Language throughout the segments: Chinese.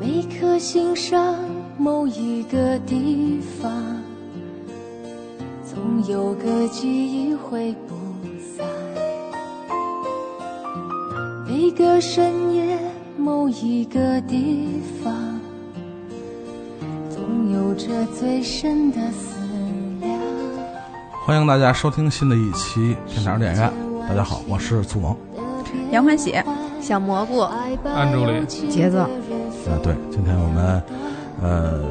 每颗心上某一个地方，总有个记忆挥不散。每个深夜某一个地方，总有着最深的思量。欢迎大家收听新的一期天堂电影院。大家好，我是醋萌。杨欢喜小蘑菇，安助理杰子啊，对，今天我们呃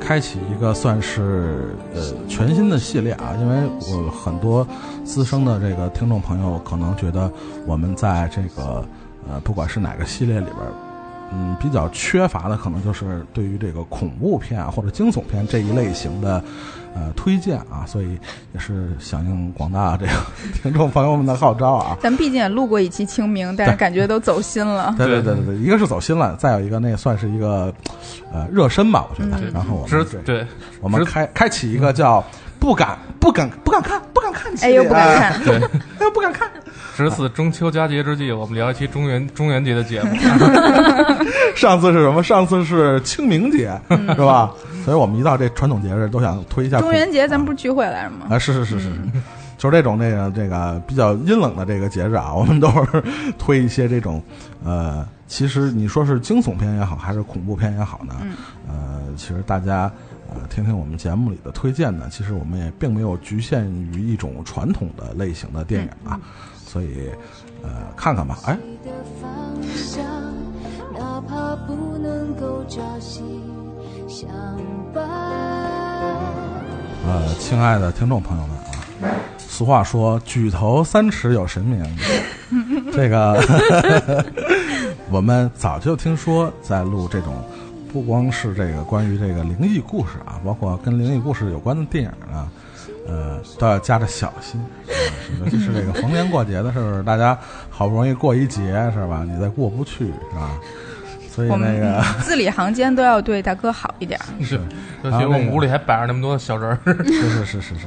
开启一个算是呃全新的系列啊，因为我很多资深的这个听众朋友可能觉得我们在这个呃不管是哪个系列里边儿。嗯，比较缺乏的可能就是对于这个恐怖片啊或者惊悚片这一类型的，呃，推荐啊，所以也是响应广大这个 听众朋友们的号召啊，咱们毕竟也录过一期清明，但是感觉都走心了。对对对对对，一个是走心了，再有一个那算是一个呃热身吧，我觉得。嗯然后我只们这对我们只开开启一个叫不敢不敢不敢看不敢看系哎列，呦，不敢哎，看，对，哎呦不敢看。值此中秋佳节之际，我们聊一期中元中元节的节 目。上次是什么？上次是清明节，是吧？所以我们一到这传统节日都想推一下嗯中元节咱们不不是聚会来着吗？啊，是是是是。就是这种这个这个比较阴冷的这个节日啊，我们都是 推一些这种，呃，其实你说是惊悚片也好，还是恐怖片也好呢，嗯呃，其实大家呃听听我们节目里的推荐呢，其实我们也并没有局限于一种传统的类型的电影啊，所以呃看看吧，哎，你的方向，哪怕不能够朝夕相伴。呃，亲爱的听众朋友们啊，俗话说“举头三尺有神明”， 这个 我们早就听说，在录这种不光是这个关于这个灵异故事啊，包括跟灵异故事有关的电影呢，呃，都要加着小心。啊尤其是这个逢年过节的时候，大家好不容易过一节是吧？你再过不去是吧？所以我那们个。字里行间都要对大哥好一点。是，尤然后其那我个们屋里还摆着那么多小人 儿，是是是是是。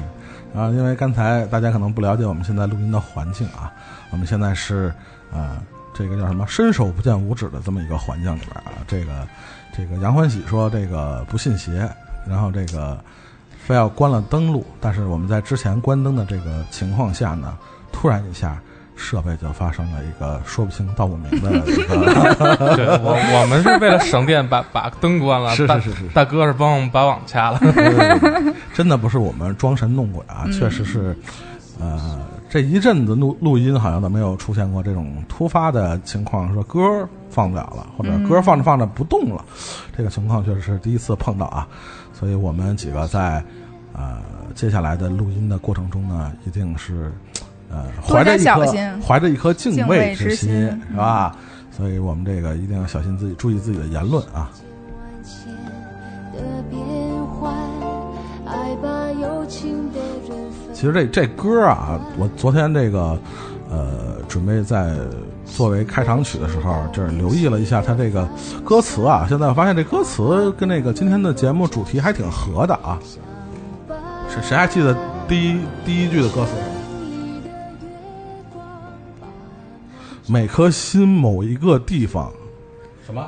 然后，因为刚才大家可能不了解我们现在录音的环境啊，我们现在是呃，这个叫什么“伸手不见五指”的这么一个环境里边啊。这个这个杨欢喜说这个不信邪，然后这个非要关了灯录，但是我们在之前关灯的这个情况下呢，突然一下。设备就发生了一个说不清道不明的一个，对我我们是为了省电把把灯关了，是大是是是是大哥是帮我们把网掐了， 真的不是我们装神弄鬼嗯啊，确实是，呃，这一阵子录录音好像都没有出现过这种突发的情况，说歌儿放不了了，或者嗯歌儿放着放着不动了，这个情况确实是第一次碰到啊，所以我们几个在呃接下来的录音的过程中呢，一定是呃怀着一多加小颗心怀着一颗敬敬畏畏之之心心，是吧？所以我们这个一定要小心自己，注意自己的言论啊。万千的变幻，爱把有情的人分。其实这这歌啊，我昨天这个呃，准备在作为开场曲的时候，就是留意了一下它这个歌词啊。现在我发现这歌词跟那个今天的节目主题还挺合的啊。谁谁还记得第一第一句的歌词？每颗心某一个地方，什 么？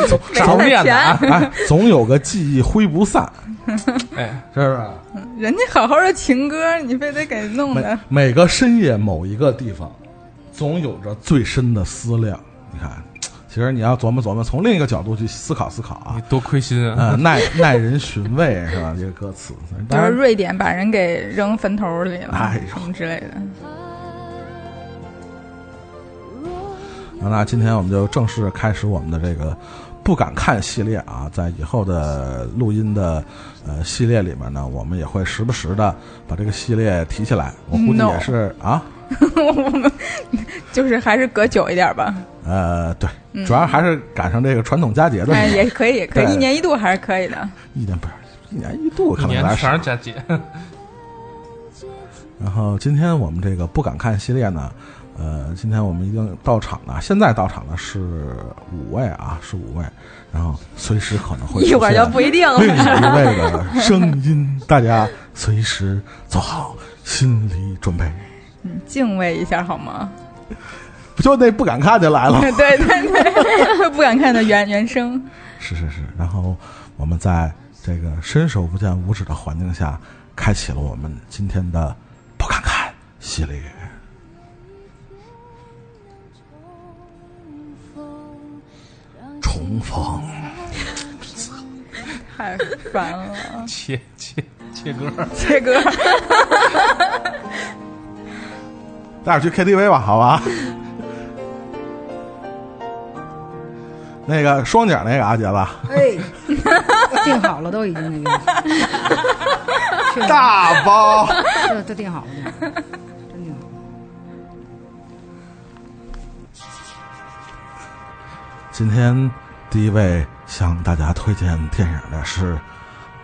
没少带面子啊！哎，总有个记忆挥不散，哎，是不是？人家好好的情歌，你非得给 弄每的，每个深夜某一个地方，总有着最深的思量。你看，其实你要琢磨琢磨，从另一个角度去思考思考啊你，多亏心啊！呃， 耐耐人寻味是吧？这个歌词，比当如然瑞典把人给扔坟头里了哎，呦什么之类的。 那今天我们就正式开始我们的这个不敢看系列啊，在以后的录音的呃系列里面呢，我们也会时不时的把这个系列提起来。我估计嗯 No 也是啊，我们就是还是隔久一点吧，呃，对，主要还是赶上这个传统佳节的嗯哎，时候，也可以，也可 以，对一年一度还是可以的。一年不是一年一度，一可能有年点少全是佳节，然后今天我们这个不敢看系列呢，呃，今天我们已经到场了，现在到场的是五位啊，是五位，然后随时可能会一会儿就不一定了。另一位的声音，大家随时做好心理准备。嗯，敬畏一下好吗？ 不就那不敢看就来了吗？对对对， 不敢看的原原声。是是是，然后我们在这个伸手不见五指的环境下，开启了我们今天的不敢看系列。重逢，太烦了，切切切歌，切歌。带我去 KTV 吧，好吧？那个双井那个阿杰子，哎，定好了都已经那个，去了大包。这都定好了，真定好了。今天第一位向大家推荐电影的是《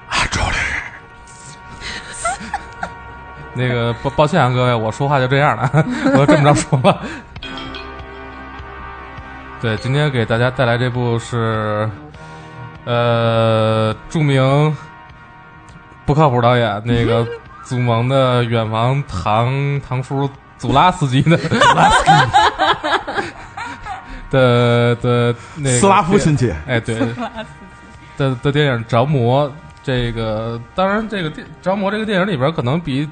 阿朱莉 那个抱抱歉啊，各位，我说话就这样了， 我这么着说吧。 对，今天给大家带来这部是，呃，著名不靠谱导演那 个祖蒙的远房堂堂叔祖拉斯基的 的的那个斯拉夫亲戚》。哎，对， 的的电影《着魔》，这个当然，这个电《着魔》这个电影里边，可能比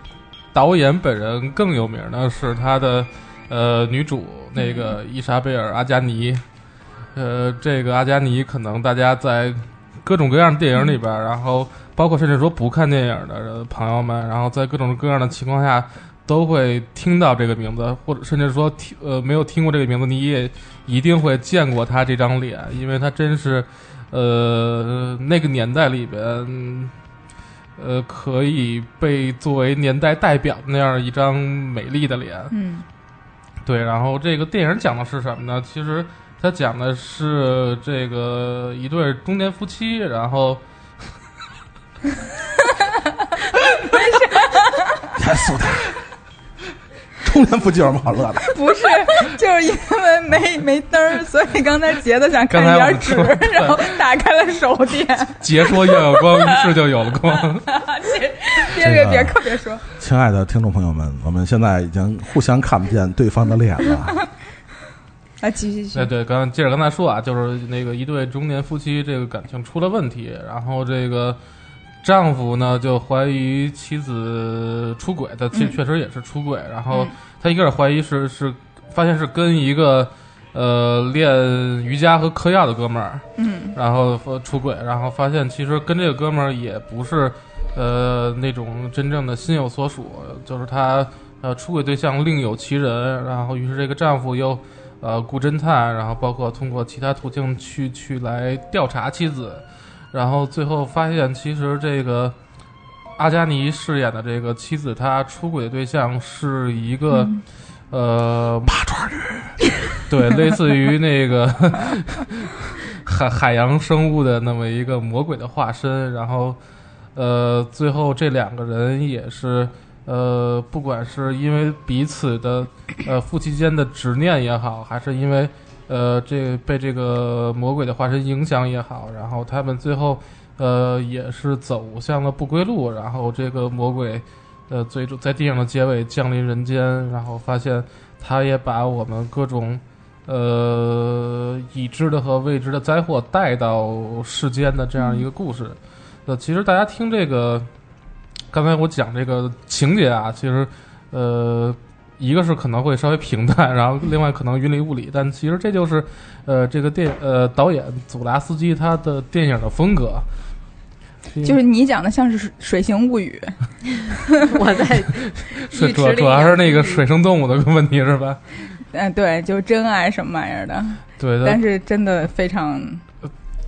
导演本人更有名的是他的呃女主那个伊莎贝尔·阿加尼。呃，这个阿加尼可能大家在各种各样的电影里边，然后包括甚至说不看电影的朋友们，然后在各种各样的情况下。都会听到这个名字，或者甚至说听呃没有听过这个名字，你也一定会见过他这张脸，因为他真是，呃，那个年代里边，呃，可以被作为年代代表那样一张美丽的脸。嗯，对，然后这个电影讲的是什么呢？其实它讲的是这个一对中年夫妻，然后严肃点，中年夫妻有什么好乐的？ 不是，就是因为没没灯儿，所以刚才杰子想看刚才一点我们纸说，然后打开了手 电。解说要有光， 于是就有了光。 别别别，可别说，亲爱的听众朋友们，我们现在已经互相看不见对方的脸了。来啊继续继哎，续。对，刚接着刚才说啊，就是那个一对中年夫妻这个感情出了问题，然后这个丈夫呢就怀疑妻子出轨，他确确实也是出轨，然后他一开始怀疑是是发现是跟一个呃练瑜伽和嗑药的哥们儿，嗯，然后呃出轨，然后发现其实跟这个哥们儿也不是呃那种真正的心有所属，就是他呃出轨对象另有其人，然后于是这个丈夫又呃雇侦探，然后包括通过其他途径去去来调查妻子，然后最后发现其实这个阿加尼饰演的这个妻子，她出轨的对象是一个、呃八爪鱼，对，类似于那个海海洋生物的那么一个魔鬼的化身，然后呃最后这两个人也是。呃，不管是因为彼此的呃夫妻间的执念也好，还是因为呃这被这个魔鬼的化身影响也好，然后他们最后呃也是走向了不归路，然后这个魔鬼呃最终在电影的结尾降临人间，然后发现他也把我们各种呃已知的和未知的灾祸带到世间的这样一个故事。呃，其实大家听这个，刚才我讲这个情节啊，其实呃。一个是可能会稍微平淡，然后另外可能云里雾里，但其实这就是，呃，这个电呃导演祖拉斯基他的电影的风格，就是你讲的像是《水形物语我在是浴主池要里主要是那个水生动物的问题是吧？》，嗯，对，就真爱什么玩意儿的，对的，但是真的非常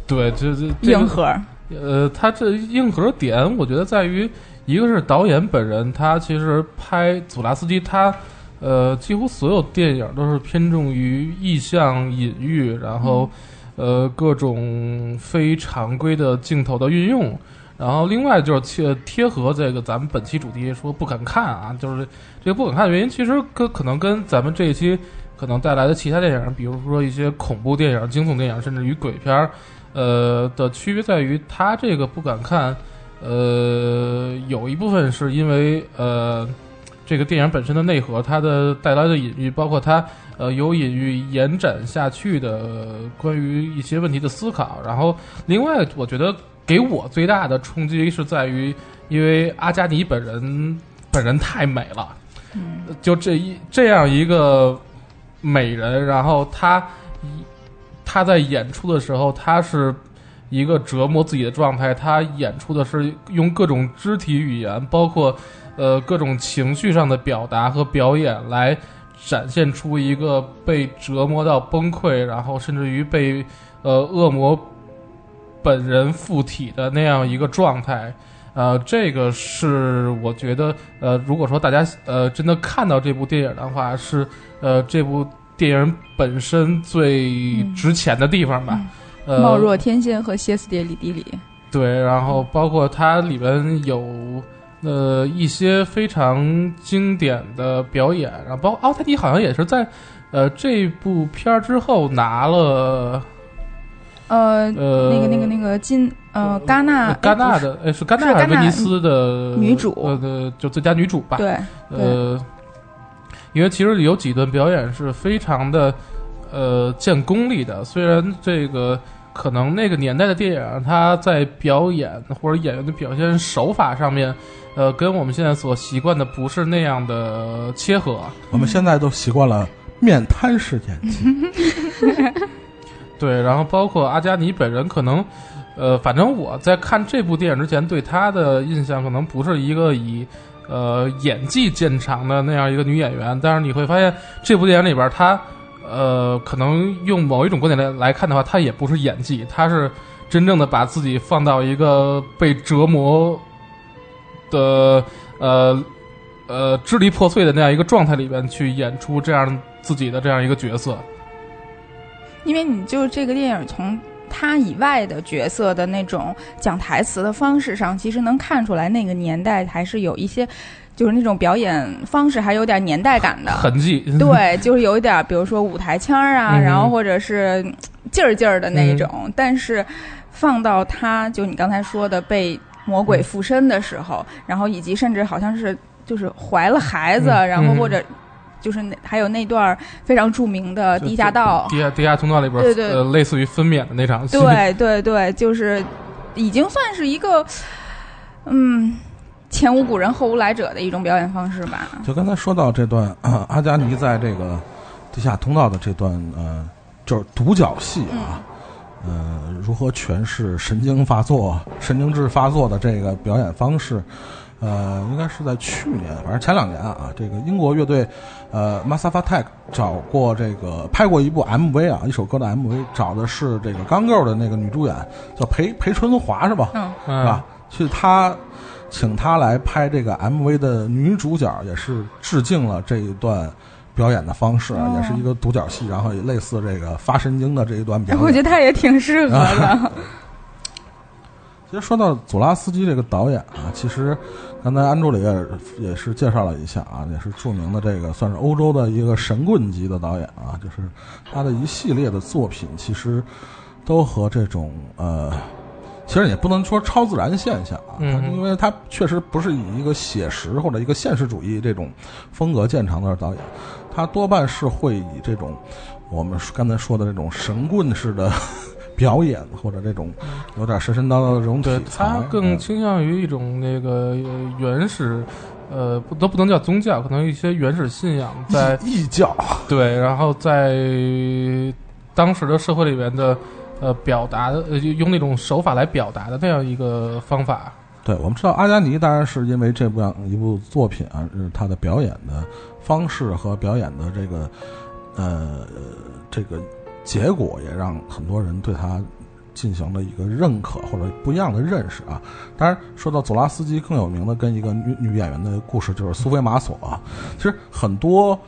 对，这这这硬个核。呃，他这硬核点，我觉得在于一个是导演本人，他其实拍祖拉斯基他。呃，几乎所有电影都是偏重于意象、隐喻，然后，嗯呃，各种非常规的镜头的运用，然后另外就是贴贴合这个咱们本期主题说不敢看啊，就是这个不敢看的原因，其实跟可能跟咱们这一期可能带来的其他电影，比如说一些恐怖电影、惊悚电影，甚至于鬼片儿，呃的区别在于，它这个不敢看，呃，有一部分是因为呃这个电影本身的内核，它的带来的隐喻，包括它呃由隐喻延展下去的呃关于一些问题的思考。然后，另外我觉得给我最大的冲击是在于，因为阿加尼本人本人太美了，嗯，就这一这样一个美人，然后她一她在演出的时候，她是一个折磨自己的状态，她演出的是用各种肢体语言，包括呃各种情绪上的表达和表演来。展现出一个被折磨到崩溃，然后甚至于被呃恶魔本人附体的那样一个状态，呃，这个是我觉得，呃，如果说大家呃真的看到这部电影的话，是呃这部电影本身最值钱的地方吧。呃，嗯貌若天仙和歇斯底里底里，对，然后包括它里边有呃一些非常经典的表演，然后包括奥黛丽好像也是在呃这部片儿之后拿了呃，呃那个那个那个金呃戛纳呃戛纳哎的，哎，是戛是纳还戛威纳尼斯的女主呃，的就最佳女主吧不。对呃，因为其实有几段表演是非常的呃见功力的，虽然这个可能那个年代的电影，它在表演或者演员的表现手法上面，呃，跟我们现在所习惯的不是那样的切合。我们现在都习惯了面瘫式演技，对，然后包括阿加尼本人，可能，呃，反正我在看这部电影之前，对她的印象可能不是一个以，呃，演技见长的那样一个女演员。但是你会发现，这部电影里边她，呃，可能用某一种观点来来看的话，她也不是演技，她是真正的把自己放到一个被折磨的，呃。呃，支离破碎的那样一个状态里边去演出这样自己的这样一个角色，因为你就这个电影从他以外的角色的那种讲台词的方式上，其实能看出来那个年代还是有一些，就是那种表演方式还有点年代感的。痕迹。 对，就是有一点儿，比如说舞台腔儿啊，嗯然后或者是嗯劲儿劲儿的那种。但是放到他，就你刚才说的被魔鬼附身的时候，然后以及甚至好像是就是怀了孩子，嗯然后嗯或者就是那还有那段儿非常著名的就地下啊道，地下地下通道里边，对对呃，类似于分娩的那场戏，对对对，就是已经算是一个嗯前无古人后无来者的一种表演方式吧。就刚才说到这段、 啊阿加尼在这个地下通道的这段呃，就是独角戏啊，呃，如何诠释神经发作、神经质发作的这个表演方式？呃，应该是在去年，反正前两年啊，这个英国乐队，呃 m a s a f a t e c 找过这个拍过一部 MV 啊，一首歌的 MV，找的是这个钢构的那个女主演，叫裴裴春华是吧？嗯，嗯是吧？？去他请他来拍这个 MV 的女主角，也是致敬了这一段表演的方式，哦也是一个独角戏，然后也类似这个发神经的这一段表我演。觉得他也挺适合 的。其实说到佐拉斯基这个导演啊，其实刚才安助理也也是介绍了一下啊，也是著名的这个算是欧洲的一个神棍级的导演啊，就是他的一系列的作品其实都和这种呃其实也不能说超自然现象啊，嗯它因为它确实不是以一个写实或者一个现实主义这种风格见长的导演，他多半是会以这种我们刚才说的这种神棍式的 表演，或者这种有点神神叨叨的这种对体他裁，更嗯倾向于一种那个呃原始，呃，不都不能叫宗教，可能一些原始信 仰在异异教，对，然后在当时的社会里边的呃表达的，呃，用那种手法来表达的那样一个方法。对，我们知道阿加尼当然是因为这部样一部作品啊，是他的表演的方式和表演的这个呃这个结果，也让很多人对他进行了一个认可或者不一样的认识啊。当然，说到佐拉斯基更有名的跟一个女女演员的故事，就是苏菲玛索、啊。其实很多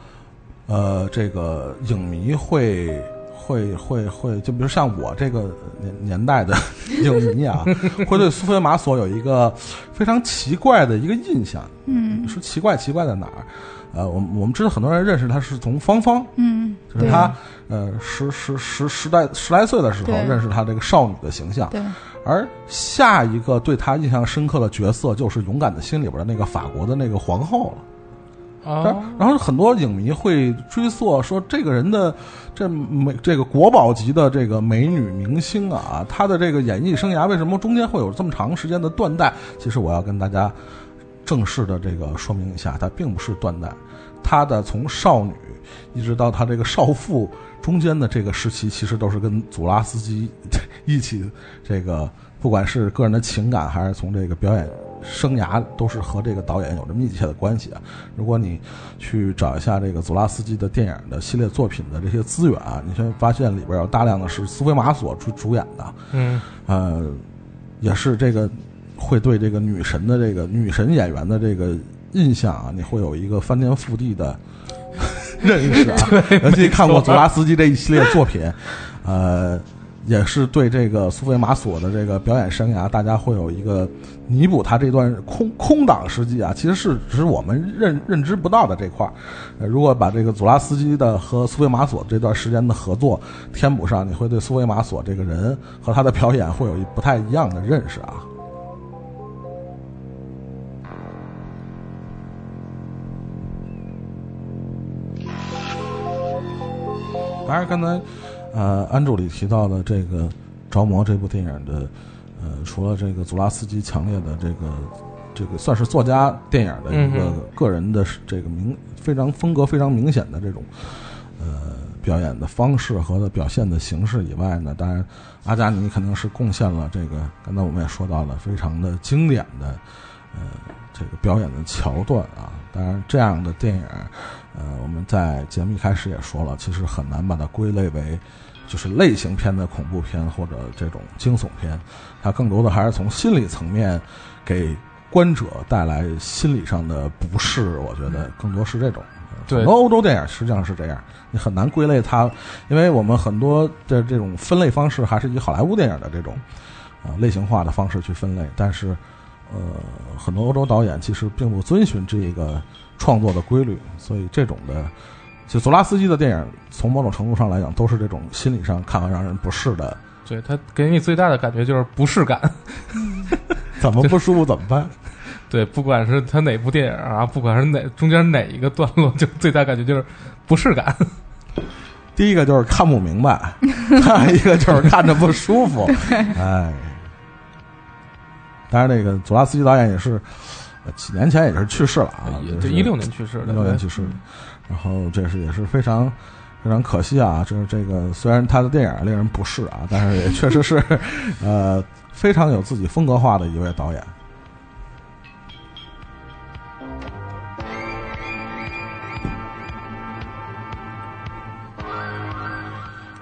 呃这个影迷会。会会会，就比如像我这个年年代的 影迷啊，会对苏菲玛索有一个非常奇怪的一个印象。嗯说奇怪，奇怪在哪儿？呃，我们我们知道很多人认识他是从芳芳，嗯，就是他呃十十十十代十来岁的时候对认识他这个少女的形象，对， 而下一个对他印象深刻的角色就是《勇敢的心》里边的那个法国的那个皇后了。哦但，然后很多影迷会追溯说，这个人的这美这个国宝级的这个美女明星啊，她的这个演艺生涯为什么中间会有这么长时间的断代？其实我要跟大家正式的这个说明一下，她并不是断代，她的从少女一直到她这个少妇中间的这个时期，其实都是跟祖拉斯基一起这个，不管是个人的情感，还是从这个表演生涯，都是和这个导演有着密切的关系啊。如果你去找一下这个祖拉斯基的电影的系列作品的这些资源啊，你会发现里边有大量的是苏菲玛索主主演的，嗯，呃，也是这个会对这个女神的这个女神演员的这个印象啊，你会有一个翻天覆地的认识啊。尤其看过祖拉斯基这一系列作品，呃，也是对这个苏菲玛索的这个表演生涯，大家会有一个弥补他这段空空档时期啊，其实是只是我们认认知不到的这块儿。呃如果把这个祖拉斯基的和苏菲玛索这段时间的合作填补上，你会对苏菲玛索这个人和他的表演会有一不太一样的认识啊。当然，刚才呃，安助理提到的这个《着魔》这部电影的，呃，除了这个祖拉斯基强烈的这个这个算是作家电影的一个嗯个人的这个明非常风格非常明显的这种呃表演的方式和的表现的形式以外呢，当然阿加尼肯定是贡献了这个刚才我们也说到了非常的经典的呃这个表演的桥段啊。当然，这样的电影。呃，我们在节目一开始也说了，其实很难把它归类为就是类型片的恐怖片或者这种惊悚片，它更多的还是从心理层面给观者带来心理上的不适，我觉得更多是这种。对很多欧洲电影实际上是这样，你很难归类它，因为我们很多的这种分类方式还是以好莱坞电影的这种啊、呃类型化的方式去分类，但是呃，很多欧洲导演其实并不遵循这个创作的规律，所以这种的，就佐拉斯基的电影，从某种程度上来讲，都是这种心理上看完让人不适的，对他给你最大的感觉就是不适感。 怎么不舒服怎么办？对，不管是他哪部电影啊，不管是哪中间哪一个段落，就最大感觉就是不适感。第一个就是看不明白， 再一个就是看着不舒服，哎。当然，那个佐拉斯基导演也是呃几年前也是去世了啊，这就一是六年去世的，嗯六年去世，然后这是也是非常非常可惜啊，就是这个虽然他的电影令人不适啊，但是也确实是 呃非常有自己风格化的一位导演。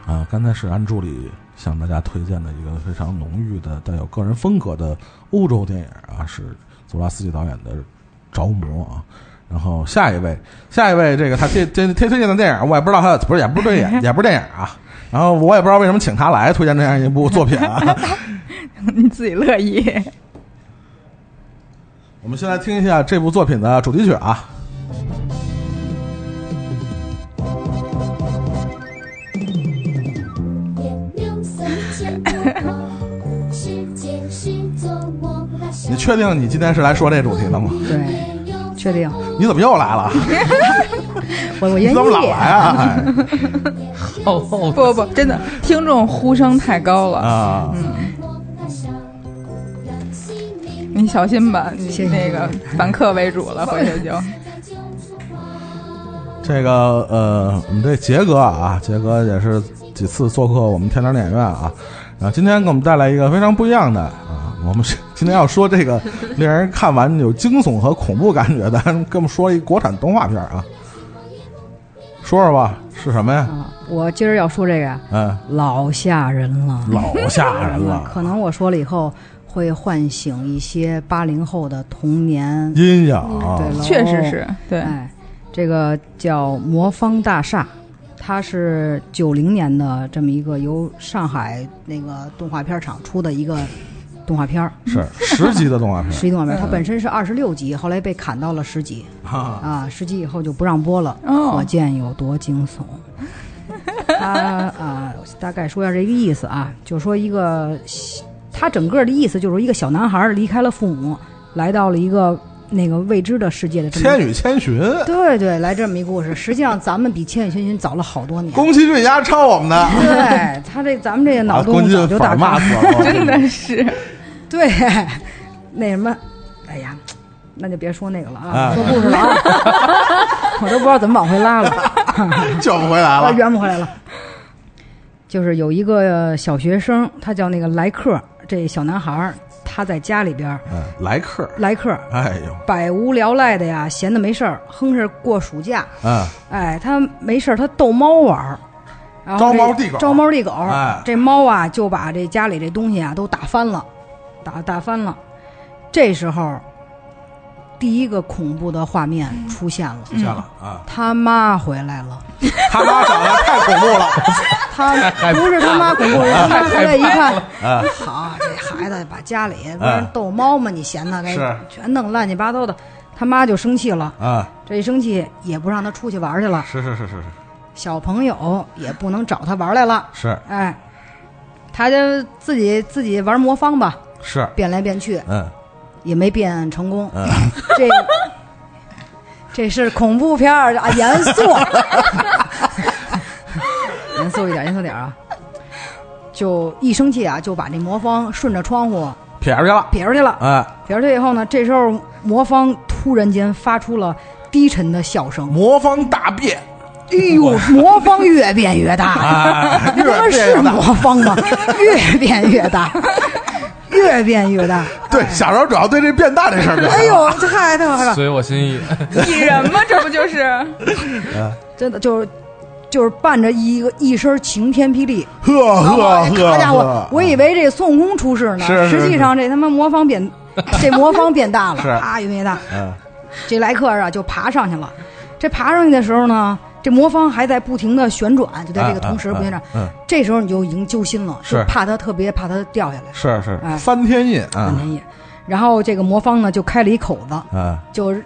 啊，刚才是安助理向大家推荐的一个非常浓郁的、带有个人风格的欧洲电影啊，是佐拉斯基导演的《着魔》啊。然后下一位，下一位，这个他推推推推荐的电影，我也不知道他不是也不是 电影，也不是电影啊。然后我也不知道为什么请他来推荐这样一部作品 啊。你自己乐意。 我们先来听一下这部作品的主题曲啊。别扭三千多跑，世界你确定你今天是来说这主题的吗？对，确 定。你怎么又来了？ 我我你愿怎么老意来。啊？哎哦哦，不 不，真的，听众呼声太高了， 啊，你小心吧，你谢谢那个反客为主了，回 去就。这个呃，我们这杰哥啊，杰哥也是几次做客我们天堂电影院啊，然后今天给我们带来一个非常不一样的啊，我们是今天要说这个令人看完有惊悚和恐怖感觉的，跟我们说一国产动画片啊，说说吧，是什么呀？啊，我今儿要说这个呀，嗯，老吓人了，老吓人 可了，能我说了以后会唤醒一些八零后的童年，阴影啊对，喽确实是，对，嗯哎，这个叫《魔方大厦》，它是九零年的这么一个由上海那个动画片厂出的一个动画片儿，是十级的动 画片十一动画片儿。它本身是二十六集，后来被砍到了十集嗯啊，啊，十集以后就不让播了。哦可见有多惊悚。它啊，大概说一下这个意思啊，就说一个小，它整个的意思就是一个小男孩儿离开了父母，来到了一个那个未知的世界的《这么一个千与千寻》，对对，来这么一故事，实际上咱们比《千与千寻》早了 好多年。宫崎骏家抄我们的，对他这咱 们这个脑啊宫洞崎早骏就打反开骂了。死了， 真的是， 对， 那什么，哎呀，那就别说那个了啊啊，说故事了啊，我都不知道怎么往回拉了，叫不回来哎啊，了。圆不回来了。就是有一个呃小学生，他叫那个莱克，这小男孩儿，他在家里边儿，嗯，来客，莱克哎呦，百无聊赖的呀，闲的没事儿，哼着过暑假，嗯，哎，他没事儿，他逗猫玩儿，然后招这猫递狗招猫递狗。哎这猫啊，就把这家里这东西啊都打翻了，打打翻了。这时候，第一个恐怖的画面出现了，下了啊，他妈回来了。他妈长得太 恐怖了，他害怕 不是他妈恐怖，人他妈回来一看，啊好，这孩子把家里不是逗猫吗？你嫌他给是全弄乱七八糟的，他妈就生气了。啊，这一生气也不让他出去玩去了，是是是是是小朋友也不能找他玩来了。是哎，他就自己自己玩魔方吧，是，变来变去嗯也没变成功。嗯， 这这是恐怖片儿啊，严肃， 严肃一点，严肃点啊！就一生气啊，就把这魔方顺着窗户撇出去了，撇出去了。哎，撇出去以后呢，这时候魔方突然间发出了低沉的笑声。魔方大变，哎呦，魔方越变越大。哎，那他妈是魔方吗？越变越大，越变越大。对，小时候主要对这变大这事儿，哎，呦，这太太害怕，随我心意。蚁人嘛，这不就是？真的就是就是伴着一个一声晴天霹雳， 哎呵哦呵好呵，家伙，我以为这孙悟空出世呢，是是实际上这他妈魔 方变，这魔方变大了，是啪越变越大。嗯这莱克啊就爬上去了，这爬上去的时候呢，这魔方还在不停的旋转，就在这个同时不停地嗯嗯嗯这时候你就已经揪心了，是就怕他特别怕他掉下来，是是哎三天印很啊难也。然后这个魔方呢就开了一口子，啊，就是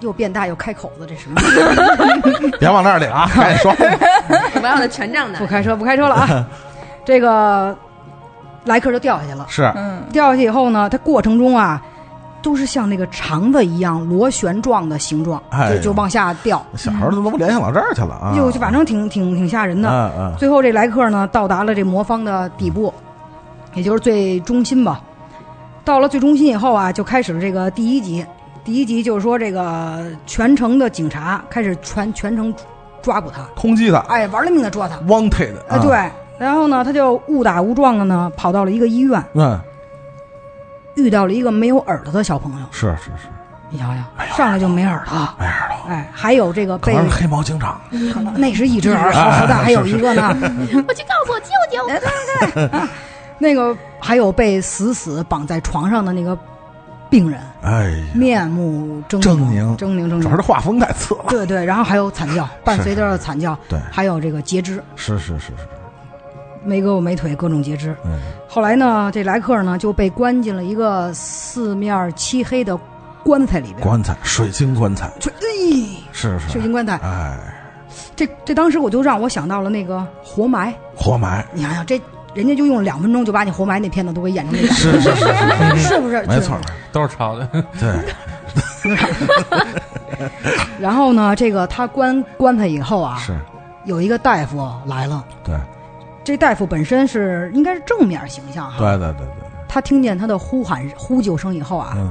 又变大又开口子，这什么？别往那儿领 啊，赶紧说，我要的权杖 不呢？开车，不开车了 啊！这个莱克就掉下去了。是嗯，掉下去以后呢，它过程中啊，都是像那个肠子一样螺旋状的形状，哎呦就就往下掉，小时候都联想到这儿去了啊，哎就就反正挺挺挺吓人嗯的。嗯最后这莱克呢，到达了这魔方的底部，也就是最中心吧。到了最中心以后啊，就开始这个第一集。第一集就是说，这个全城的警察开始全全城抓捕他，通缉他哎，玩了命的抓他。 ，wanted 啊，啊，，对。然后呢，他就误打误撞的呢，跑到了一个医院，嗯，遇到了一个没有耳朵的小朋友。是是是，你想想，上来就没耳朵，哎呀，哎，还有这个可被能是啊黑猫警长，可能那是一只耳，好好的，还有一个 呢，哎我去告诉我舅舅。 啊那个还有被死死绑在床上的那个病人，哎呀。面目狰狰狞狞，狰狞狰主要是狞。画风太次了。对对，然后还有惨叫，伴随着惨叫，对还有这个截肢，是是是是，没胳膊没腿，各种截肢。嗯，后来呢，这莱克呢就被关进了一个四面漆黑的棺材里边，棺材，水晶棺材，就哎，是水是，晶棺材，哎，这这当时我就让我想到了那个活埋，活埋，你想想这人家就用两分钟就把你活埋那片子都给演成那样，是是 是是是不是？没错儿，都是抄的。对，然后呢，这个他关关他以后 啊，是，有一个大夫来了。对，这大夫本身是应该是正面形象哈，对对对对，他听见他的呼喊呼救声以后啊，嗯，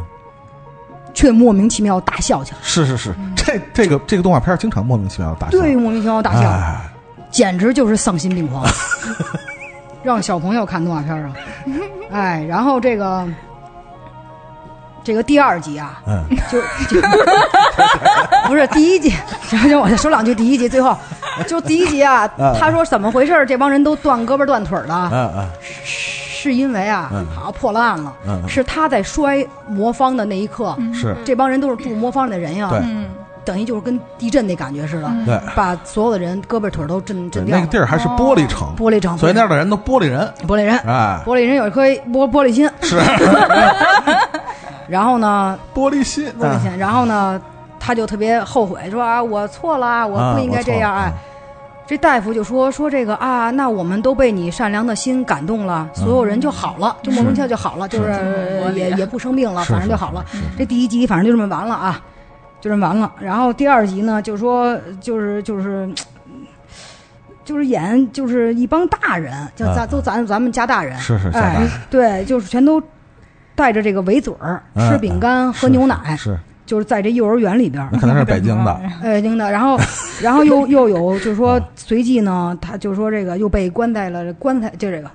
却莫名其妙大笑起来，是是是，这这个这个动画片儿经常莫名其妙地打嗯对，莫名其妙大笑，哎简直就是丧 心病狂，让小朋友看动画片啊，哎，然后这个这个第二集啊，嗯，就就 不是第一集，行行，我再说两句第一集，最后就第一集啊，嗯他说怎么回事儿？这帮人都断胳膊断腿儿的，嗯嗯是因为啊嗯，好破了案了，嗯嗯是他在摔魔方的那一刻，是，这帮人都是住魔方里的人呀，对嗯，等于就是跟地震那感觉似的，对，把所有的人胳膊腿儿都震对震掉那了。个地儿还是玻璃城，哦玻璃城，所以那儿的人都玻璃人，玻璃人，哎，玻璃人有一颗玻玻璃心，是 啊然后呢，玻璃心，玻璃心，然后呢，他就特别后悔，说啊，我错了，我啊不应该这样，我错了哎。这大夫就说说这个啊，那我们都被你善良的心感动了，嗯所有人就好了，就莫名其妙就好了，就是呃也也不生病了，是反正是就好了。是是这第一集反正就这么完了啊，就这么完了。然后第二集呢，就说就是就是。就是演就是一帮大人，就咱、嗯都咱咱们家大人，是是家大哎人，对，就是全都带着这个围嘴儿、嗯吃饼干、喝是牛奶，是，嗯就是在这幼儿园里边儿那，可能是北京 的，呃，京的，然 后，然后又又有，就是说，哦随即呢，他就说这个又被关在了棺材，就这个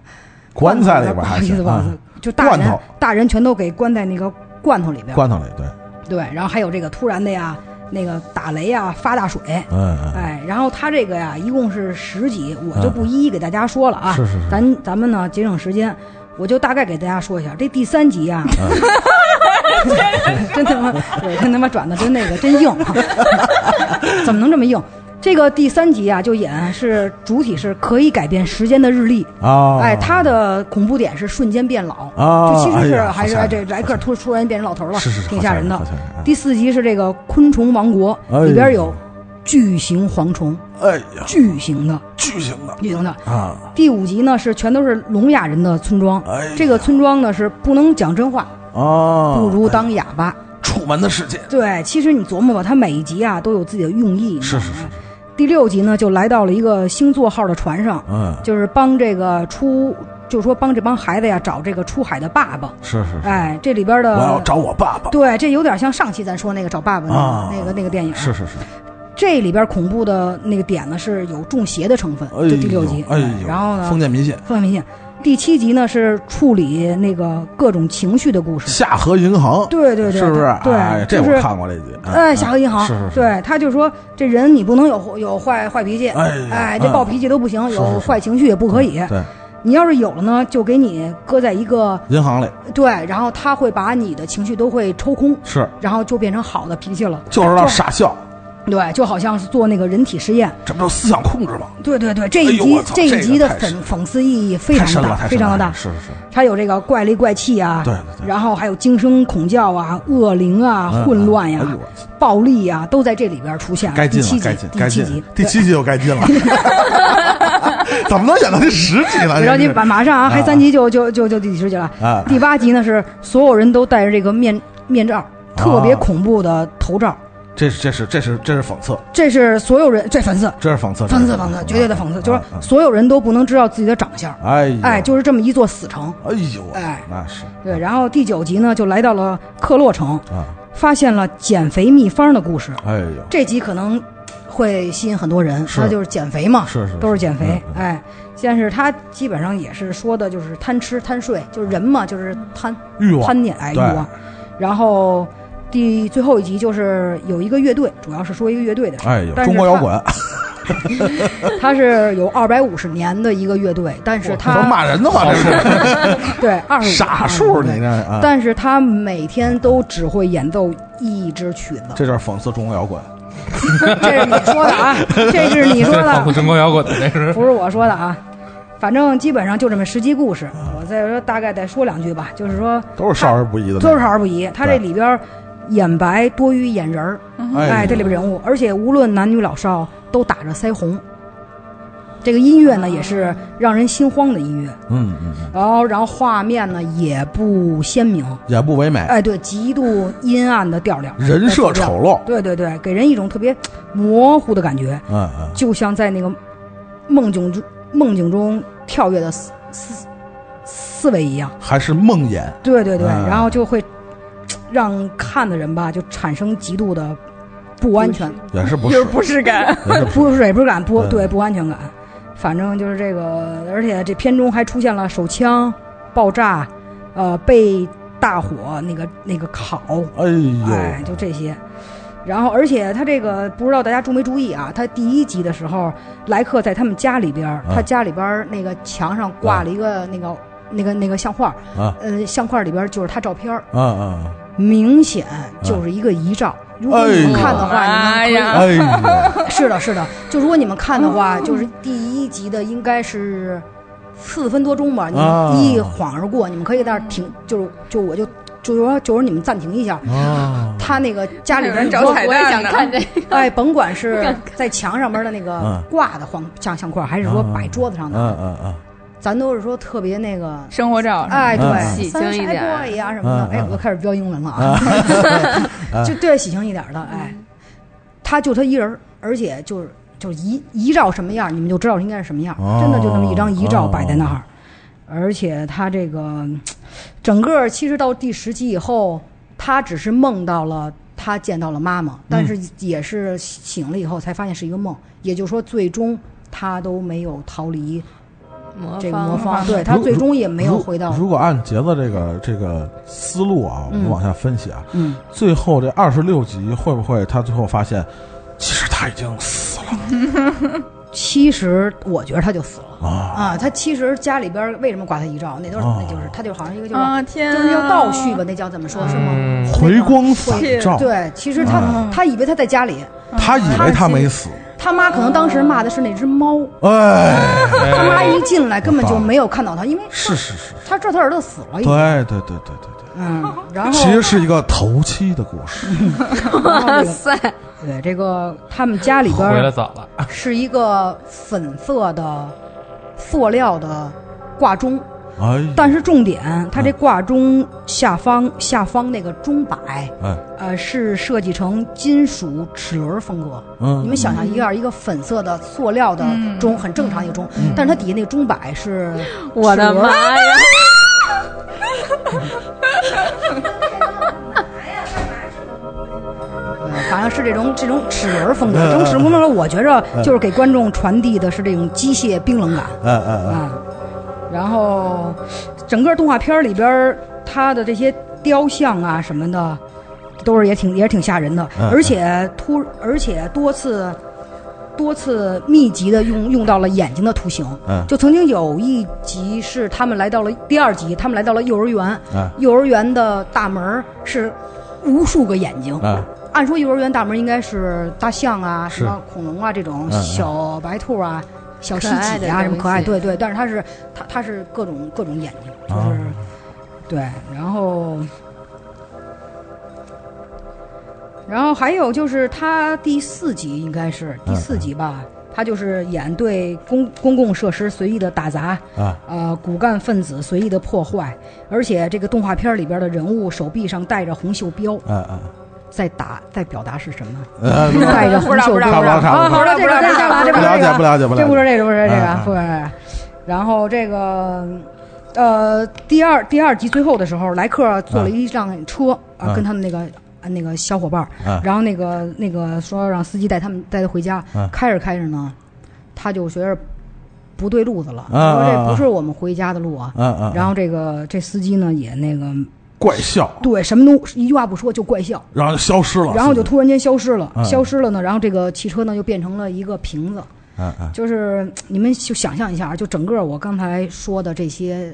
棺材里里边不儿好还意思，行不好意啊思，，就大罐人头大人全都给关在那个罐头里边儿，罐头里，对，对，然后还有这个突然的呀，那个打雷呀，发大水，嗯嗯，哎，然后他这个呀，一共是十集，我就嗯不一一给大家说了啊，是是是咱咱们呢节省时间，我就大概给大家说一下这第三集啊， 真他妈对，真他妈转的真那个真硬，啊怎么能这么硬？这个第三集啊，就演是主体是可以改变时间的日历，啊，哎，他的恐怖点是瞬间变老，啊，就其实哎是呀还是好吓哎这人莱克突突然变成老头了，是是是挺吓人的好。吓人啊第四集是这个昆虫王国，哎里边有巨型蝗虫，哎呀，巨型的，巨型的巨型的。啊，第五集呢是全都是聋哑人的村庄，哎呀这个村庄呢是不能讲真话，啊，哎不如当哑巴。楚门的世界，对，其实你琢磨吧，它每一集啊都有自己的用意。是你知是道是吗，第六集呢就来到了一个星座号的船上，嗯，就是帮这个出，就是说帮这帮孩子呀找这个出海的爸爸。是是，是，哎，这里边我要的找我爸爸，对，这有点像上期咱说那个找爸爸那个、啊那个那个电影。是是是，这里边恐怖的那个点呢是有中邪的成分，哎呦就第六集。哎呦，然后呢，封建迷信，封建迷信。第七集呢是处理那个各种情绪的故事。下河银行，对对对，是不是？对，哎，这就我是看过这集，哎，下河银行，是是是对，他就说这人你不能有有坏坏脾气，哎呀哎，这嗯暴脾气都不行，是有是嗯坏情绪也不可以。对，你要是有了呢，就给你搁在一个银行里对，然后他会把你的情绪都会抽空，是，然后就变成好的脾气了。就是让傻笑，对，就好像是做那个人体实验。这不就思想控制吗？对对对，这哎一呦集、我操这这一个集的太讽深了讽刺意义非太常深的了，大，太非深常的了，大。啊是是是，它有这个怪力怪气啊，对对对然后还有惊声恐叫啊、恶灵啊、嗯混乱呀、哎呦我操暴力呀、都在这里边出现了。该进第了，七该集进，，该七进集，，第七集又该 进了，怎么能演到第十集呢？对。不着急，这马马上啊，啊还三集就就就就第十集了。啊第八集呢是所有人都戴着这个面面罩，特别恐怖的头罩，这是这是这是这是讽刺，这是所有人这粉丝，这是讽刺，讽这刺是讽刺，绝对的讽刺，就是啊啊说所有人都不能知道自己的长相，哎呦哎，就是这么一座死城。哎呦，哎那是对，然后第九集呢就来到了克洛城，啊，发现了减肥秘方的故事。哎呦，这集可能会吸引很多人，是他就是减肥嘛，是是啊都是减肥，嗯嗯哎，但是他基本上也是说的就是贪吃贪睡，就是人嘛，就是贪欲望贪念哎嗯欲对望。然后第最后一集就是有一个乐队，主要是说一个乐队的事儿，哎呦，但是中国摇滚，他是有二百五十年的一个乐队，但是这不是他骂人的吗？这是 对二十傻数，你这啊，嗯但是他每天都只会演奏一支曲子，这就是讽刺中国摇滚， 这是你说 的啊，这是你说 这仿的佛，中国摇滚的那是。不是我说的啊。反正基本上就这么十集故事，嗯我再说大概再说两句吧，就是说都是少儿不宜的，多少，而不宜，他这对里边儿眼白多于眼嗯人儿，哎哎，呦这里边人物，而且无论男女老少都打着腮红，这个音乐呢也是让人心慌的音乐，嗯嗯嗯，然后然后画面呢也不鲜明，也不唯美，哎，对，极度阴暗的调调，人设丑陋，对对对，给人一种特别模糊的感觉，嗯嗯，就像在那个梦境中梦境中跳跃的思思思维一样。还是梦魇，对对对，嗯然后就会让看的人吧，就产生极度的不安全，也是不就是，是不适感。也是不水不感，不嗯对不安全感。反正就是这个，而且这片中还出现了手枪、爆炸，呃，被大火那个那个烤，哎呦，哎，就这些。然后，而且他这个不知道大家注没注意啊？他第一集的时候，莱克在他们家里边儿，啊他家里边儿那个墙上挂了一个那个那个那个相框儿，啊呃，相框儿里边儿就是他照片儿，啊啊，明显就是一个遗照。如果你们看的话，哎你呦们哎可 呀哎呀，以是的，是的，就如果你们看的话，哦就是第一集的应该是四分多钟吧，你啊们一晃而过，你们可以在那儿停，就是就我就就是说就是你们暂停一下。啊，他那个家里 有人边找我彩我也蛋想呢看这个。 哎，甭管是在墙上面的那个嗯挂的黄相相框，还是说摆桌子上的，嗯嗯嗯，咱都是说特别那个，生活照，哎，嗯对，喜三庆十一点儿 boy 呀什么的嗯，哎，嗯我都开始飙英文了啊， 就对喜庆一点儿的，哎，嗯他就他一人儿，而且就是就是遗遗照什么样儿，你们就知道应该是什么样哦儿，真的就那么一张遗照哦摆在那儿，而且他这个嗯整个其实到第十集以后，他只是梦到了。他见到了妈嗯妈，但是也是醒了以后才发现是一个梦，也就是说，最终他都没有逃离魔这个魔方方，对他如最终也没有如回到如果按杰子这个这个思路啊，我们嗯往下分析啊，嗯，最后这二十六集会不会他最后发现，其实他已经死了其实我觉得他就死了啊？啊。他其实家里边为什么挂他遗照？那都是、哦那就是他就好像一个就是、啊天就啊，是叫倒叙吧，那叫怎么说是吗？嗯，回光返照，对，其实他、嗯他以为他在家里，嗯他以为他没死，他妈可能当时骂的是那只猫，哎，他妈一进来根本就没有看到他，因为是是是，他知道他儿子死了已经。对对对对对对，嗯，然后其实是一个头七的故事，然后这个塞，对这个他们家里边回来儿早了，是一个粉色的塑料的挂钟，哎呦，但是重点，它这挂钟下方下方那个钟摆，哎呃，是设计成金属齿轮风格。嗯，你们想象一下，一个粉色的塑料的钟，很正常一个钟，但是它底下那个钟摆是我的齿轮妈呀！对呃好像是这种这种齿轮风格。这种齿轮风格，我觉着就是给观众传递的是这种机械冰冷感。嗯，嗯嗯啊，然后整个动画片儿里边儿，它的这些雕像啊什么的，都是也挺也挺吓人的，嗯而且突而且多次多次密集的用用到了眼睛的图形。嗯就曾经有一集是他们来到了第二集，他们来到了幼儿园，嗯幼儿园的大门儿是无数个眼睛。嗯按说幼儿园大门应该是大象啊、是什么恐龙啊这种嗯嗯小白兔啊、小可蜥爱的蜴啊什么可爱，东对对。但是它是它它是各种各种眼睛，啊就是、对，然后然后还有就是它第四集应该是第嗯四集吧，它就是演对公公共设施随意的打砸，啊呃，骨干分子随意的破坏，而且这个动画片里边的人物手臂上戴着红袖标，嗯嗯在打在表达是什么？嗯， 带着红袖标，差不多差啊，不多好呃了，这个这个这不个了这解不个，了解不了解，这不啊是这个，不是这嗯个嗯，不是。然后这个，呃，第二第二集最后的时候，莱克坐了一辆车嗯啊，跟他们那个啊那个小伙伴儿嗯，然后那个那个说让司机带他们带他回家嗯，开着开着呢，他就觉得不对路子了，嗯嗯说这嗯不是我们回家的路啊。嗯嗯，然后这个这司机呢也那个怪笑，对什么都一句话不说就怪笑。然后就消失了，然后就突然间消失了，嗯消失了呢，然后这个汽车呢就变成了一个瓶子，嗯嗯就是你们就想象一下啊，就整个我刚才说的这些，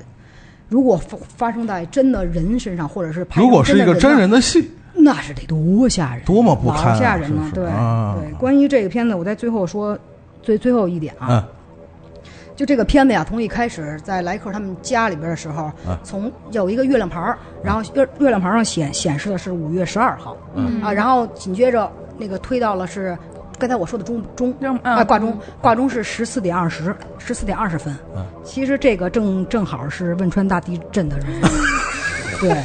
如果发发生在真的人身上，或者是拍成如果是一个真真的人的戏，身上，那是得多吓人，多么不堪啊老吓人是。了不是对啊对，关于这个片子，我在最后说最最后一点啊，嗯就这个片子呀，从一开始在莱克他们家里边的时候，啊从有一个月亮牌儿，然后月月嗯啊亮牌上显显示的是五月十二号，啊，然后紧接着那个推到了是刚才我说的钟钟让啊，啊挂钟，挂钟是十四点二十，十四点二十分。嗯其实这个正正好是汶川大地震的日 子。对，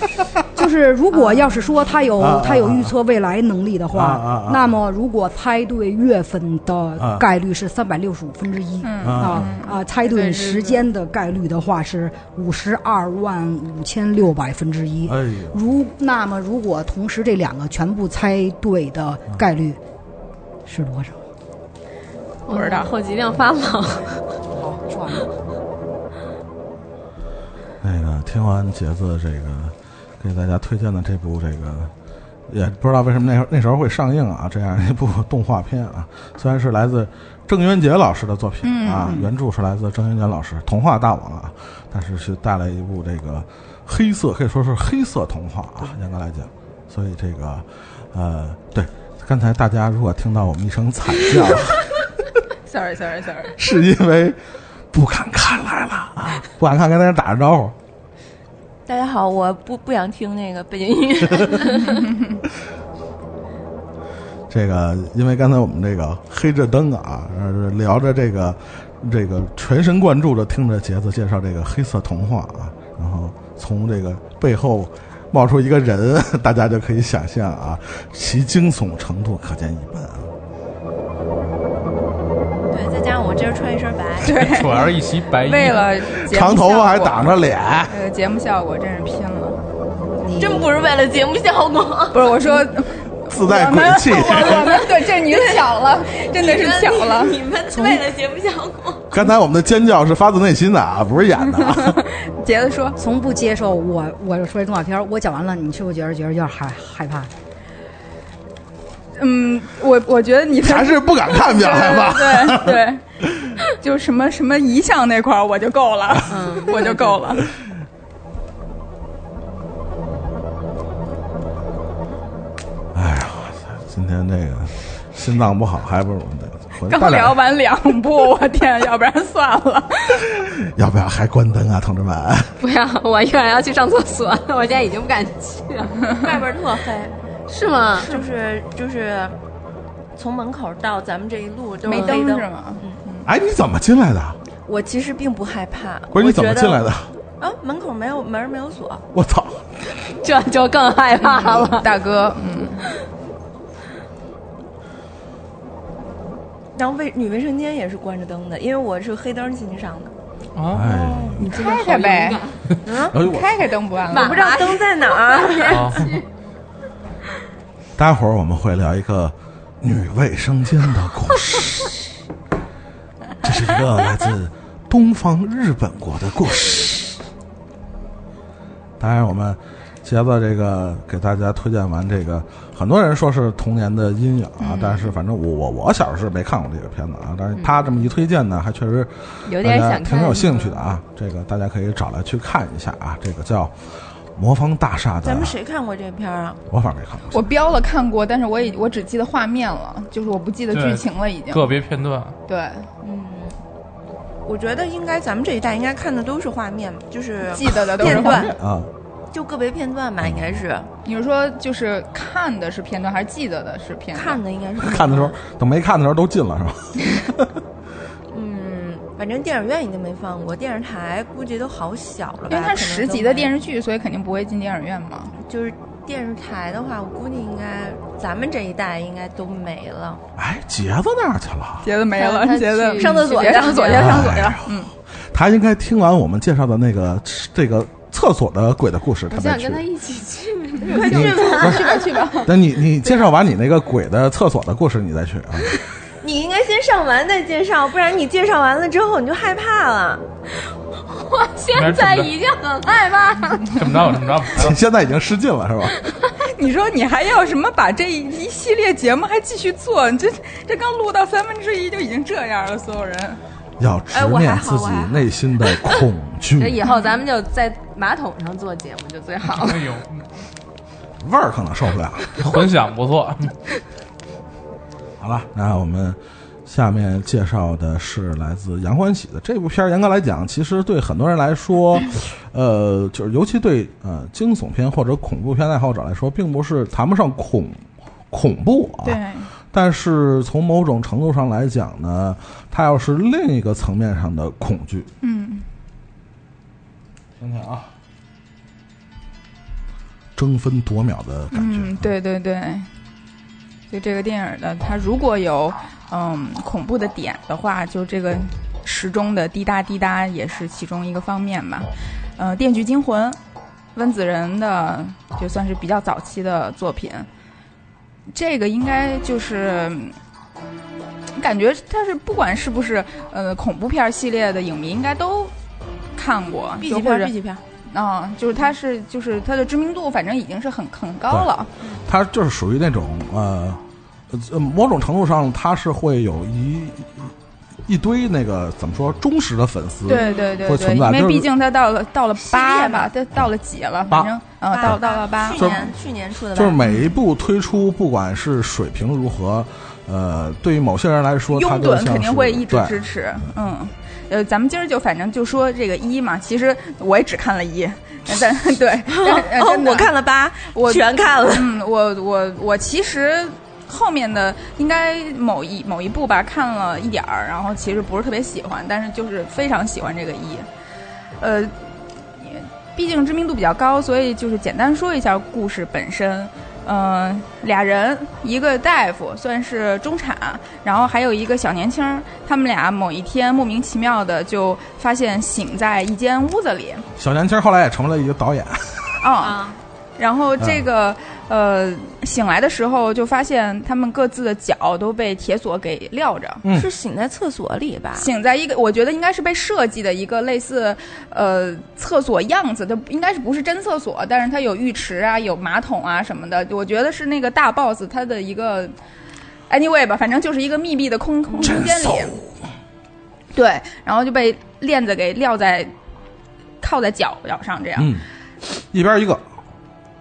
就是如果要是说他有、啊啊他有预测未来能力的话，啊啊啊那么如果猜对月份的啊概率是三百六十五分之一。嗯啊啊！猜对时间的概率的话是五十二万五千六百分之一。哎呦，如那么，如果同时这两个全部猜对的概率是多少？不知道后脊梁发冷。好，说完了。那个听完杰子这个给大家推荐的这部这个，也不知道为什么那时候那时候会上映啊，这样一部动画片啊，虽然是来自郑渊洁老师的作品啊，原著是来自郑渊洁老师《童话大王》啊，但是是带来一部这个黑色，可以说是黑色童话啊，严格来讲，所以这个呃，对，刚才大家如果听到我们一声惨叫。 ，sorry sorry sorry，是因为不敢看来了啊，不敢看，跟大家打着招呼。大家好，我不不想听那个背景音乐。这个，因为刚才我们这个黑着灯啊，呃聊着这个，这个全神贯注的听着杰子介绍这个黑色童话啊，然后从这个背后冒出一个人，大家就可以想象啊， 其惊悚程度可见一斑啊。 对，再加上我这人穿一身 白，对，主要哎是一袭白 衣，为了节目长头发还效果挡着脸，呃，节目效果真是拼了。真不是为了节目效 果。不是我说， 自带鬼气。 我们对这你巧了， 真的是巧了。你们为了节目效果，刚才我们的尖叫是发自内心的啊，不是演的啊。杰子说，从不接受我我说这动画片儿，我讲完了，你是不是觉得觉得有点害害怕？嗯，我我觉得你的还是不敢看表来吧。 对对对，就什么什么遗像那块儿我就够了， 我就够了。今天这个心脏不好，还不如得回刚聊，完两部，我天，要不然算了。要不要还关灯啊，同志们？不要，我一会儿要去上厕所， 我现在已经不敢去了。 外边特黑，是吗？就是就是，从门口到咱们这一路都是没黑嗯灯是吗？哎，你怎么进来的？我其实并不害怕，不我是你怎么觉得进来 的？啊？门口没有门，没有锁，我操！这就更害怕了。大哥，嗯，然后卫女卫生间也是关着灯的，因为我是黑灯进去上的。啊，哎，哦开开呗，哎呦我开开灯不暗我了不。知道灯在哪 儿，啊待会儿我们会聊一个女卫生间的故事，这是一个来自东方日本国的故事。当然，我们杰子这个给大家推荐完这个，很多人说是童年的阴影嗯啊，但是反正我我我小时候是没看过这个片子啊，但是他这么一推荐呢，还确实有点大家想看挺有兴趣的啊。这个大家可以找来去看一下啊，这个叫《魔方大厦》的咱，们谁看过这片儿啊？我反正没看过。我标了看过，但是我已我只记得画面了，就是我不记得对剧情了，已经。个别片段，对，我觉得应该咱们这一代应该看的都是画面，就是记得的都是片画段面。，啊，就个别片段吧，应该是你是说就是看的是片段，还是记得的是片段？看的应 该是片段看的时候，等没看的时候都进了是吧？嗯，反正电影院已经没放过，电视台估计都好小了吧。因为它可能是十集的电视视剧，所以肯定不会进电影院嘛。就是电视台的话，我估计应该咱们这一代应该都没了。哎，杰子哪儿去了？杰子没了，杰子上厕所杰去上厕所去，上厕所哎去嗯了呀。他应该听完我们介绍的那个这个厕所的鬼的故事，他我再想去跟。他一起去，快去吧，去吧，去吧。 那你你介绍完你那个鬼的厕所的故事，你再去啊。你应该先上完再介绍，不然你介绍完了之后你就害怕了。我现在已经很害怕了。这么着吧，这么着吧，你 现在已经失禁了是吧？你说你还要什么把这一一系列节目还继续做？你这这刚录到三分之一就已经这样了，所有人。要直面自己内心的恐惧，哎以后咱们就在马桶上做节目就最好了。哎呦，味儿可能受不了。混响不错，好了，那我们下面介绍的是来自杨欢喜的这部片儿。严格来讲，其实对很多人来 说，呃，就是尤其对呃惊悚片或者恐怖片爱好者来说，并不是谈不上恐恐怖啊，但是从某种程度上来讲呢，它又是另一个层面上的恐惧。嗯，听听啊，争分夺秒的感觉。啊嗯，对对对，就这个电影的，它如果有嗯恐怖的点的话，就这个时钟的滴答滴答也是其中一个方面吧。呃，《电锯惊魂》，温子仁的就算是比较早期的作品，这个应该就是。嗯感觉它是不管是不是呃恐怖片系列的影迷应该都看过， B 就级或片者，B 级片，啊、就是它是就是它的知名度，反正已经是很很高了。它就是属于那种呃，呃，某种程度上它是会有一一堆那个怎么说忠实的粉丝。对对对嗯会对，存在因为就是毕竟它到了到了八列吧嘛，它到了几了？八反正呃， 到到了八，去年去年出的吧， 就是每一部推出，不管是水平如何，呃，对于某些人来说，它拥就趸像肯定会一直对支持。嗯，呃，咱们今儿就反正就说这个一嘛，其实我也只看了一，但 对，哎但呃 哦，我看了，了八，我全看了。嗯，我我我其实。后面的应该某一某一部吧，看了一点儿，然后其实不是特别喜欢，但是就是非常喜欢这个一，呃，也毕竟知名度比较高，所以就是简单说一下故事本身。嗯、俩人，一个大夫算是中产，然后还有一个小年轻儿，他们俩某一天莫名其妙的就发现醒在一间屋子里，小年轻后来也成为了一个导演，啊、然后这个、呃，醒来的时候就发现他们各自的脚都被铁锁给撂着。嗯是醒在厕所里吧？醒在一个，我觉得应该是被设计的一个类似，呃，厕所样子的，应该是不是真厕所，但是它有浴池啊，有马桶啊什么的。我觉得是那个大 boss 他的一个，anyway 吧，反正就是一个密闭的空空空间里，对，然后就被链子给撂在，靠在脚脚上这样。嗯，一边一个，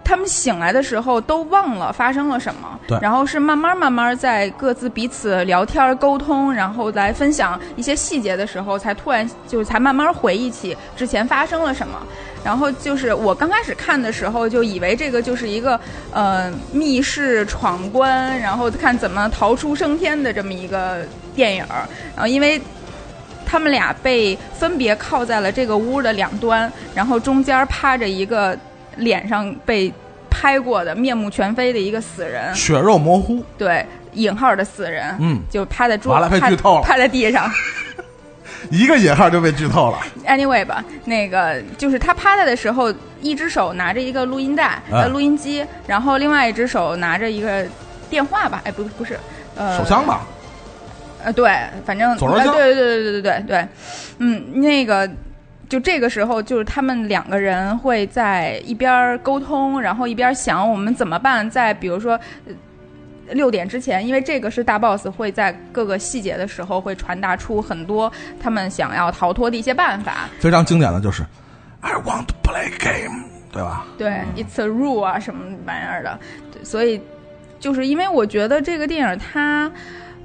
他们醒来的时候都忘了发生了什么，对然后是慢慢慢慢在各自彼此聊天沟通，然后来分享一些细节的时候，才突然就是才慢慢回忆起之前发生了什么。然后就是我刚开始看的时候，就以为这个就是一个呃密室闯关，然后看怎么逃出升天的这么一个电影儿。然后因为他们俩被分别靠在了这个屋的两端，然后中间趴着一个脸上被拍过的面目全非的一个死人，血肉模糊，对引号的死人，嗯，就趴在桌完了被趴剧透了趴在地上。一个引号就被剧透了。 anyway 吧，那个就是他趴在的时候，一只手拿着一个录音带、啊呃录音机，然后另外一只手拿着一个电话吧，哎，不不是，呃，手枪吧，呃，对，反正左轮呃枪对对对对对对对，嗯，那个就这个时候，就是他们两个人会在一边儿沟通，然后一边儿想我们怎么办，在比如说。呃六点之前，因为这个是大 boss 会在各个细节的时候会传达出很多他们想要逃脱的一些办法，非常经典的就是 I want to play game，对吧？对、i t s a rule 啊什么玩意儿的，对所以就是因为我觉得这个电影它，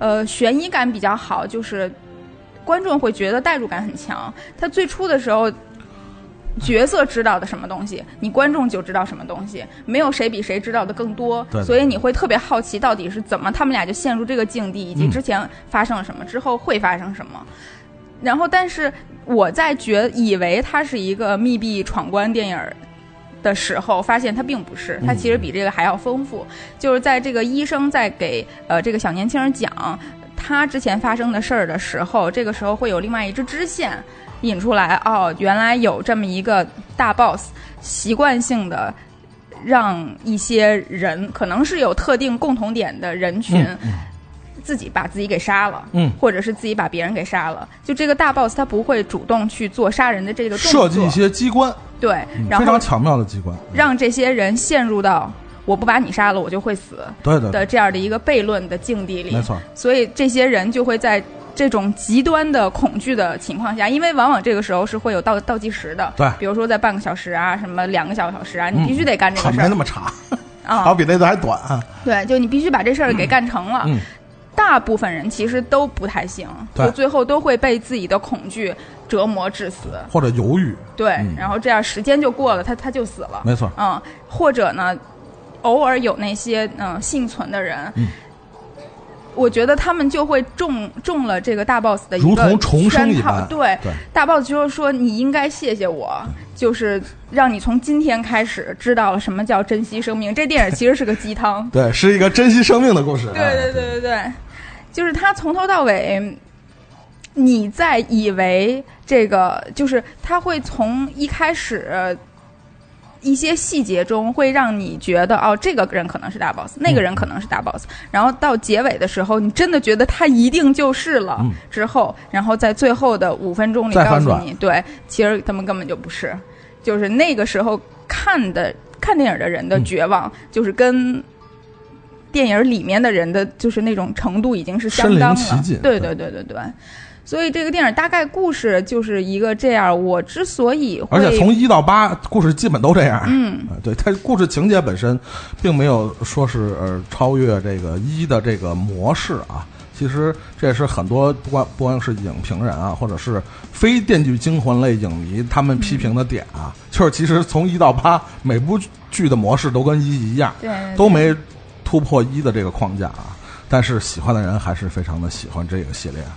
呃，悬疑感比较好，就是观众会觉得代入感很强。它最初的时候。角色知道的什么东西，你观众就知道什么东西，没有谁比谁知道的更多，对的所以你会特别好奇到底是怎么他们俩就陷入这个境地，以及嗯之前发生了什么，之后会发生什么。然后，但是我在觉以为它是一个密闭闯关电影儿的时候，发现它并不是，它其实比这个还要丰富。就是在这个医生在给呃这个小年轻人讲他之前发生的事儿的时候，这个时候会有另外一支支线引出来，哦，原来有这么一个大 boss 习惯性的。让一些人可能是有特定共同点的人群，自己把自己给杀了，嗯或者是自己把别人给杀了。就这个大 boss 他不会主动去做杀人的这个动嗯设作，计一些机关，对，嗯然非后常巧妙的机关。嗯让这些人陷入到我不把你杀了我就会死对对的对，这样的一个悖论的境地里嗯没。错。所以这些人就会在这种极端的恐惧的情况下，因为往往这个时候是会有倒倒计时的，对比如说在半个小时啊，什么两个小时啊，你嗯必须得干这个没事儿那么长，啊、好比那个还短啊。对，就你必须把这事儿给干成了。嗯嗯大部分人其实都不太行，对就最后都会被自己的恐惧折磨致死。或者犹豫，对，嗯然后这样时间就过了，他他就死了。没错。嗯，或者呢，偶尔有那些嗯、呃幸存的人，嗯我觉得他们就会中中了这个大 boss 的一如个同重生圈一套般，对，对，，大 boss 就是说你应该谢谢我，就是让你从今天开始知道了什么叫珍惜生命。这电影其实是个鸡汤对，是一个珍惜生命的故事。啊对对对对对，就是他从头到尾，你在以为这个就是他会从一开始。一些细节中会让你觉得哦，这个人可能是大 boss，那个人可能是大 boss，、然后到结尾的时候，你真的觉得他一定就是了。嗯之后，然后在最后的五分钟里再告反诉转你，对，其实他们根本就不是，就是那个时候看的看电影的人的嗯绝望，就是跟电影里面的人的就是那种程度已经是相身临当其了境。对对对对对对。所以这个电影大概故事就是一个这样。我之所以会而且从一到八，故事基本都这样。嗯呃对，它故事情节本身，并没有说是呃超越这个一的这个模式啊。其实这也是很多不光不光是影评人啊，或者是非《电锯惊魂》类影迷他们批评的嗯点啊，就是其实从一到八每部剧的模式都跟一一样，对对都没突破一的这个框架啊。但是喜欢的人还是非常的喜欢这个系列啊，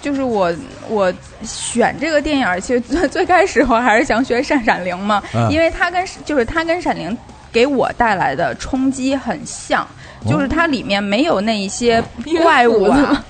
就是我我选这个电影儿，其实最 最开始我还是想选《闪闪灵》嘛，嗯因为它跟就是它跟《闪灵》给我带来的冲击很像，哦就是它里面没有那一些怪物啊。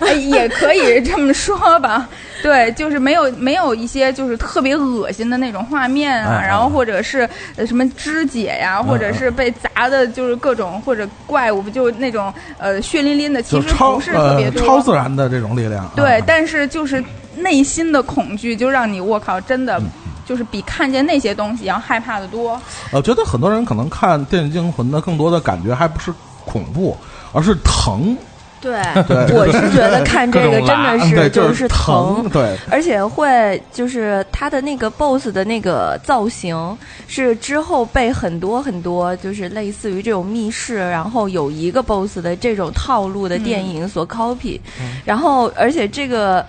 哎也可以这么说吧，对，就是没有没有一些就是特别恶心的那种画面啊，嗯嗯嗯然后或者是呃什么肢解呀，或者是被砸的，就是各种或者怪物，就那种呃血淋淋的，其就实超不是特别呃多。超自然的这种力量啊。对啊，但是就是内心的恐惧，就让你我靠，真嗯的就是比看见那些东西要害怕的多。我呃觉得很多人可能看《电锯惊魂》的更多的感觉还不是恐怖，而是疼，对，对嗯我是觉得看这个各种真拉的 对，是就就是疼疼，，对，而且会就是他的那个 BOSS 的那个造型是之后被很多很多就是类似于这种密室，然后有一个 BOSS 的这种套路的电影所 copy，、然嗯后而且这个。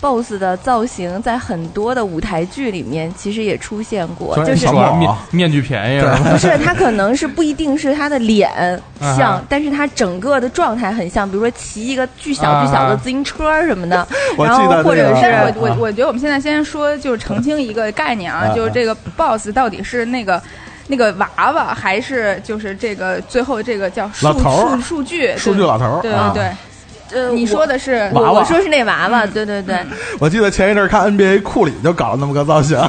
BOSS 的造型在很多的舞台剧里面其实也出现过，虽然就主是小要帽面啊面具便对宜是吧？不是，他可能是不一定是他的脸啊像，但是他整个的状态很像，比如说骑一个巨小巨小的啊自行车什么的，我然记后得或这者个是但是我啊我我觉得我们现在先说，就是澄清一个概念啊啊，就是这个 boss 到底是那个。那个娃娃还是就是这个最后这个叫数老头儿数数据数据老头儿对啊对对呃，对，你的。说的是我娃嗯娃我说是那娃娃，对对对我记得前一阵儿看 NBA 库里就搞了那么个造型，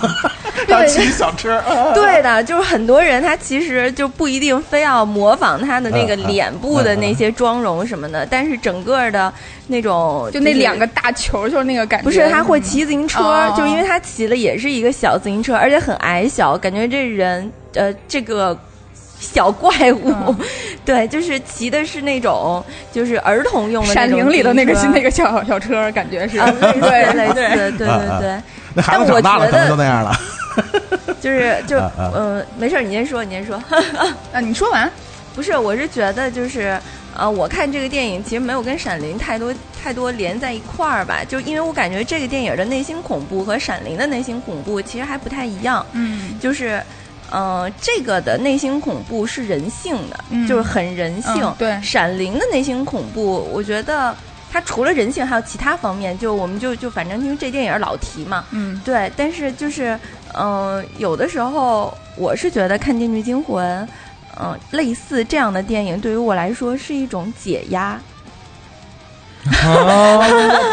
他骑小车，啊对的，就是很多人他其实就不一定非要模仿他的那个嗯嗯脸部的那些妆容什么的，但是整个的那种就那是两个大球，就是那个感觉。不是他会骑自行车，哦就因为他骑的也是一个小自行车，而且很矮小，感觉这人呃这个。小怪物，嗯 对，就是骑的是那种，就是儿童用《的闪灵》里的那个是那个小小车，感觉是啊，类似对类似，对对 对对，那孩子但我长大了觉可能得就那样了。就是就啊啊嗯，没事儿，你先说，你先说。 啊，你说完，不是，我是觉得就是，呃，我看这个电影其实没有跟《闪灵》太多太多连在一块儿吧，就因为我感觉这个电影的内心恐怖和《闪灵》的内心恐怖其实还不太一样，嗯，就是，呃，这个的内心恐怖是人性的，嗯就是很人性。嗯对闪灵》的内心恐怖，我觉得它除了人性还有其他方面，就我们就就反正因为这电影老提嘛，嗯对，但是就是，嗯、有的时候我是觉得看《电锯惊魂》，嗯、类似这样的电影对于我来说是一种解 压。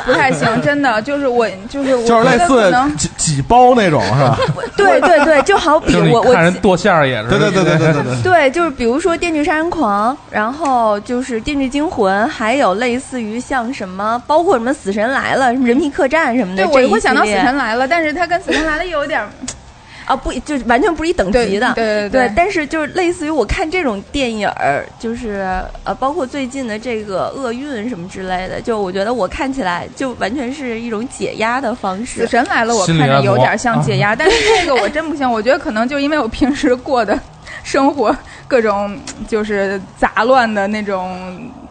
不 太行，真的就是我就是我就是类觉得可能似几几包那种是吧？对对对，就好比 就是你我我看人剁馅儿也是，对对对对对对 对，对，就是比如说《电锯杀人狂》，然后就是《电锯惊魂》，还有类似于像什么，包括什么《死神来了》、什么《人皮客栈》什么的这一对系我列。会想到死神来了，但是它跟死神来了 有点儿啊，不就是完全不是一等对级的。对对对，但是就是类似于我看这种电影儿，就是呃，包括最近的这个厄运什么之类的，就我觉得我看起来就完全是一种解压的方死式。神来了我心理看着按摩有点像解啊压，但是这个我真不行，我觉得可能就因为我平时过的生活各种就是杂乱的那种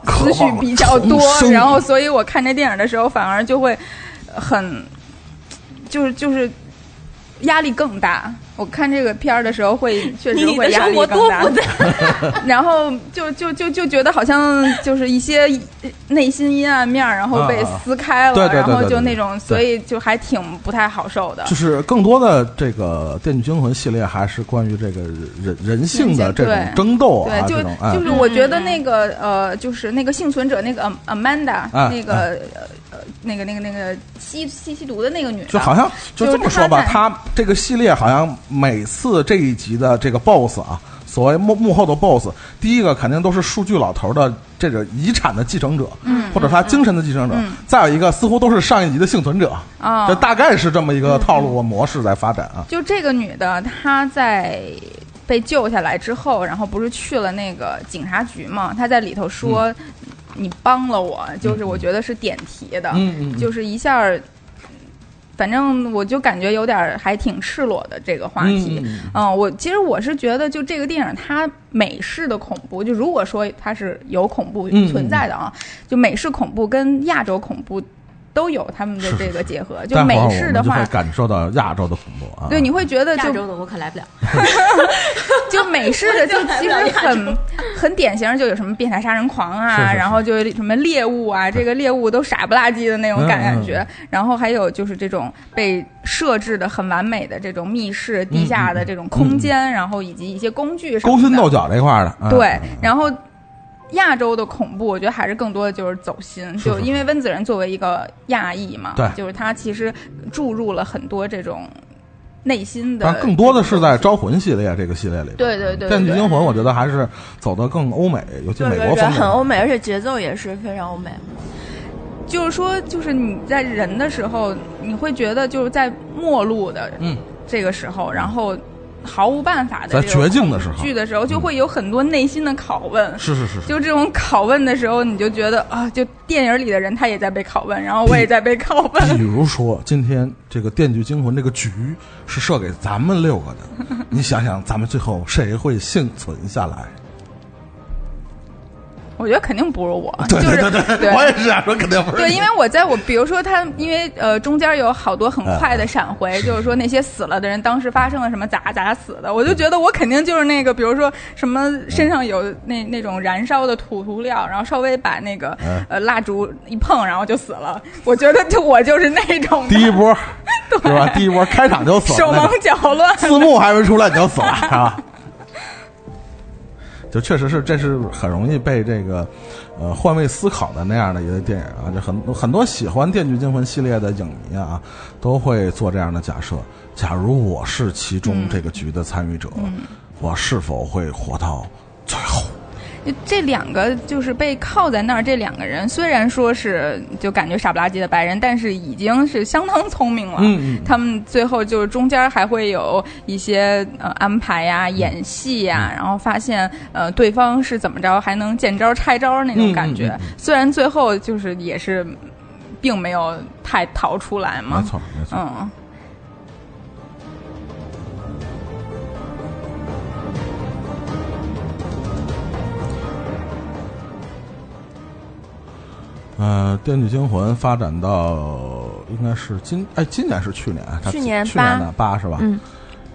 思绪比较多渴望重，生然后所以我看这电影的时候反而就会很就是就是压力更大。我看这个片儿的时候会确实你会的压生力活更多大复，杂， 然后就就就就觉得好像就是一些内心阴暗面儿，然后被啊啊撕开了，对对对然后对对就对那种，所以就还挺不太好受的。 就是更多的这个《电锯惊魂》系列还是关于这个人人性的这对种争斗啊对，，就这种哎就，是我觉得那个呃，就是那个幸存者那个 Am- Amanda，哎那个呃呃那个那个那个吸吸吸毒的那个女的，就好像就这么说吧，啊就是他这个系列好像每次这一集的这个 BOSS 啊，所谓幕幕后的 BOSS，第一个肯定都是数据老头的这个遗产的继承者，嗯或者他精神的继承者，再有一个似乎都是上一集的幸存者，啊这大概是这么一嗯个套路模式在发展啊。就这个女的，她在被救下来之后，然后不是去了那个警察局嘛？她在里头说：“嗯你帮了我。”就是我觉得是点题的，嗯嗯嗯就是一下儿，反正我就感觉有点儿还挺赤裸的这个话题。嗯我其实我是觉得，就这个电影它美式的恐怖，就如果说它是有恐怖嗯嗯嗯存在的啊，就美式恐怖跟亚洲恐怖。都有他们的是这个结合，就待会美儿我式们的就话会，感受到亚洲的恐怖啊。对，你会觉得就亚洲的我可来不了。就美式的 就其实很很典型，就有什么变态杀人狂啊，是是是然后就有什么猎物啊，这个猎物都傻不拉几的那种感感觉，嗯然后还有就是这种被设置的很完美的这种密室、地下的这种空间，然后以及一些工具什么嗯勾的心斗角这块儿的，嗯对，然后亚洲的恐怖，我觉得还是更多的就是走心，是就是因为温子仁作为一个亚裔嘛，对就是他其实注入了很多这种内心的，但更多的是在《招魂》系列这个系列里边。对对对对电锯惊魂》我觉得还是走的更欧美，尤其对美对国对，风很格。欧美，而且节奏也是非常欧美。就是说，就是你在人的时候，你会觉得就是在末路的嗯这个时候，然后毫无办法的在这种绝嗯境的时候恐惧的时候，就会有很多内心的拷问。是是是是。就这种拷问的时候，你就觉得啊，就电影里的人他也在被拷问，然后我也在被拷比问。如说，今天这个《电锯惊魂》这个局是设给咱们六个 的，你想想，咱们最后谁会幸存下来？我觉得肯定不是我， 对就是对对对我也是想说，肯定不是。对，因为我在我，比如说他，因为呃中间有好多很哎快的闪回，就是说那些死了的人当时发生了什么咋咋死的，我就觉得我肯定就是那个，比如说什么嗯身上有那那种燃烧的土涂料，然后稍微把那个、嗯呃蜡烛一碰，然后就死了。我觉得就我就是那种的第一 波，对吧？第一波开场就死了手，那忙个脚乱。 字幕还没出来你就死了，是吧？就确实是，这是很容易被这个，呃，换位思考的那样的一个电影啊，就很很多喜欢《电锯惊魂》系列的影迷啊，都会做这样的假设：假如我是其中这个局的参与者，我是否会活到最后？就这两个就是被铐在那儿，这两个人虽然说是就感觉傻不拉几的白人，但是已经是相当聪明了。嗯嗯他们最后就是中间还会有一些呃安排呀、嗯演戏呀，然后发现呃对方是怎么着，还能见招拆招那种感觉。嗯嗯嗯虽然最后就是也是并没有太逃出来嘛，没错，没错。嗯。呃，《电锯惊魂》发展到应该是今哎，今年是去年，它去年去八年的八是吧？嗯，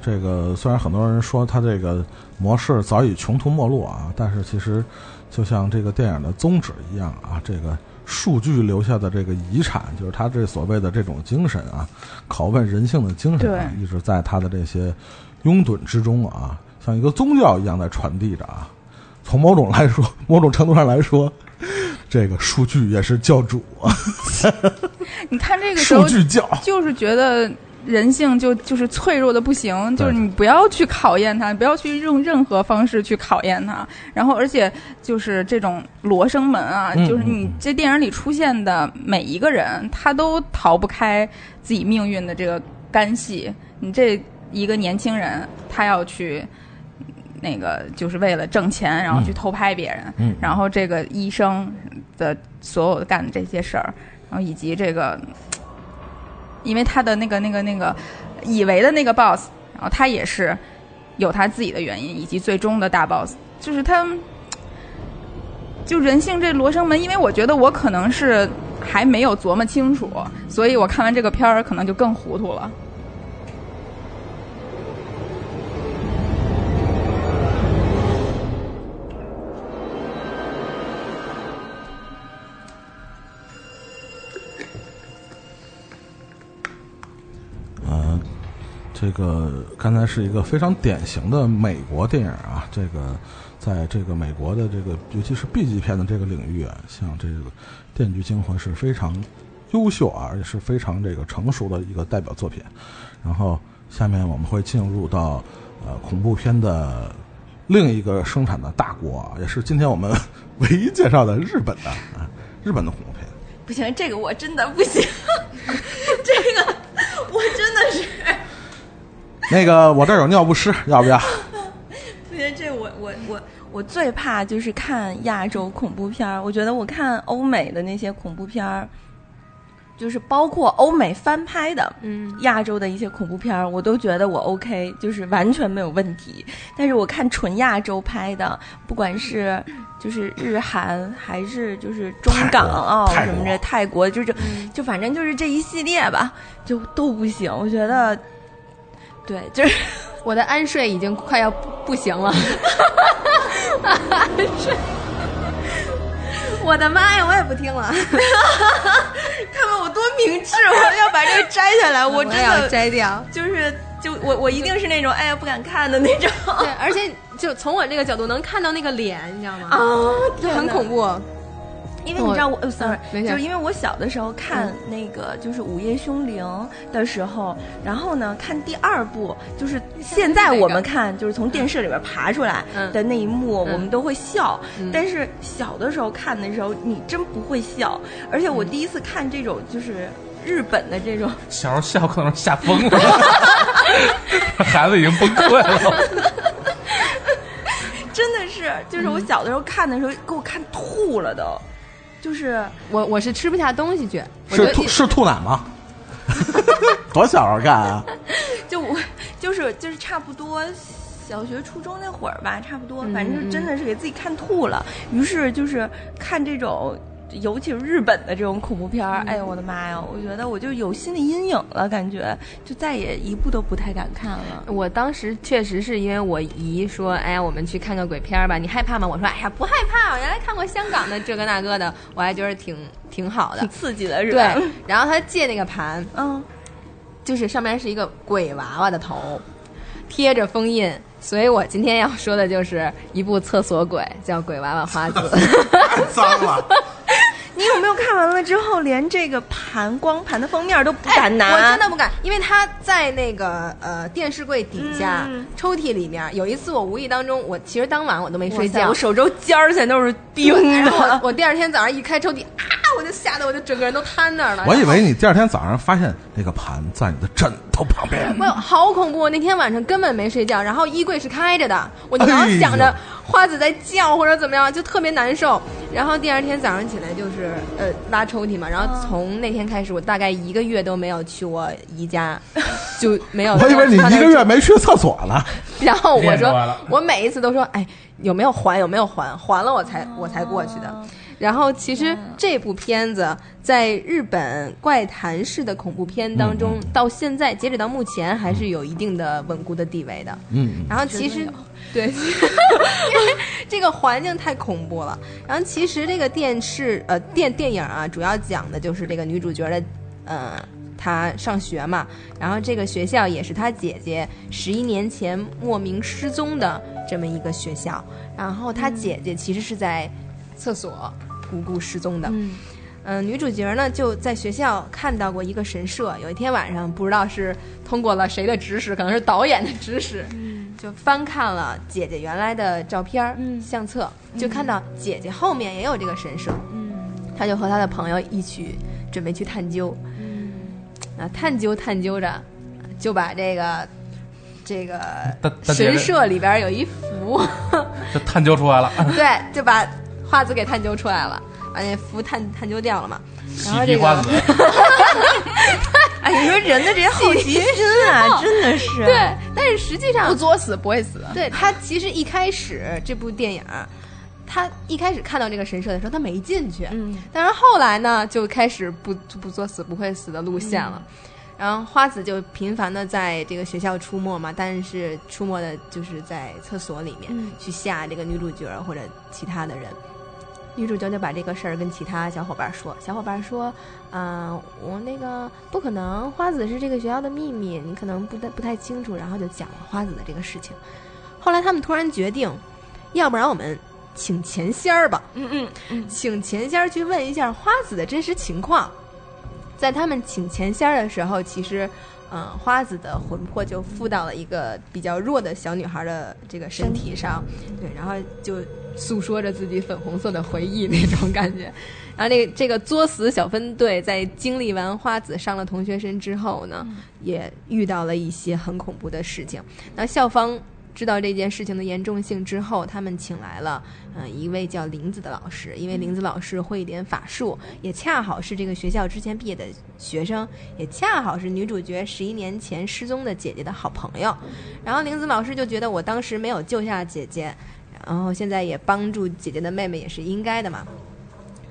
这个虽然很多人说它这个模式早已穷途末路啊，但是其实就像这个电影的宗旨一样啊，这个数据留下的这个遗产，就是它这所谓的这种精神啊，拷问人性的精神啊，对一直在它的这些拥趸之中啊，像一个宗教一样在传递着啊。从某种来说，某种程度上来说，这个数据也是教主啊，你看这个时数候据教。就是觉得人性就就是脆弱的不行，对就是你不要去考验它，不要去用任何方式去考验它。然后，而且就是这种罗生门啊，嗯就是你这电影里出现的每一个人，他都逃不开自己命运的这个干系。你这一个年轻人，他要去。那个就是为了挣钱，然后去偷拍别人，嗯然后这个医生的所有干的这些事儿，然后以及这个，因为他的那个那个那个以为的那个 boss，然后他也是有他自己的原因，以及最终的大 boss，就是他，就人性这罗生门，因为我觉得我可能是还没有琢磨清楚，所以我看完这个片儿可能就更糊涂了。这个刚才是一个非常典型的美国电影啊，这个在这个美国的这个尤其是 B 级片的这个领域啊，像这个《电锯惊魂》是非常优秀啊，而且是非常这个成熟的一个代表作品。然后下面我们会进入到呃恐怖片的另一个生产的大国啊，也是今天我们 唯一介绍的日本的啊，日本的恐怖片。不行，这个我真的不行，这个我真的是 那个我这儿有尿不湿，要不要？不行，这我我我我最怕就是看亚洲恐怖片儿。我觉得我看欧美的那些恐怖片儿，就是包括欧美翻拍的，嗯，亚洲的一些恐怖片儿，我都觉得我 OK，就是完全没有问题。但是我看纯亚洲拍的，不管是 就是日韩还是就是中港澳泰国什么这泰国，就就嗯就反正就是这一系列吧，就都不行。我觉得，对，就是 我的安睡已经快要不不行了，安睡，我的妈呀，我也不听了，他们我多明智，我要 把这个摘下 来，我真也要的摘掉。就是就我我一定是那种哎呀不敢看的 那种。对，而且就从我这个角度能看到那个脸，你知道吗？啊，天很哪恐怖。因为你知道我，呃嗯没，sorry，事嗯就是因为我小的时候看那个就是《午夜凶铃》的时候，然后呢看第二部，就是现在我们看就是从电视里边爬出来嗯的那一幕，嗯我们都会笑嗯。但是小的时候看的时候，你真不会笑。而且嗯我第一次看这种就是日本的这种，小时候笑可能是吓疯了， 孩子已经崩溃了。真的是就是嗯我小的时候看的时候给我看吐了都，就是我我是吃不下东西去，我是就吐一是吐奶吗？多小时候干啊？就我就是就是差不多小学初中那会儿吧，差不多，嗯反正就嗯真的是给自己看吐了。于是就是看这种，尤其是日本的这种恐怖片儿，哎呦我的嗯妈呀！我觉得我就有心理阴影了，感觉就再也一部都不太敢看了。我当时确实是因为我姨说，哎呀，我们去看个鬼片儿吧，你害怕吗？我说，哎呀，不害怕，我原来看过香港的这个那个的，我还觉得挺挺好 的挺。刺激的是对吧？，然后他借那个盘，嗯，就是上面是一个鬼娃娃的头，贴着封印，所以我今天要说的就是一部厕所鬼，叫《鬼娃娃花子》。太 脏 了！你有没有看完了之后，连这个盘光盘的封面都不敢拿？哎我真的不敢，因为他在那个呃电视柜底下、嗯抽屉里面，有一次我无意当中，我其实当晚我都没哇塞睡觉我，手肘尖儿现在都是冰然后我的。我第二天早上一开抽屉啊，我就吓得我就整个人都瘫那儿了。我以为你第二天早上发现那个盘在你的枕头旁边，我好恐怖！我那天晚上根本没睡觉，然后衣柜是开着的，我就老哎呦想着花子在叫或者怎么样，就特别难受。然后第二天早上起来就是呃拉抽屉嘛，然后从那天开始，我大概一个月都没有去我姨家，就没有。我以为你一个月没去厕所呢。然后我练出说来了，我每一次都说，哎，有没有还？有没有还？还了我才我才过去的。然后其实这部片子在日本怪谈式的恐怖片当嗯中，到现在截止到目前还是有一定的稳固的地位的。嗯，然后其实 对，因为这个环境太恐怖了。然后其实这个电视呃电电影啊，主要讲的就是这个女主角的呃。她上学嘛，然后这个学校也是她姐姐十一年前莫名失踪的这么一个学校，然后她嗯姐姐其实是在厕所无故失踪的，嗯嗯、女主角呢就在学校看到过一个神社，有一天晚上不知道是通过了谁的指使，可能是导演的指使，就翻看了姐姐原来的照片儿、嗯相册，就看到姐姐后面也有这个神社，嗯她就和她的朋友一起准备去探究，嗯啊，探究探究着，就把这个这个大大姐神社里边儿有一符。这探究出来了， 对，就把花子给探究出来了，把那符探探究掉了嘛。然后洗这地个花子，哎，你说人的这些好奇心啊，真的是。对，但是实际不上，作死不会死。对他其实一开始这部电影儿，他一开始看到这个神社的时候，他没进去，嗯，但是后来呢，就开始不不作死不会死的路线了。然后花子就频繁的在这个学校出没嘛，但是出没的就是在厕所里面、嗯去吓这个女主角或者其他的人。女主角就把这个事儿跟其他小伙伴说，小伙伴说，啊、我那个不可能，花子是这个学校的秘密，你可能不太不太清楚，然后就讲了花子的这个事情。后来他们突然决定，要不然我们请钱仙 儿吧，嗯嗯嗯，请钱仙儿去问一下花子的真实情况。在他们请钱仙儿的时候，其实，嗯、花子的魂魄就附到了一个比较弱的小女孩的这个身体上，对，然后就诉说着自己粉红色的回忆那种感觉。 然后这个这个作死小分队在经历完花子上了同学身之后呢，也遇到了一些很恐怖的事情。那校方知道这件事情的严重性之后，他们请来了嗯、呃一位叫林子的老师，因为林子老师会一点法术，也恰好是这个学校之前毕业的学生，也恰好是女主角十一年前失踪的姐姐的好朋友。然后林子老师就觉得我当时没有救下姐姐，然后现在也帮助姐姐的妹妹也是应该的嘛，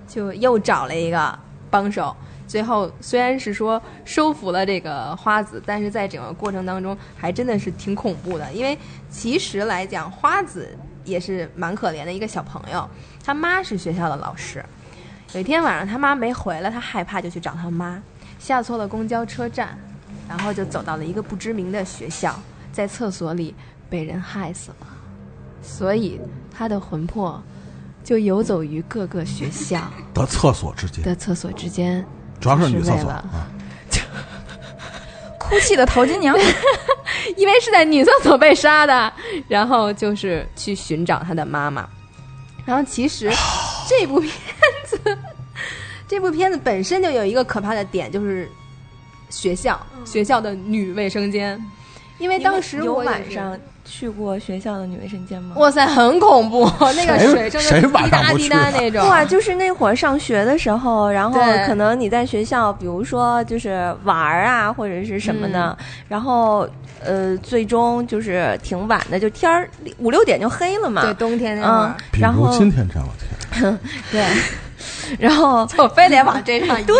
就又找了一个帮手。最后虽然是说收服了这个花子，但是在整个过程当中还真的是挺恐怖的，因为其实来讲，花子也是蛮可怜的一个小朋友，他妈是学校的老师。有一天晚上，他妈没回来，他害怕就去找他妈，下错了公交车站，然后就走到了一个不知名的学校，在厕所里被人害死了，所以他的魂魄就游走于各个学校到厕所之间，的厕所之间。主要是女厕是所为了啊。哭泣的淘金娘，因为是在女厕所被杀的，然后就是去寻找他的妈妈。然后其实这部片子，这部片子本身就有一个可怕的点，就是学校学校的女卫生间，嗯因为哎当时有我也晚是上去过学校的女卫生间吗？哇塞，很恐 怖，哎那个水声谁滴晚上答不滴去答啊那种。哇，就是那会儿上学的时候，然后对可能你在学校，比如说就是玩儿啊，或者是什么的，嗯然后呃，最终就是挺晚的，就天儿五六点就黑了嘛对，，冬天那会儿嗯，比然如后今天这样的天，对，嗯然后就非得往这 上对，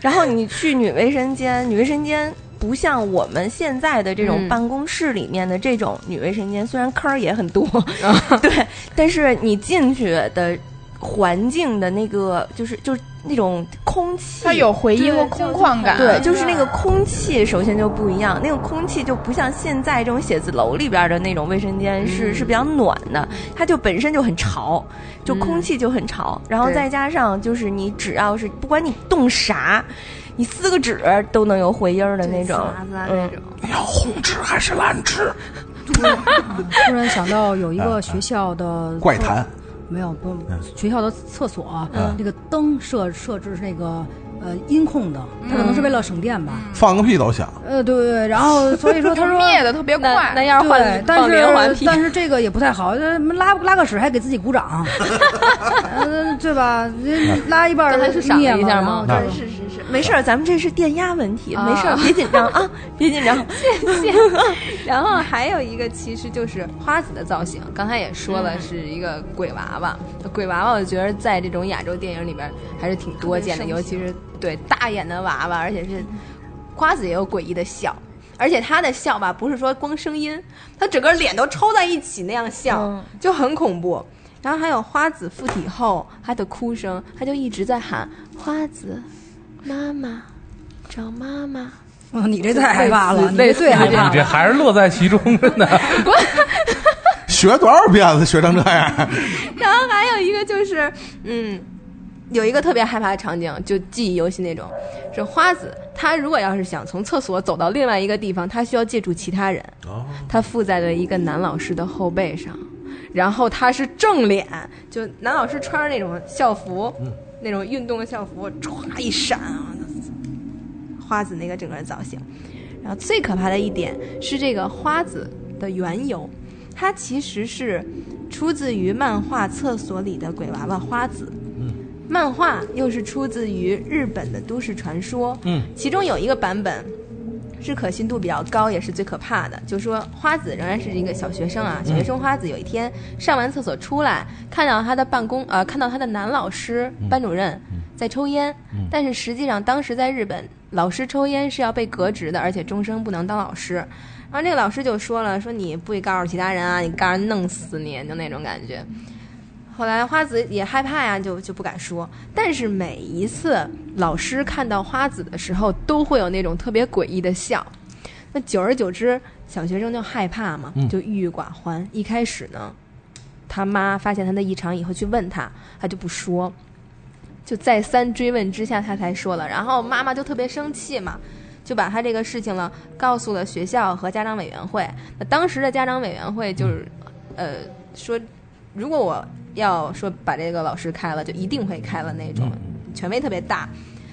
然后你去女卫生间，女卫生间不像我们现在的这种嗯办公室里面的这种女卫生间，虽然坑儿也很多，嗯对，但是你进去的环境的那个就是就是那种空气，它有回音和空旷啊感，对，就是那个空气，首先就不一样。那个空气就不像现在这种写字楼里边的那种卫生间嗯是、是比较暖的，它就本身就很潮，就空气就很潮。然后对再加上就是你只要是不管你动啥，你撕个纸都能有回音儿的那种。啊嗯那种。突然想到有一个学校的啊怪谈没有不嗯，学校的厕所啊嗯那个灯设设置是那个呃音控的，它可能是为了省电吧。放个屁都响。嗯呃，对对对，然后所以说他它 说灭的特别那那快，要是对换，但放连环是屁，但是这个也不太好，呃拉拉个屎还给自己 鼓掌，呃对吧？这拉一半刚儿才是赏灭了了一下然吗后？那对是是是，没事儿，咱们这是电压问题，啊没事儿，别紧张啊，别紧张。 然后还有一个其实就是花子的造型，刚才也说嗯了是一个鬼娃娃，鬼娃娃我觉得在这种亚洲电影里边还是挺多见的，尤其是对大眼的娃娃，而且嗯是花子也有诡异的笑，而且她的笑吧不是说光声音，她整个脸都抽在一起那样笑，嗯就很恐怖。然后还有花子附体后，她的哭声，她就一直在喊花子，妈妈，找妈妈。哦你这太害怕了，你类这似最害类似怕你这了。还是乐在其中，真的。学多少遍了，学成这样，然后还有一个就是，嗯，有一个特别害怕的场景，就记忆犹新那种，是花子。她如果要是想从厕所走到另外一个地方，她需要借助其他人。她附在了一个男老师的后背上，然后她是正脸，就男老师穿着那种校服，那种运动的校服，歘一闪啊，花子那个整个人造型。然后最可怕的一点是这个花子的缘由，它其实是出自于漫画《厕所里的鬼娃娃花子》。漫画又是出自于日本的都市传说。嗯，其中有一个版本是可信度比较高，也是最可怕的。就说花子仍然是一个小学生啊，小学生花子有一天上完厕所出来，看到他的办公呃，看到他的男老师班主任在抽烟，但是实际上当时在日本，老师抽烟是要被革职的，而且终生不能当老师。然后那个老师就说了，说你不许告诉其他人啊，你告诉人弄死你，就那种感觉。后来花子也害怕呀，就就不敢说。但是每一次老师看到花子的时候，都会有那种特别诡异的笑。那久而久之，小学生就害怕嘛嗯，就郁郁寡欢。一开始呢，他妈发现他的异常以后去问他，他就不说，就再三追问之下，他才说了。然后妈妈就特别生气嘛，就把他这个事情了告诉了学校和家长委员会。那当时的家长委员会就是，呃，说如果我要说把这个老师开了，就一定会开了那种，权威特别大。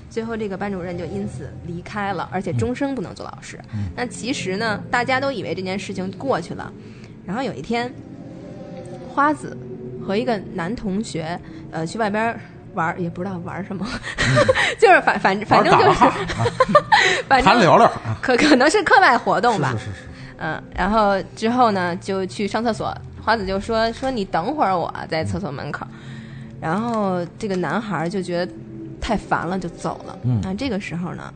最后，这个班主任就因此离开了，而且终生不能做老师。那其实呢，大家都以为这件事情过去了。然后有一天，花子和一个男同学，呃，去外边儿玩儿，也不知道玩儿什么， 就是反反反正就是，反谈正聊聊啊，可可能是课外活动是吧。是是是，嗯，然后之后呢，就去上厕所。花子就说：“说你等会儿我在厕所门口。”然后这个男孩就觉得太烦了，就走了。嗯那这个时候呢，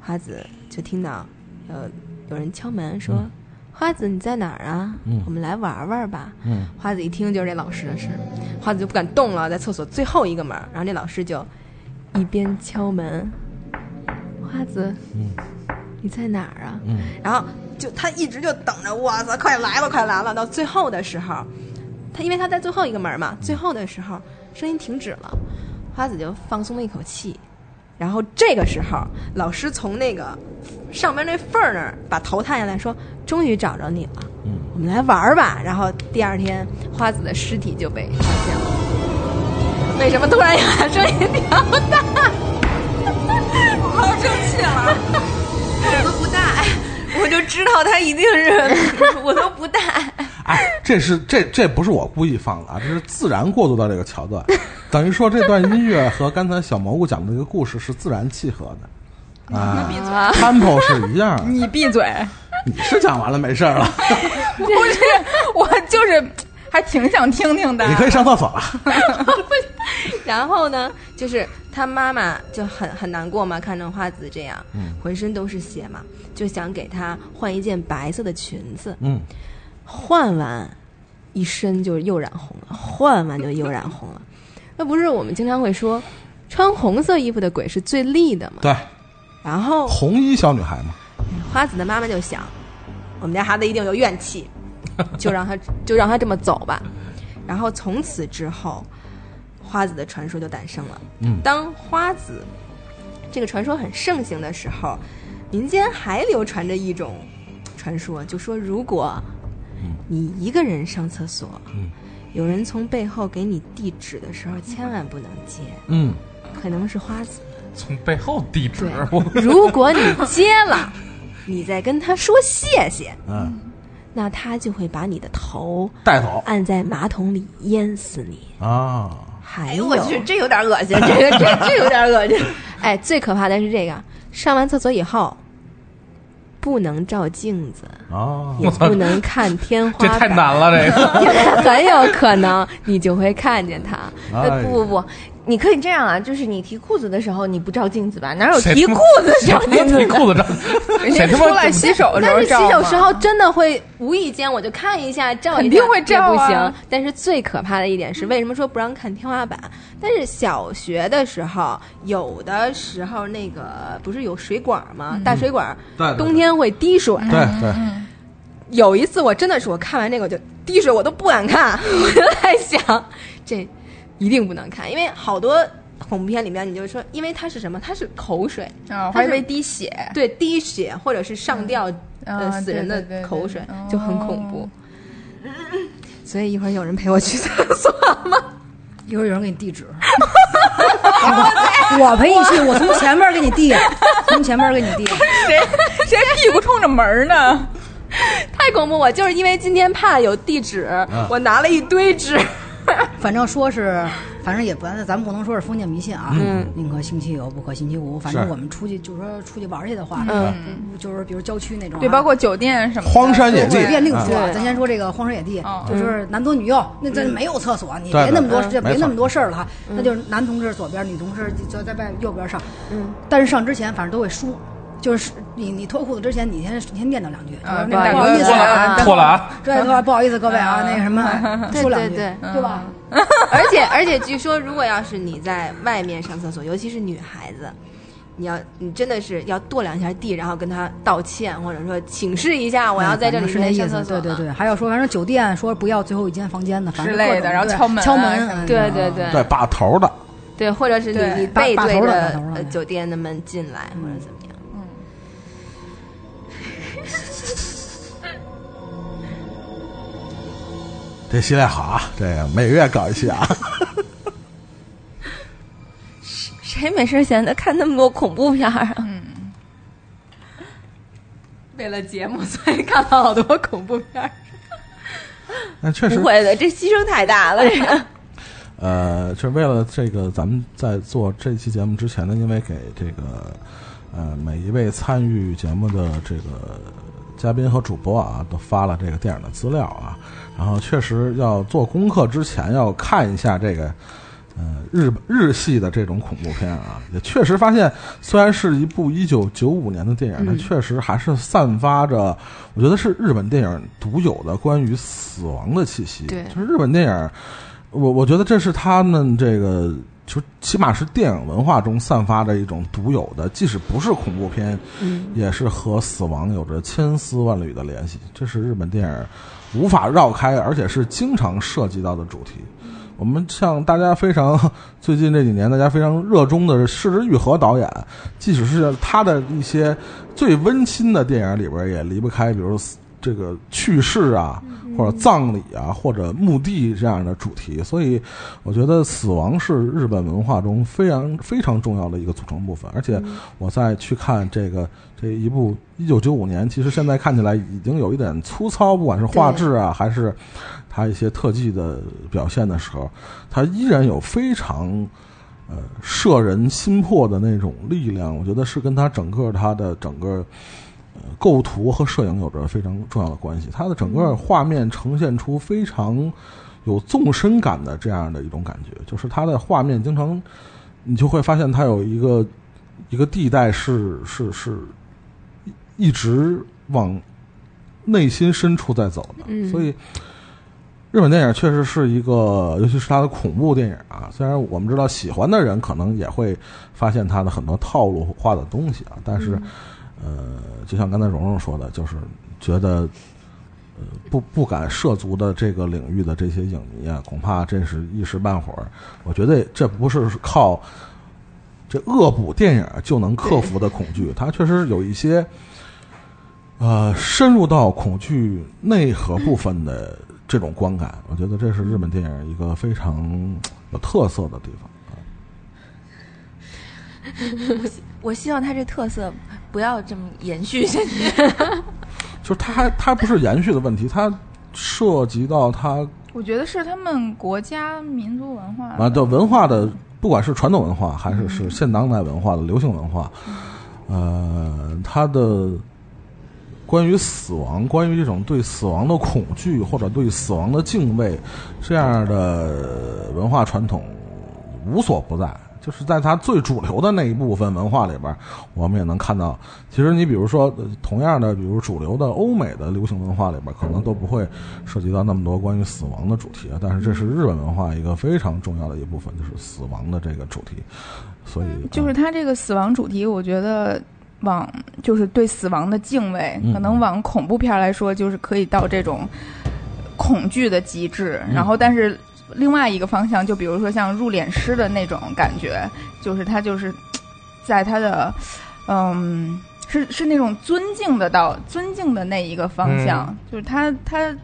花子就听到呃有人敲门说：“嗯花子你在哪儿啊？嗯我们来玩玩吧。”嗯，花子一听就是这老师的事儿，花子就不敢动了，在厕所最后一个门儿，然后这老师就一边敲门，花子，嗯你在哪儿啊？嗯然后就他一直就等着，哇塞，快来了，快来了！到最后的时候，他因为他在最后一个门儿嘛，最后的时候声音停止了，花子就放松了一口气，然后这个时候老师从那个上面那缝儿那儿把头探下来说：“终于找着你了。”嗯，我们来玩儿吧。然后第二天，花子的尸体就被发现了。为什么突然有人声音比较大？ 我好生气了， 我都不带，我就知道他一定是， 我都不带。哎，这是这这不是我故意放的啊，这是自然过渡到这个桥段，等于说这段音乐和刚才小蘑菇讲的这个故事是自然契合的啊，tempo 是一样的，你闭嘴！你是讲完了没事儿了，不是， 我就是还挺想听听的。你可以上厕所了，然后呢，就是他妈妈就很很难过嘛，看着花子这样，浑身都是血嘛，就想给她换一件白色的裙子。嗯，换完一身就又染红了，换完就又染红了。 那不是我们经常会说，穿红色衣服的鬼是最厉的嘛？对，然后红衣小女孩嘛，花子的妈妈就想，我们家孩子一定有怨 气，就让他就让他这么走吧。然后从此之后，花子的传说就诞生了。嗯当花子这个传说很盛行的时候，民间还流传着一种传说，就说如果你一个人上厕所，嗯有人从背后给你递纸的时候，千万不能接，嗯，可能是花子。从背后递纸对，我如果你接 了，你再跟他说谢谢，嗯，那他就会把你的头带走按在马桶里淹死你。啊，还哎有，呦我去，这有点恶心，这个这这有点恶心。 哎，最可怕的是这个，上完厕所以后，不能照镜子，啊，也不能看天花这板，太难了，这个。很有可能你就会看见他。哎呃，不不不，你可以这样啊，就是你提裤子的时候你不照镜子吧？哪有谁提他妈裤子照镜子 提的？裤子照，谁他哎出妈来洗手的时但候是洗照吗手时候真的会无意间我就看一下照一下，肯定会照也不啊行。但是最可怕的一点是，为什么说不让看天花板？但是小学的时候，有的时候那个不是有水管吗？大嗯水管对对冬天会滴水。对对，有一次我真的是我看完这个我就滴水我都不敢看， 我就在想这一定不能看，因为好多恐怖片里面你就说，因为它是什么？它是口水，啊，它我还是以为滴血。对滴血或者是上嗯吊呃啊死人的对对对对口水哦就很恐怖。所以一会儿有人陪我去厕所吗？一会儿有人给你 递纸，我陪你去，我从前面给你递，从前面给你递。谁谁屁股冲着门儿呢？太恐怖！我就是因为今天怕有地址，我拿了一堆纸。反正说是，反正也不，咱们不能说是封建迷信啊，宁可信其有，不可信其无。反嗯正是嗯我们出去就是说出去玩儿去的话，就是比如郊区那种啊，对，包括酒店什么的。荒山野酒地，店另说嗯啊，对咱先说这个荒山野地，就是男多女幼，那咱没有厕所，你对别对那么多嗯事，没别错那么多事儿了哈。那就是男同志左边，女同志就在外右边上，但是上之前反正都会梳，就是你你脱裤子之前，你先先念叨两句，啊就是那大个哥不好意思脱了啊，脱了啊！对，不好不好意思各位啊，那个什么，对说两对句，对，对吧？ 而 且而且，据说如果要是你在外面上厕所，尤其是女孩子，你要你真的是要跺两下地，然后跟她道歉，或者说请示一嗯下，我要在这里嗯是那面意上思厕，所对了。对对，还有说反正酒店说不要最后一间房间的，反正之类的各种然后对敲门啊敲什么门，对对对对，把头的，对或者是对你你把背把对头了着把头了呃对酒店的门进来，或嗯者怎么样。这系列好啊，这个每月搞一期啊。 谁没事闲的看那么多恐怖片儿啊？为了节目，所以看了好多恐怖片儿。那确 实不，会的，这牺牲太大了。这个呃，就是为了这个，咱们在做这期节目之前呢，因为给这个呃每一位参与节目的这个嘉宾和主播啊，都发了这个电影的资料啊，然后确实要做功课之前要看一下这个。呃，日日系的这种恐怖片啊，也确实发现，虽然是一部一九九五年的电影，它确实还是散发着，我觉得是日本电影独有的关于死亡的气息。对就是日本电影，我我觉得这是他们这个，就起码是电影文化中散发着一种独有的，即使不是恐怖片，也是和死亡有着千丝万缕的联系。这是日本电影无法绕开，而且是经常涉及到的主题。我们像大家非常最近这几年大家非常热衷的是枝裕和导演，即使是他的一些最温馨的电影里边，也离不开，比如死这个去世啊，或者葬礼啊，或者墓地这样的主题。所以，我觉得死亡是日本文化中非常非常重要的一个组成部分。而且，我再去看这个这一部一九九五年，其实现在看起来已经有一点粗糙，不管是画质啊，还是它一些特技的表现的时候，它依然有非常。呃，摄人心魄的那种力量，我觉得是跟它整个它的整个呃构图和摄影有着非常重要的关系。它的整个画面呈现出非常有纵深感的这样的一种感觉，就是它的画面经常你就会发现它有一个一个地带是是是一直往内心深处在走的，嗯所以。日本电影确实是一个，尤其是它的恐怖电影啊。虽然我们知道喜欢的人可能也会发现它的很多套路化的东西啊，但是，呃，就像刚才蓉蓉说的，就是觉得，呃，不不敢涉足的这个领域的这些影迷啊，恐怕真是一时半会儿，我觉得这不是靠这恶补电影就能克服的恐惧，它确实有一些，呃，深入到恐惧内核部分的这种观感，我觉得这是日本电影一个非常有特色的地方。我希望它这特色不要这么延续下去。就是它还它不是延续的问题，它涉及到它我觉得是他们国家民族文化啊，对文化的，不管是传统文化还是是现当代文化的流行文化，呃，它的关于死亡，关于这种对死亡的恐惧或者对死亡的敬畏，这样的文化传统无所不在。就是在它最主流的那一部分文化里边，我们也能看到。其实你比如说，呃同样的，比如主流的欧美的流行文化里边，可能都不会涉及到那么多关于死亡的主题啊。但是这是日本文化一个非常重要的一部分，就是死亡的这个主题。所以嗯就是它这个死亡主题，我觉得往就是对死亡的敬畏，嗯可能往恐怖片儿来说，就是可以到这种恐惧的极致。然后，但是另外一个方向，就比如说像入殓师的那种感觉，就是他就是在他的嗯。是是那种尊敬的到尊敬的那一个方向，嗯就是他他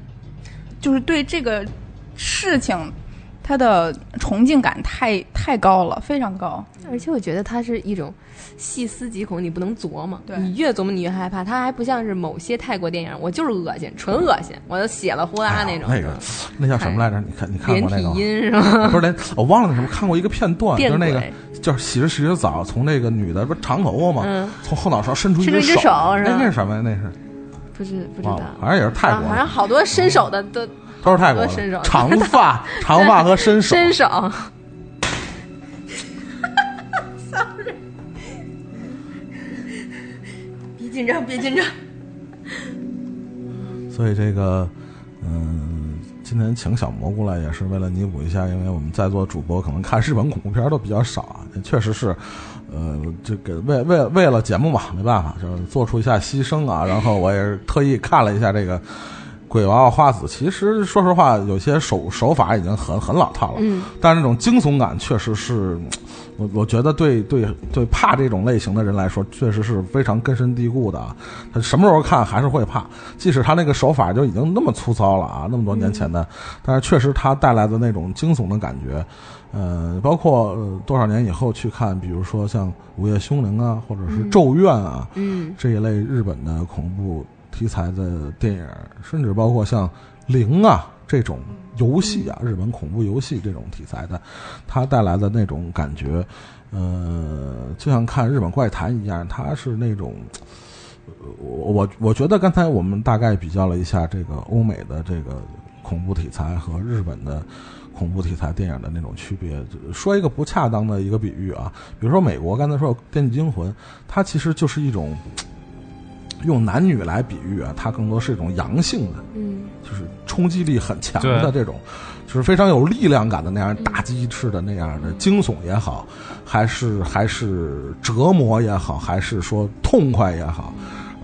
就是对这个事情他的崇敬感太太高了，非常高。 而且我觉得它是一种细思极恐，你不能琢磨，对你越琢磨你越害怕。它还不像是某些泰国电影，我就是恶心，纯恶心，我都血了呼啦哎啊那呀种。嗯那个那叫什么来着？你看你看连过那体个吗？音 是吗？不是连我忘了那什么，看过一个片段，就变是那个鬼就是洗着洗着澡，从那个女的不是长头发嘛，嗯从后脑勺伸出一伸出一只手，哎手是吧那那是什么呀？那是不是 不知忘道了，，反正也是泰啊国反的正，好多伸手的都都是泰国好多伸的手长发、长发和伸手。伸手。紧张，别紧张。所以这个，嗯，今天请小蘑菇来也是为了弥补一下，因为我们在座主播可能看日本恐怖片儿都比较少啊，也确实是，呃，这个为为为了节目嘛，没办法，就是做出一下牺牲啊。然后我也是特意看了一下这个《鬼娃娃花子》，其实说实话，有些手手法已经很很老套了，嗯，但是那种惊悚感确实是，嗯我我觉得对对对怕这种类型的人来说，确实是非常根深蒂固的啊。他什么时候看还是会怕，即使他那个手法就已经那么粗糙了啊，那么多年前的，但是确实他带来的那种惊悚的感觉，呃，包括、呃、多少年以后去看，比如说像《午夜凶铃》啊，或者是《咒怨》啊，嗯这一类日本的恐怖题材的电影，甚至包括像《零》啊这种游戏啊，日本恐怖游戏这种题材的，它带来的那种感觉，呃，就像看日本怪谈一样，它是那种。呃我我我觉得刚才我们大概比较了一下这个欧美的这个恐怖题材和日本的恐怖题材电影的那种区别，说一个不恰当的一个比喻啊，比如说美国刚才说《电锯惊魂》，它其实就是一种用男女来比喻啊，它更多是一种阳性的，嗯就是冲击力很强对的这种，就是非常有力量感的那样打击式的那样的惊悚也好，还是还是折磨也好，还是说痛快也好。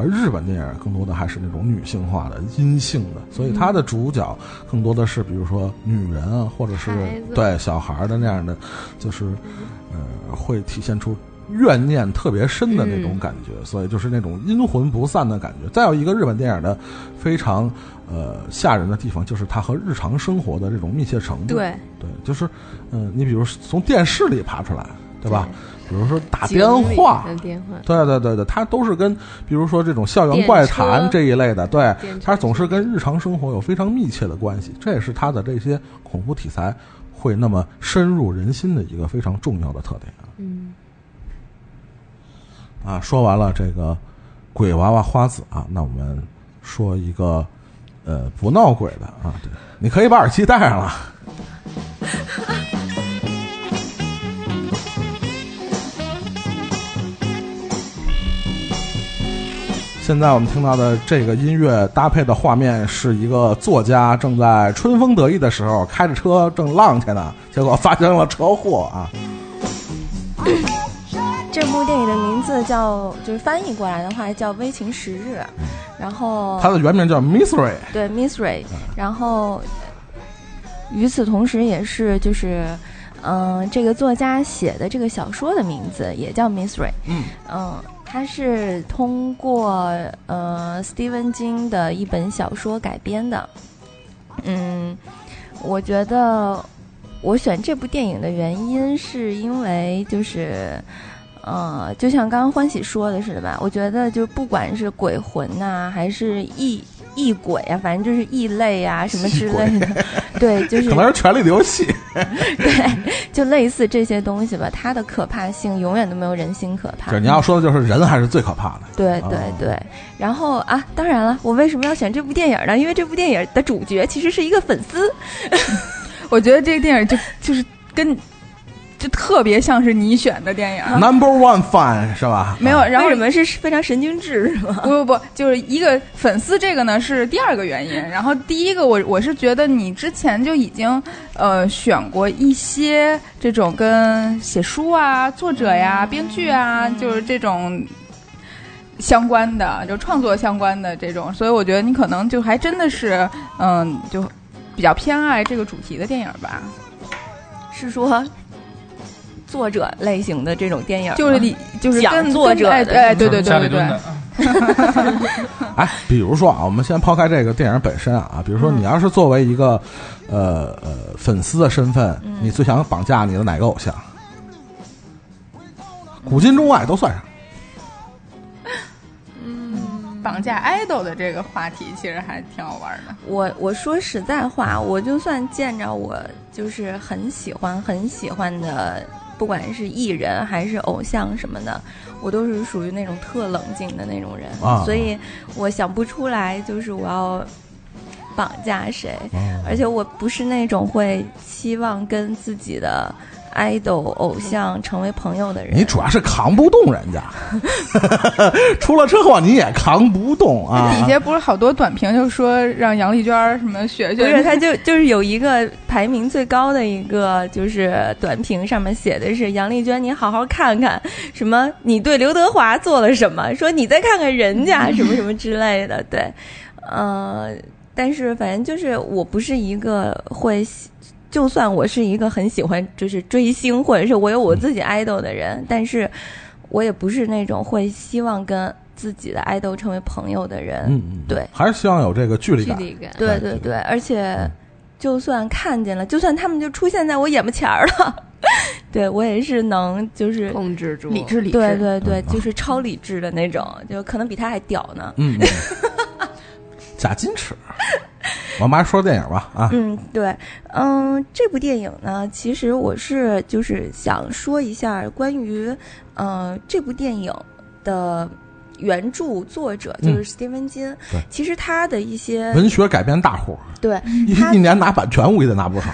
而日本电影更多的还是那种女性化的、阴性的，所以它的主角更多的是，比如说女人啊，或者是孩子对小孩儿的那样的，就是呃，会体现出怨念特别深的那种感觉，嗯所以就是那种阴魂不散的感觉。再有一个日本电影的非常呃吓人的地方，就是它和日常生活的这种密切程度。对，对，就是嗯、呃你比如从电视里爬出来，对吧？比如说打经电理话，的电话，对对对对，它都是跟比如说这种校园怪谈电车这一类的，对电，车它总是跟日常生活有非常密切的关系，这也是它的这些恐怖题材会那么深入人心的一个非常重要的特点啊。嗯，啊，说完了这个鬼娃娃花子啊，那我们说一个呃不闹鬼的啊，对，你可以把耳机戴上了。现在我们听到的这个音乐搭配的画面是一个作家正在春风得意的时候开着车正浪去呢，结果发生了车祸啊。这部电影的名字叫，就是翻译过来的话叫《危情十日》，然哦后它的原名叫 Misery，对 Misery，然后与此同时也是就是。嗯、这个作家写的这个小说的名字也叫 Misery。嗯嗯，它是通过呃 Stephen King 的一本小说改编的。嗯，我觉得我选这部电影的原因是因为就是呃，就像刚刚欢喜说的似的吧，我觉得就是不管是鬼魂呐、还是异异鬼啊，反正就是异类啊什么之类的，对，就是可能是《权力的游戏》。对，就类似这些东西吧，它的可怕性永远都没有人心可怕就是。你要说的就是人还是最可 怕的。对对哦对，然后啊，当然了，我为什么要选这部电影呢？因为这部电影的主角其实是一个粉丝，我觉得这个电影就就是跟就特别像是你选的电影。 Number one fan 是吧？没有，啊然后为什么是非常神经质 是吗？不不不，就是一个粉丝这个呢是第二个原因，嗯然后第一个我我是觉得你之前就已经呃选过一些这种跟写书啊、作者呀、嗯编剧啊，就是这种。相关的，就创作相关的这种，所以我觉得你可能就还真的是，嗯，就比较偏爱这个主题的电影吧。是说作者类型的这种电影吗，就是你就是讲跟作者跟哎的哎对对家里对对蹲对的，哎，比如说啊，我们先抛开这个电影本身啊，比如嗯说你要是作为一个呃呃粉丝的身份，嗯你最想绑架你的哪个偶像？古今中外都算上。绑架 idol 的这个话题其实还挺好玩的。我我说实在话，我就算见着我就是很喜欢很喜欢的，不管是艺人还是偶像什么的，我都是属于那种特冷静的那种人，啊所以我想不出来就是我要嗯绑架谁，而且我不是那种会期望跟自己的 idol 偶像成为朋友的人。你主要是扛不动人家， 出了车祸你也扛不动啊。底下不是好多短评就说让杨丽娟儿什么学不学，是，他就 就是有一个排名最高的一个，就是短评上面写的是杨丽娟，你好好看看什么，你对刘德华做了什么，说你再看看人家什么什么之类的，对，呃，但是反正就是我不是一个会喜。就算我是一个很喜欢就是追星，或者是我有我自己 idol 的人，但是我也不是那种会希望跟自己的 idol 成为朋友的人。嗯嗯，对，还是希望有这个距离距感。离感。对哎对对对，而且就算看见了，就算他们就出现在我眼巴前儿了， 对我也是能就是控制住理智理智，对对对，嗯就是超理智的那种，就可能比他还屌呢。嗯，嗯假矜持。我们还说电影吧啊，嗯，对，嗯，这部电影呢，其实我是就是想说一下关于，呃，这部电影的原著作者就是嗯斯蒂芬金，对其实他的一些文学改编大户，嗯对一他一年拿版权估计得拿不少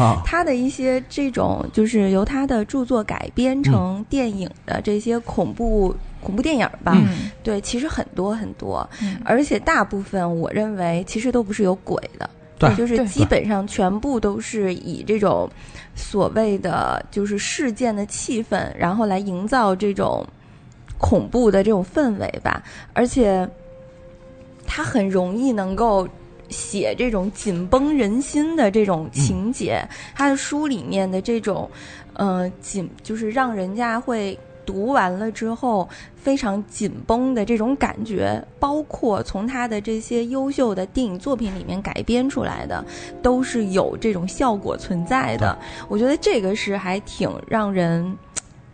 啊。他的一些这种就是由他的著作改编成电影的这些恐怖、恐怖电影吧，嗯对，其实很多很多，嗯而且大部分我认为其实都不是有鬼的。对就是对基本上全部都是以这种所谓的就是事件的气氛，然后来营造这种恐怖的这种氛围吧。而且，他很容易能够写这种紧绷人心的这种情节。他的书里面的这种，呃，紧就是让人家会读完了之后非常紧绷的这种感觉，包括从他的这些优秀的电影作品里面改编出来的，都是有这种效果存在的。我觉得这个是还挺让人。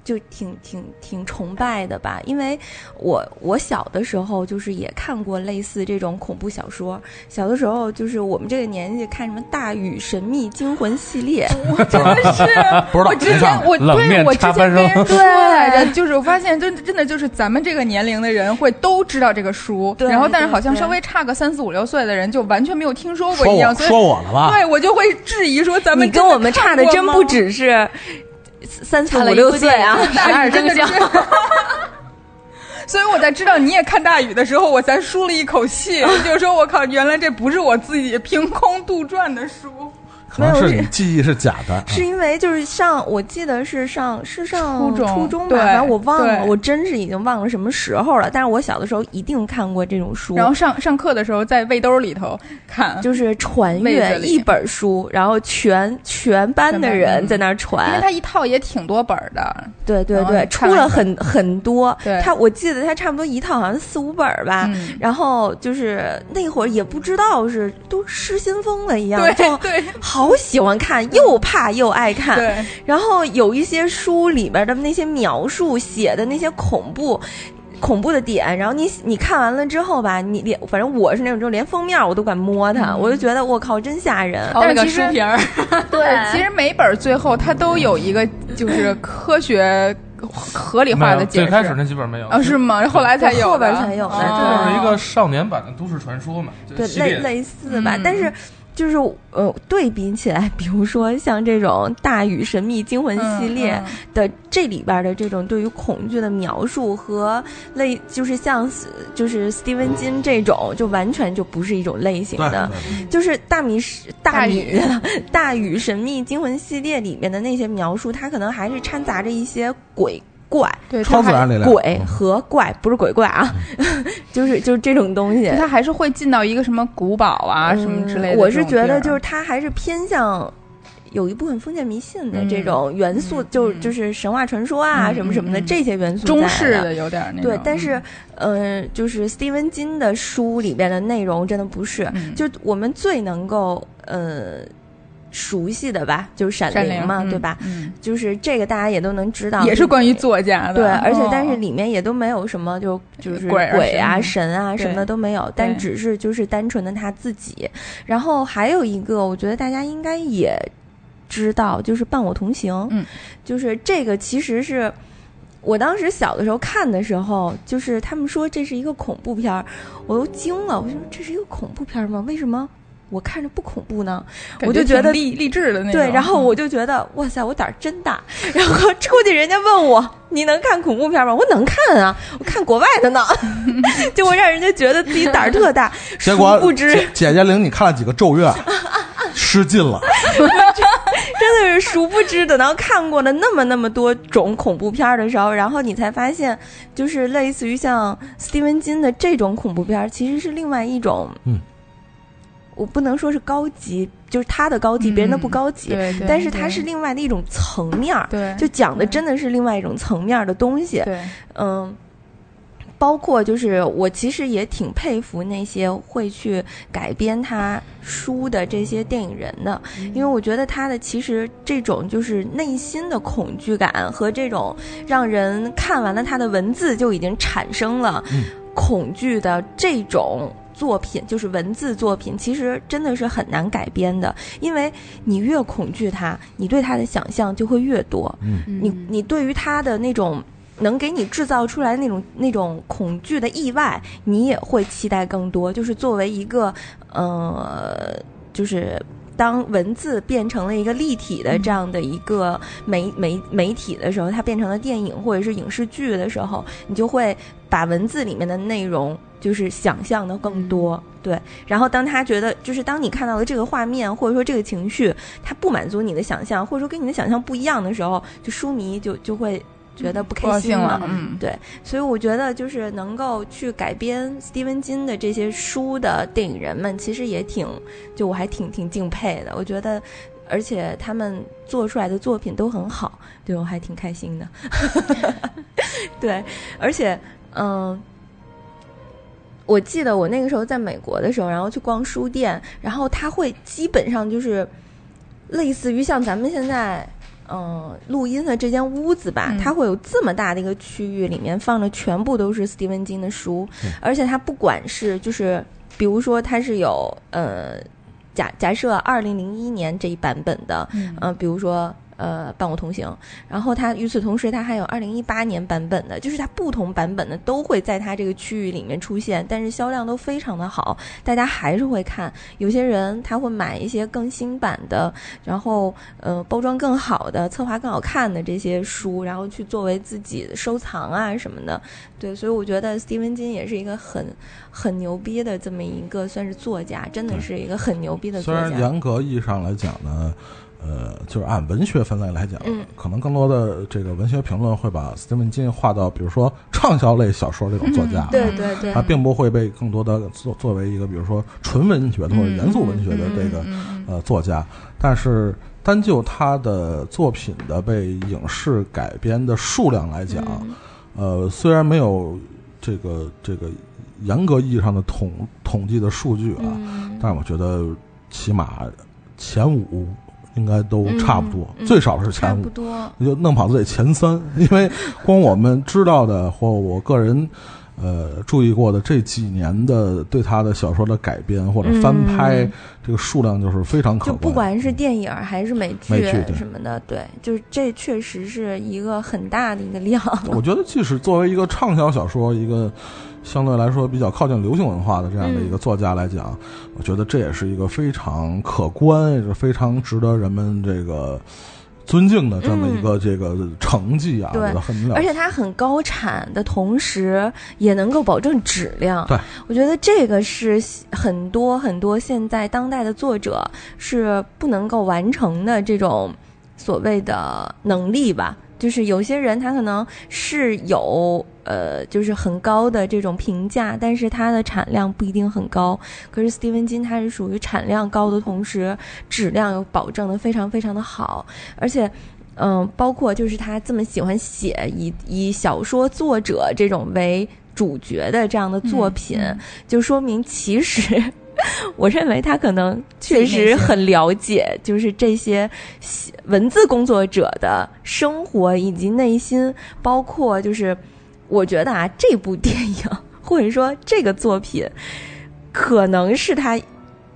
就挺挺挺崇拜的吧，因为我我小的时候就是也看过类似这种恐怖小说，小的时候就是我们这个年纪看什么《大禹神秘惊魂》系 列，我真的是不知道我之没啊看前我冷对面我之插前跟班人生 说来着，就是我发现真真的就是咱们这个年龄的人会都知道这个书，对然后但是对好像对稍微差个三四五六岁的人就完全没有听说过说一样，我啊所以说我了吧？对我就会质疑说咱们你跟我们差的真不止只是三四看五了一六部岁电影啊，十 二生肖。所以我在知道你也看大雨的时候，我才舒了一 口气，就是说我靠，原来这不是我自己凭空杜撰的书。可能是你记忆是假的。是因为就是上，我记得是上是上初中吧，对反正我忘了，对我真是已经忘了什么时候了。但是我小的时候一定看过这种书，然后上上课的时候在背兜里头看，就是传位阅子里一本书，然后全全班全的班人嗯在那儿因为传，它一套也挺多本儿的，对对然后对，你看出了了一很很多对，他我记得他差不多一套好像四五本儿吧，嗯，然后就是那会儿也不知道是都失心疯了一样，对就对 好喜欢看，又怕又爱看。对，然后有一些书里边的那些描述写的那些恐怖。恐怖的点，然后你你看完了之后吧，你连反正我是那种就连封面我都敢摸它，嗯我就觉得我靠真吓人。但是其实评 儿，对，其实每本儿最后它都有一个就是科学合理没化有的解最释。开始那几本没有啊，是？吗？后来才有的，嗯后边才有的哦就是一个少年版的都市传说嘛，就对是，系类列类似吧，嗯但是。就是呃，对比起来，比如说像这种《大禹神秘惊嗯魂》系列的、这里边的这种对于恐惧的描述和类，就是像就是斯蒂文金这种，就完全就不是一种类型对，的。对就是大米是大大米禹大禹神秘惊魂系列里面的那些描述，它可能还是掺杂着一些鬼怪、对，超它自还然力量。鬼嗯和怪，不是鬼怪啊， 就是就是这种东西。它还是会进到一个什么古堡啊、什么之类的。嗯我是觉得就是是，它还是偏向。有一部分封建迷信的嗯这种元素，嗯就嗯就是神话传说啊嗯什么什么的嗯嗯这些元素在中式的有点儿那种。对，但是呃，就是斯蒂文金的书里边的内容真的不是，嗯就我们最能够呃熟悉的吧，就是《闪闪灵》嘛，嗯对吧？嗯就是这个大家也都能知道，也是关于作家的。对，而且哦但是里面也都没有什么就就是鬼啊鬼啊、神神啊什么的对都没有，但对只是就是单纯的他自己。然后还有一个，我觉得大家应该也知道，就是《伴我同行》，嗯，就是这个其实是。我当时小的时候看的时候，就是他们说这是一个恐怖片儿，我都惊了。我说这是一个恐怖片儿吗？为什么我看着不恐怖呢？感我就觉挺得励励志的那种。嗯对，然后我就就觉得哇塞，我胆儿真大。然后出去人家问我，你能看恐怖片吗？我能看啊，我看国外 的呢，就会让人家觉得自己胆儿特大。结果殊不知姐姐姐领你看了几个《咒怨》，失禁了。真的是殊不知，等到看过了那么那么多种恐怖片儿的时候，然后你才发现，就是类似于像斯蒂文金的这种恐怖片儿，其实是另外一种，嗯，我不能说是高级，就是他的高级，嗯别人的不高级，对，对但是它对是另外的一种层面儿，对，就讲的对真的是另外一种层面儿的东西，对嗯。包括就是我其实也挺佩服那些会去改编他书的这些电影人的，因为我觉得他的其实这种就是内心的恐惧感和这种让人看完了他的文字就已经产生了嗯恐惧的这种作品，就是文字作品，其实真的是很难改编的，因为你越恐惧它，你对它的想象就会越多，嗯你你对于他的那种能给你制造出来那种那种恐惧的意外，你也会期待更多。就是作为一个呃，就是当文字变成了一个立体嗯的这样的一个媒媒媒体的时候，它变成了电影或者是影视剧的时候，你就会把文字里面的内容就是想象的更多。对，然后当他觉得就是当你看到了这个画面或者说这个情绪，它不满足你的想象，或者说跟你的想象不一样的时候，就书迷就就会觉得不不高开心兴了了。，嗯，所以我觉得，就是能够去改编斯蒂文金的这些书的电影人们，其实也挺，就我还挺挺敬佩的。我觉得，而且他们做出来的作品都很好，对我还挺开心的。对，而且，嗯。我记得我那个时候在美国的时候，然后去逛书店，然后他会基本上就是类似于像咱们现在嗯、录音的这间屋子吧，嗯它会有这么大的一个区域，里面放的全部都是斯蒂文金的书，嗯对而且它不管是就是比如说它是有呃假假设二零零一年这一版本的，嗯嗯、比如说。呃，伴我同行。然后它与此同时，它还有二零一八年版本的，就是它不同版本的都会在它这个区域里面出现，但是销量都非常的好，大家还是会看。有些人他会买一些更新版的，然后呃包装更好的、策划更好看的这些书，然后去作为自己的收藏啊什么的。对，所以我觉得斯蒂文金也是一个很很牛逼的这么一个算是作家，真的是一个很牛逼的作虽然家。严格意义上来讲呢，呃，就是按文学分类来讲，嗯可能更多的这个文学评论会把斯蒂文金划到，比如说畅销类小说这种作家，嗯对对对他并不会被更多的作作为一个，比如说纯文学的或者严肃文学嗯的这个、呃作家，但是。单就他的作品的被影视改编的数量来讲，嗯呃，虽然没有这个这个严格意义上的统统计的数据啊，嗯但我觉得起码前五应该都差不多，嗯嗯最少是前差五不，多，就弄不好都得前三， 因为光我们知道的或我个人。呃，注意过的这几年的对他的小说的改编或者翻拍，嗯这个数量就是非常可就观。嗯不管是电影儿还是美剧美剧对什么的，对，就是这确实是一个很大的一个量。我觉得，即使作为一个畅销小说，一个相对来说比较靠近流行文化的这样的一个作家来讲，嗯我觉得这也是一个非常可观，也是非常值得人们这个尊敬的这么一个这个成绩啊，嗯对我觉得很了不 而起。且它很高产的同时，也能够保证质量。对，我觉得这个是很多很多现在当代的作者是不能够完成的这种所谓的能力吧。就是有些人他可能是有呃，就是很高的这种评价，但是它的产量不一定很高。可是斯蒂文金他是属于产量高的同时，质量又保证的非常非常的好，而且。嗯，包括就是他这么喜欢写以以小说作者这种为主角的这样的作品，就说明其实 我认为他可能确实很了解，就是这些写文字工作者的生活以及内心，包括就是我觉得啊，这部电影或者说这个作品，可能是他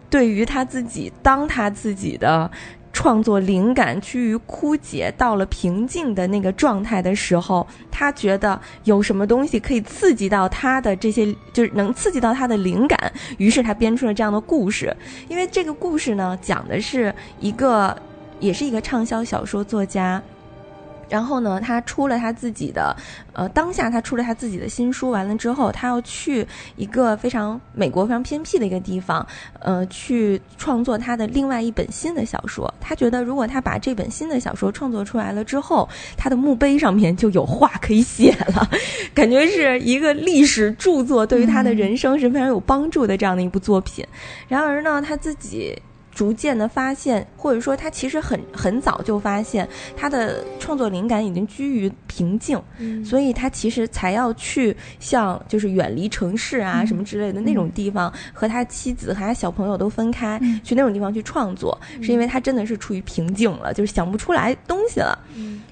对于他自己当他自己的。创作灵感趋于枯竭到了瓶颈的那个状态的时候，他觉得有什么东西可以刺激到他的这些，就是能刺激到他的灵感，于是他编出了这样的故事。因为这个故事呢，讲的是一个，也是一个畅销小说作家。然后呢，他出了他自己的，呃，当下他出了他自己的新书，完了之后，他要去一个非常美国非常偏僻的一个地方，呃，去创作他的另外一本新的小说。他觉得，如果他把这本新的小说创作出来了之后，他的墓碑上面就有话可以写了，感觉是一个历史著作，对于他的人生是非常有帮助的这样的一部作品。然而呢，他自己逐渐的发现，或者说他其实很很早就发现，他的创作灵感已经居于瓶颈，所以他其实才要去像就是远离城市啊、什么之类的那种地方，和他妻子和他小朋友都分开，嗯去那种地方去创作，是因为他真的是处于瓶颈了，就是想不出来东西了。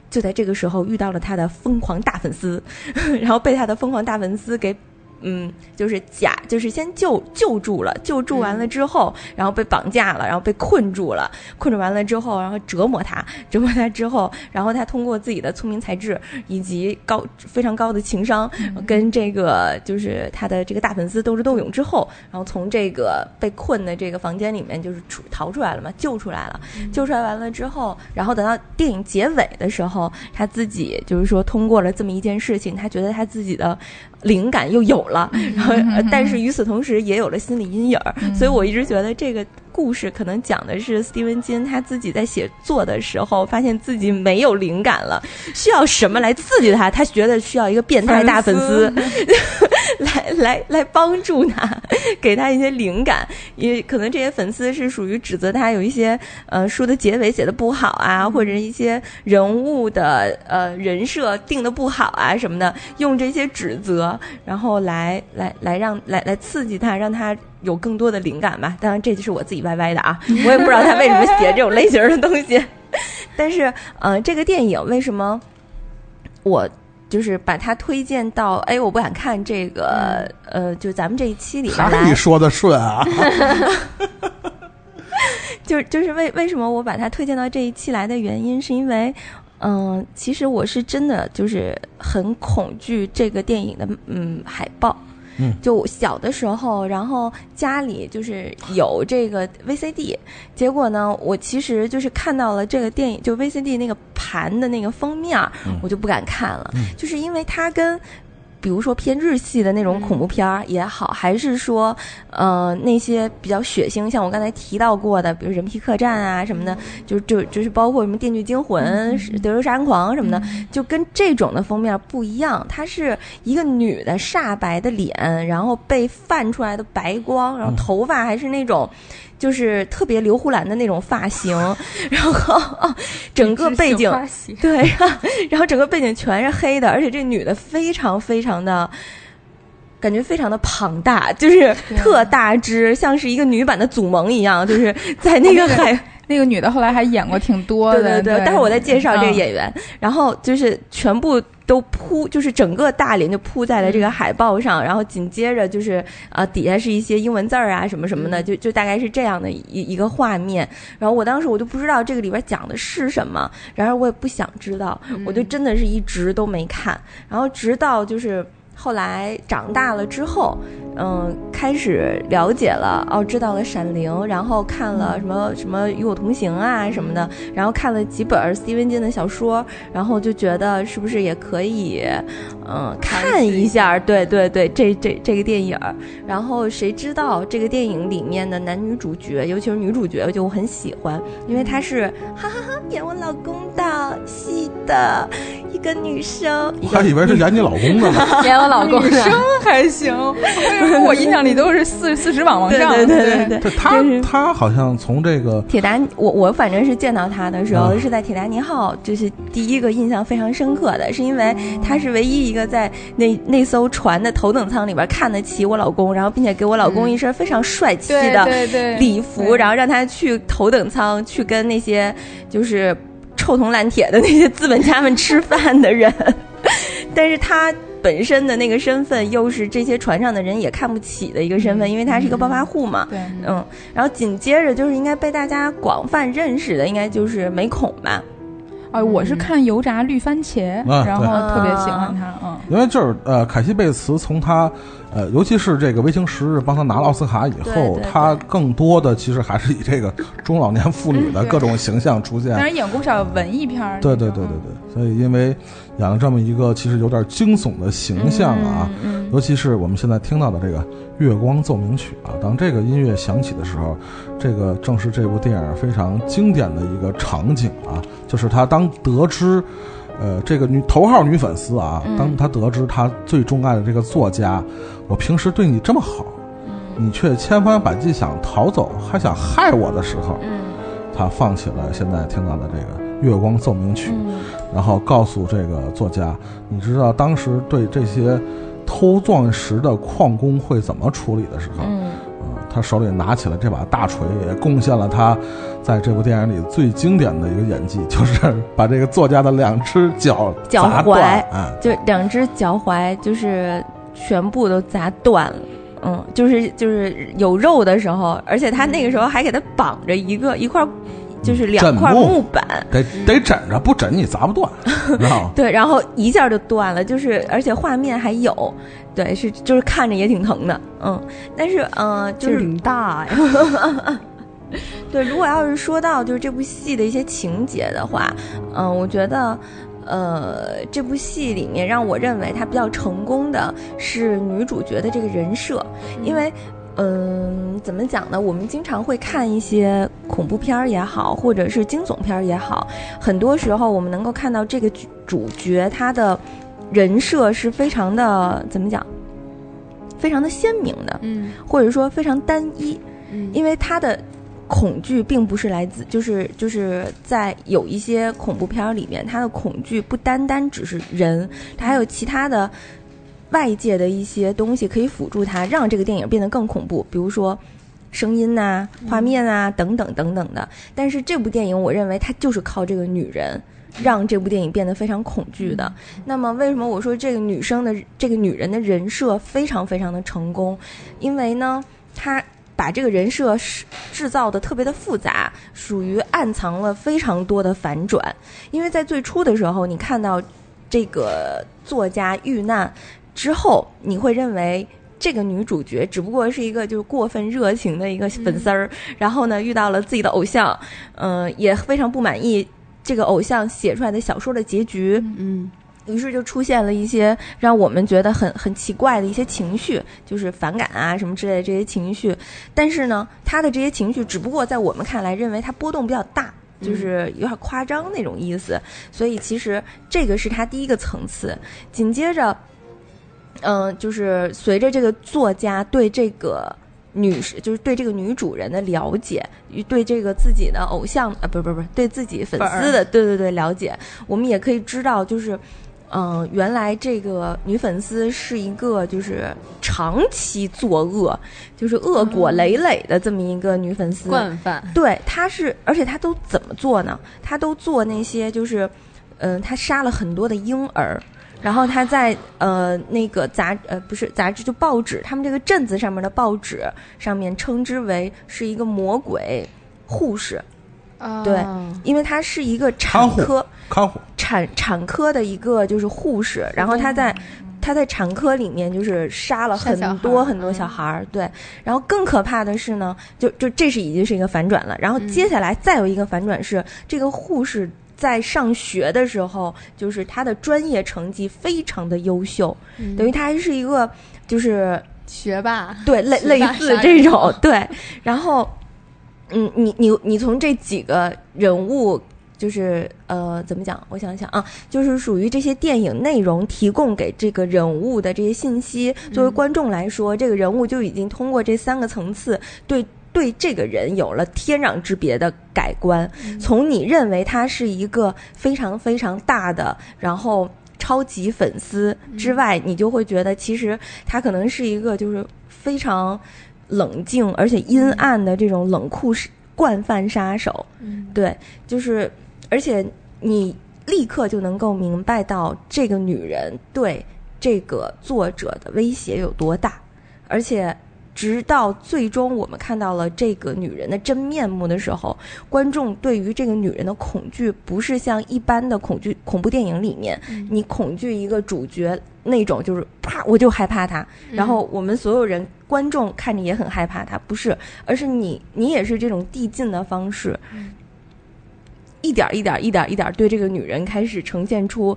就在这个时候遇到了他的疯狂大粉丝， 然后被他的疯狂大粉丝给。嗯，就是假，就是先救救助了，救助完了之后，然后被绑架了，然后被困住了，困住完了之后，然后折磨他，折磨他之后，然后他通过自己的聪明才智以及高非常高的情商，嗯跟这个就是他的这个大粉丝斗智斗勇之后，然后从这个被困的这个房间里面就是出逃出来了嘛，救出来了，救出来完了之后，然后等到电影结尾的时候，他自己就是说通过了这么一件事情，他觉得他自己的灵感又有了，然后呃但是与此同时也有了心理阴影儿，所以我一直觉得这个。故事可能讲的是斯蒂文金他自己在写作的时候，发现自己没有灵感了，需要什么来刺激他？他觉得需要一个变态大粉丝 来来来帮助他，给他一些灵感。也可能这些粉丝是属于指责他有一些呃书的结尾写的不好啊，或者一些人物的呃人设定的不好啊什么的，用这些指责，然后来来来让来来刺激他，让他有更多的灵感吧。当然，这就是我自己歪歪的啊，我也不知道他为什么写这种类型的东西。但是，呃，这个电影为什么我就是把它推荐到？哎，我不敢看这个，呃，就咱们这一期里边还来是你，说的顺啊？就是就是为为什么我把它推荐到这一期来的原因，是因为，嗯、其实我是真的就是很恐惧这个电影的嗯海报。嗯就我小的时候，然后家里就是有这个 VCD，结果呢，我其实就是看到了这个电影，就 VCD 那个盘的那个封面儿，嗯我就不敢看了，嗯就是因为它跟。比如说偏日系的那种恐怖片儿也好，还是说，呃，那些比较血腥，像我刚才提到过的，比如《人皮客栈》啊什嗯么的，就就就是包括什么《电锯惊魂》是德州杀人狂》什么的，就跟这种的封面不一样。它是一个女的煞白的脸，然后被泛出来的白光，然后嗯头发还是那种。就是特别刘胡兰的那种发型， 然后、哦、整个背景对，然后然后整个背景全是黑的，而且这女的非常非常的。感觉非常的庞大，就是特大只，像是一个女版的祖萌一样，就是在那个海那个女的后来还演过挺多对的，对对，待会儿我再介绍这个嗯演员。然后就是全部都铺，就是整个大脸就铺在了嗯这个海报上，然后紧接着就是呃底下是一些英文字儿啊什么什嗯么的，就就大概是这样的一一个画面。然后我当时我就不知道这个里边讲的是什么，然而我也不想知道，我就真的是一直都没看。然后直到就是。后来长大了之后，嗯，开始了解了，哦，知道了《闪灵》，然后看了什么什么《与我同行》啊什么的，然后看了几本斯蒂文金的小说，然后就觉得是不是也可以，嗯、看一下，对对对，这这这个电影儿，然后谁知道这个电影里面的男女主角，尤其是女主角，就我很喜欢，因为她是哈哈哈演我老公的戏的一个女生，一我个还以为是演你老公的呢。演我老公女呢生，还行，为什么我印象里都是四四十往往对上？对对对对。对他嗯就是，他好像从这个铁达，我我反正是见到他的时候、嗯是在铁达尼号，就是第一个印象非常深刻的，是因为他是唯一一个在那那艘船的头等舱里边看得起我老公，然后并且给我老公一身非常帅气对的对对，礼服，然后让他去头等舱去跟那些就是 臭铜烂铁的那些资本家们吃饭的人，但是他。本身的那个身份又是这些船上的人也看不起的一个嗯身份，因为他是一个暴发户嘛。对，嗯，然后紧接着就是应该被大家广泛认识的，应该就是美恐吧。啊，我是看油炸绿番茄，啊然后对特别喜欢他，嗯，因为就是呃，凯西贝茨从他呃，尤其是这个《卫星十日》帮他拿了奥斯卡以后，对对对他更多的其实还是以这个中老年妇嗯女的各种形象出现。当然演过不少文艺片儿，对对对对对，所以因为演了这么一个其实有点惊悚的形象嗯啊，嗯尤其是我们现在听到的这个《月光奏鸣曲》啊，当这个音乐响起的时候，这个正是这部电影非常经典的一个场景啊，就是他当得知。呃，这个女头号女粉丝啊，当她得知她最钟爱的这个作家，我平时对你这么好，你却千方百计想逃走，还想害我的时候，他放弃了现在听到的这个《月光奏鸣曲》，嗯然后告诉这个作家，你知道当时对这些偷钻石的矿工会怎么处理的时候，嗯啊他手里拿起了这把大锤，也贡献了他在这部电影里最经典的一个演技，就是把这个作家的两只脚脚砸踝断，哎，就两只脚踝就是全部都砸断了。嗯，就是就是有肉的时候，而且他那个时候还给他绑着一个一块，就是两块枕木木板，得得枕着，不枕你砸不 断，知道吗？对，然后一下就断了，就是而且画面还有，对，是就是看着也挺疼的，嗯，但是嗯、呃就劲儿是挺大呀。 对，如果要是说到就是这部戏的一些情节的话，嗯、我觉得，呃，这部戏里面让我认为它比较成功的是女主角的这个人设，因为。嗯，怎么讲呢？我们经常会看一些恐怖片儿也好，或者是惊悚片儿也好，很多时候我们能够看到这个主主角他的人设是非常的怎么讲，非常的鲜明的，嗯或者说非常单一。嗯因为他的恐惧并不是来自，就是就是在有一些恐怖片儿里面，他的恐惧不单单只是人，他还有其他的外界的一些东西可以辅助他，让这个电影变得更恐怖，比如说。声音呐、画面啊，等等等等的。但是这部电影，我认为它就是靠这个女人，让这部电影变得非常恐惧的。那么，为什么我说这个女生的这个女人的人设非常非常的成功？因为呢，她把这个人设是制造的特别的复杂，属于暗藏了非常多的反转。因为在最初的时候，你看到这个作家遇难之后，你会认为。这个女主角只不过是一个就是过分热情的一个粉丝儿，然后呢遇到了自己的偶像，嗯、也非常不满意这个偶像写出来的小说的结局，嗯于是就出现了一些让我们觉得很很奇怪的一些情绪，就是反感啊什么之类的这些情绪。但是呢，他的这些情绪只不过在我们看来认为它波动比较大，就是有点夸张那种意思。所以其实这个是他第一个层次。紧接着，嗯、就是随着这个作家对这个。女士就是对这个女主人的了解，与对这个自己的偶像啊，不是不是不是，对自己粉丝的对对对了解，我们也可以知道，就是，嗯、原来这个女粉丝是一个就是长期作恶，就是恶果累累的这么一个女粉丝。惯犯，对，她是，而且她都怎么做呢？她都做那些就是，嗯、她杀了很多的婴儿。然后她在呃那个杂呃不是杂志就报纸，他们这个镇子上面的报纸上面称之为是一个魔鬼护士，哦对因为她是一个产看护科看护，产产科的一个就是护士，然后她在她在产科里面就是杀了很杀小孩多儿嗯很多小孩儿，对。然后更可怕的是呢，就就这是已经是一个反转了，然嗯后接下来再有一个反转是、这个护士。在上学的时候，就是她的专业成绩非常的优秀，等于她还是一个就是嗯学霸，对，类学类霸似杀这人种魔对。然后，嗯，你你你从这几个人物，就是呃，怎么讲？我想想啊，就是属于这些电影内容提供给这个人物的这些信息，作嗯为观众来说，这个人物就已经通过这三个层次对。对这个人有了天壤之别的改观，从你认为他是一个非常非常大的，然后超级粉丝嗯之外，你就会觉得其实他可能是一个就是非常冷静而且阴暗的这种冷酷是惯犯杀手。嗯对，就是而且你立刻就能够明白到这个女人对这个作者的威胁有多大，而且。直到最终我们看到了这个女人的真面目的时候，观众对于这个女人的恐惧，不是像一般的恐惧恐怖电影里面，嗯你恐惧一个主角那种，就是啪我就害怕他，然后我们所有人观众看着也很害怕他，不是，而是你你也是这种递进的方式，一点儿一点儿一点儿一点儿对这个女人开始呈现出。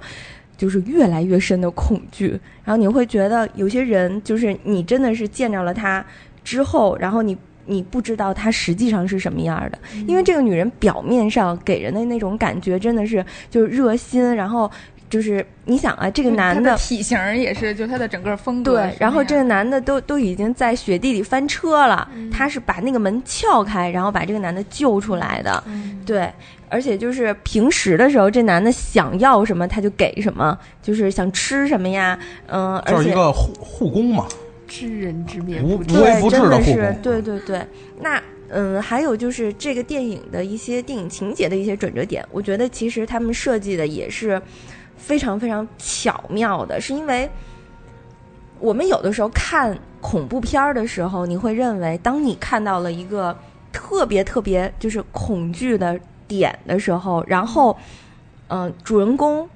就是越来越深的恐惧，然后你会觉得有些人就是你真的是见着了她之后，然后你你不知道她实际上是什么样的，因为这个女人表面上给人的那种感觉真的是就是热心，然后就是你想啊，这个男的的体型儿也是，就他的整个风格是那样。对，然后这个男的都都已经在雪地里翻车了，他是把那个门撬开，然后把这个男的救出来的。对，而且就是平时的时候，这男的想要什么他就给什么，就是想吃什么呀，嗯、就而是一且个护护工嘛，知人知面无不知无微对，不至真的的护是工，，对对对，那。嗯，还有就是这个电影的一些电影情节的一些转折点，我觉得其实他们设计的也是非常非常巧妙的，是因为我们有的时候看恐怖片儿的时候，你会认为，当你看到了一个特别特别就是恐惧的点的时候，然后，嗯、主人公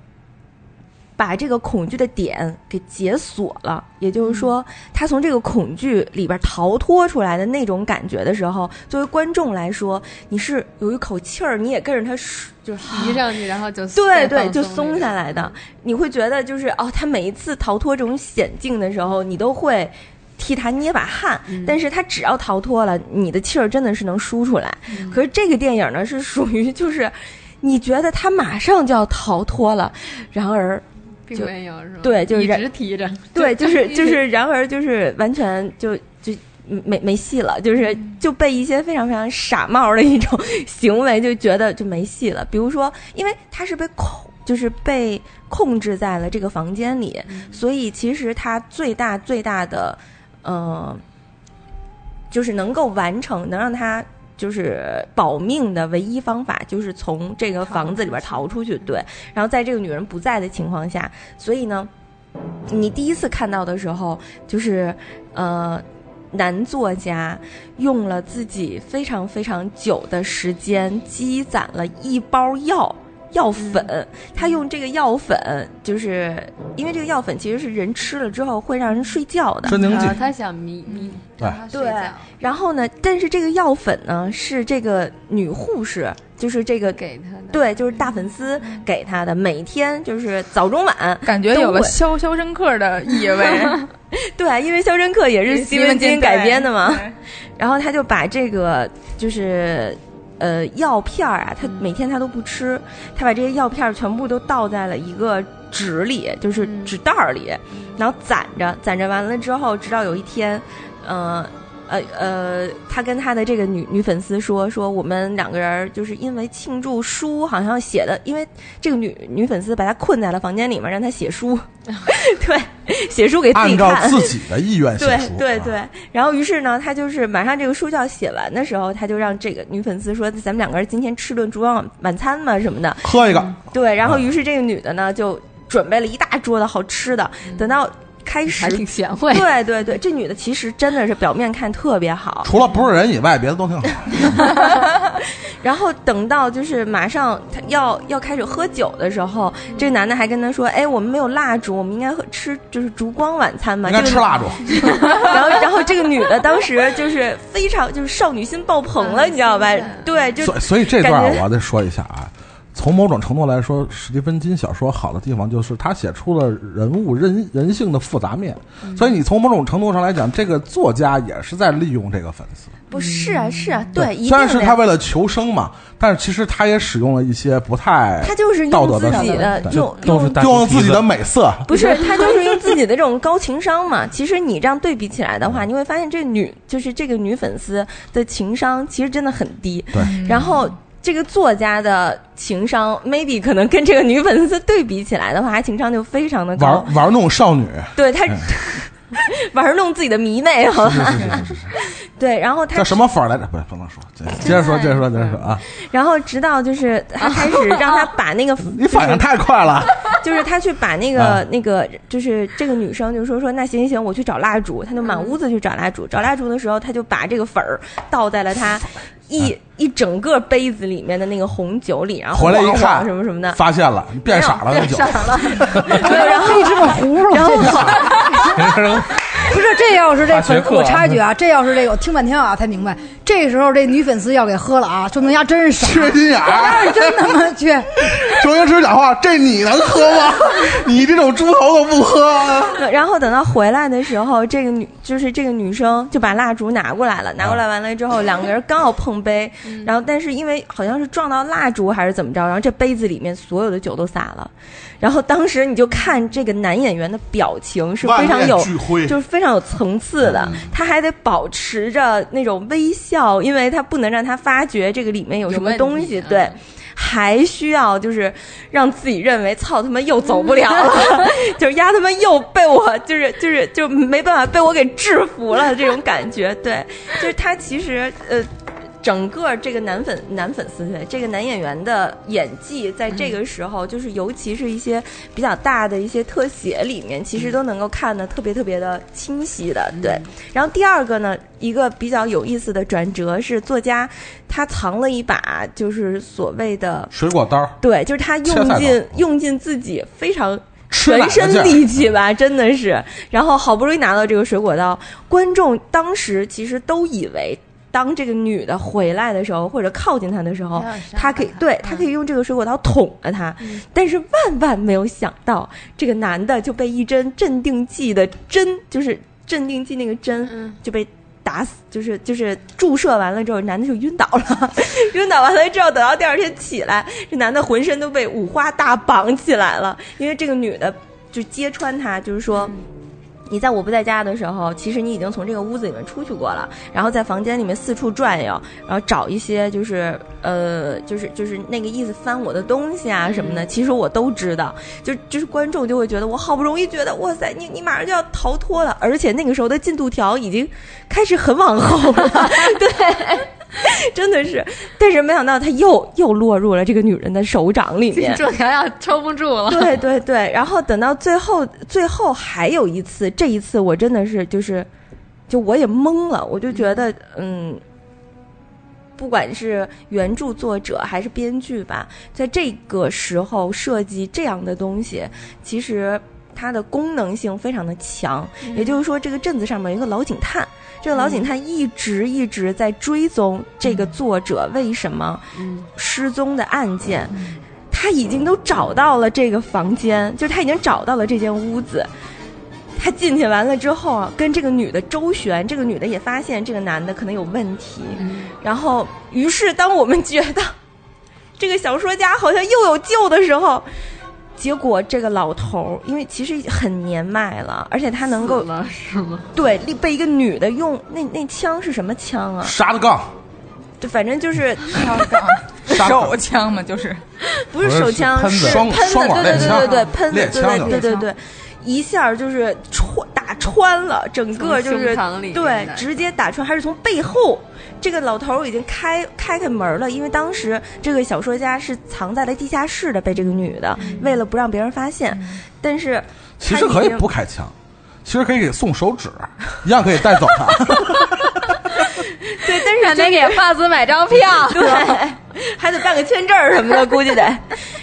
把这个恐惧的点给解锁了，也就是嗯说，他从这个恐惧里边逃脱出来的那种感觉的时候，作为观众来说，你是有一口气儿，你也跟着他舒就是提上去，然后就对再对，放就那松种下来的。嗯你会觉得就是哦，他每一次逃脱这种险境的时候，你都会替他捏把汗。嗯但是他只要逃脱了，你的气儿真的是能输出来。嗯可是这个电影呢，是属于就是你觉得他马上就要逃脱了，然而并就没有是吧？对就是一人直提着，对， 就是一就直是，然而就是完全就就没没戏了，就是嗯就被一些非常非常傻帽的一种行为就觉得就没戏了。比如说，因为他是被控，就是被控制在了这个房间里，嗯所以其实他最大最大的，呃，就是能够完成，能让他。就是保命的唯一方法，就是从这个房子里边逃出去。对，然后在这个女人不在的情况下，所以呢，你第一次看到的时候，就是呃，男作家用了自己非常非常久的时间，积攒了一包药。药粉，他用这个药粉，就是因为这个药粉其实是人吃了之后会让人睡觉的，镇定剂啊，他想迷迷对让他睡对觉然后呢，但是这个药粉呢是这个女护士，就是这个给他的，对，就是大粉丝给她的，每天就是早中晚，感觉有都了会肖肖申克的意味，对，因为《肖申克》也是斯蒂芬金改编的嘛。对 然后他就把这个就是呃药片儿啊，他每天他都不吃，他把这些药片儿全部都倒在了一个纸里，就是嗯纸袋儿里，然后攒着，攒着完了之后，直到有一天，呃。呃呃，他跟他的这个女女粉丝说说，我们两个人就是因为庆祝书好像写的，因为这个女女粉丝把他困在了房间里面，让他写书， 对，写书给自己按看，照自己的意愿写对书，对啊对，然后于是呢，他就是马上这个书就要写完的时候，他就让这个女粉丝说：“咱们两个人今天吃顿烛光晚晚餐嘛什么的。喝一个，”对，然后嗯于是这个女的呢就准备了一大桌的好吃的，嗯等到开始还，挺贤惠，对对对，这女的其实真的是表面看特别好，除了不是人以外，别的都挺好。然后等到就是马上他要要开始喝酒的时候，这男的还跟她说：“哎，我们没有蜡烛，我们应该喝吃就是烛光晚餐 嘛。”应该这个吃 蜡烛， 然后，然后这个女的当时就是非常就是少女心爆棚了，你知道吧？对，哎就所以所以这段感觉我得说一下啊。从某种程度来说，史蒂芬金小说好的地方就是他写出了人物人人性的复杂面，嗯所以你从某种程度上来讲，这个作家也是在利用这个粉丝。不是啊，是啊，对，一虽定然是的他呀。为了求生嘛，但是其实他也使用了一些不太他就是道用德自的己手的段用都是用大用猪了蹄自己子的美色， 不 是他就是用自己的这种高情商嘛。其实你这样对比起来的嗯话，你会发现这女就是这个女粉丝的情商其实真的很低。对，然后。这个作家的情商，maybe 可能跟这个女粉丝对比起来的话，他情商就非常的高。玩玩弄少女，对他玩弄自己的迷妹，好吧？是是是是是， 对，然后他叫什么粉儿来着？不不能说，接着说，接着说， 接着说啊！然后直到就是他开始让他把那个你反应太快了，就是他去把那啊个那个，就是这个女生就说说那行行行，我去找蜡烛，他就满屋子去找蜡烛。找蜡烛的时候，他就把这个粉儿倒在了他一一整个杯子里面的那个红酒里，然后回来一晃看晃什么什么的，发现了，变傻了那酒， 然后黑芝麻糊了。然后 不是，这要是这大学粉，课啊我插一句啊，这要是这个，我听半天啊才明白，这时候这女粉丝要给喝了啊，说明丫真是傻，缺心眼儿。真他妈去，周星驰讲话，这你能喝吗？你这种猪头都不喝、啊 然后等到回来的时候，这个女就是这个女生就把蜡烛拿过来了，拿过来完了之后，两个人刚好碰杯，然后但是因为好像是撞到蜡烛还是怎么着，然后这杯子里面所有的酒都洒了，然后当时你就看这个男演员的表情是非常有万念俱灰就是非常有层次的，他还得保持着那种微笑，因为他不能让他发觉这个里面有什么东西，对。还需要就是让自己认为操他妈又走不了了，就是丫他妈又被我就是就是就没办法被我给制服了 这种感觉，对，就是他其实呃。整个这个男粉男粉丝对这个男演员的演技，在这个时候，就是尤其是一些比较大的一些特写里面，其实都能够看得特别特别的清晰的。嗯对，然后第二个呢，一个比较有意思的转折是作家他藏了一把就是所谓的水果刀，呃对，就是他切菜用刀尽用尽自己非常吃全奶的身劲儿。力气吧，真的是。然后好不容易拿到这个水果刀，观众当时其实都以为，当这个女的回来的时候，或者靠近她的时候，她可以对她可以用这个水果刀捅了她，但是万万没有想到，这个男的就被一针镇定剂的针，就是镇定剂那个针、就被。打死就是就是注射完了之后，男的就晕倒了，晕倒完了之后，等到第二天起来，这男的浑身都被五花大绑起来了，因为这个女的就揭穿他，就是说。你在我不在家的时候，其实你已经从这个屋子里面出去过了，然后在房间里面四处转悠，然后找一些就是呃，就是就是那个意思翻我的东西啊什么的，其实我都知道。就就是观众就会觉得我好不容易觉得哇塞，你你马上就要逃脱了，而且那个时候的进度条已经开始很往后了，对。真的是，但是没想到他又又落入了这个女人的手掌里面，这条要抽不住了。对对对，然后等到最后，最后还有一次，这一次我真的是就是，就我也懵了，我就觉得嗯。不管是原著作者还是编剧吧，在这个时候设计这样的东西，其实它的功能性非常的强。也就是说，这个镇子上面有一个老警探，这个老警探一直一直在追踪这个作者为什么失踪的案件，他已经都找到了这个房间，就是他已经找到了这间屋子。他进去完了之后啊，跟这个女的周旋，这个女的也发现这个男的可能有问题，然后于是当我们觉得这个小说家好像又有救的时候，结果这个老头儿因为其实很年迈了，而且他能够了是吗？对被一个女的用那那枪是什么枪啊？杀的杠，就反正就是杀得手杠枪嘛，就是不是不是手是枪，喷啊是子喷双的，双管对对对猎枪对对，喷猎的，对枪对对对对，一下就是穿打穿了，整个就从胸是膛里面对的，直接打穿，还是从背后。这个老头儿已经开开开门了，因为当时这个小说家是藏在了地下室的，被这个女的为了不让别人发现，但是其实可以他已经不开枪，其实可以给送手指，一样可以带走他。对，但是还得给发子买张票，对，还得办个签证儿什么的，估计得。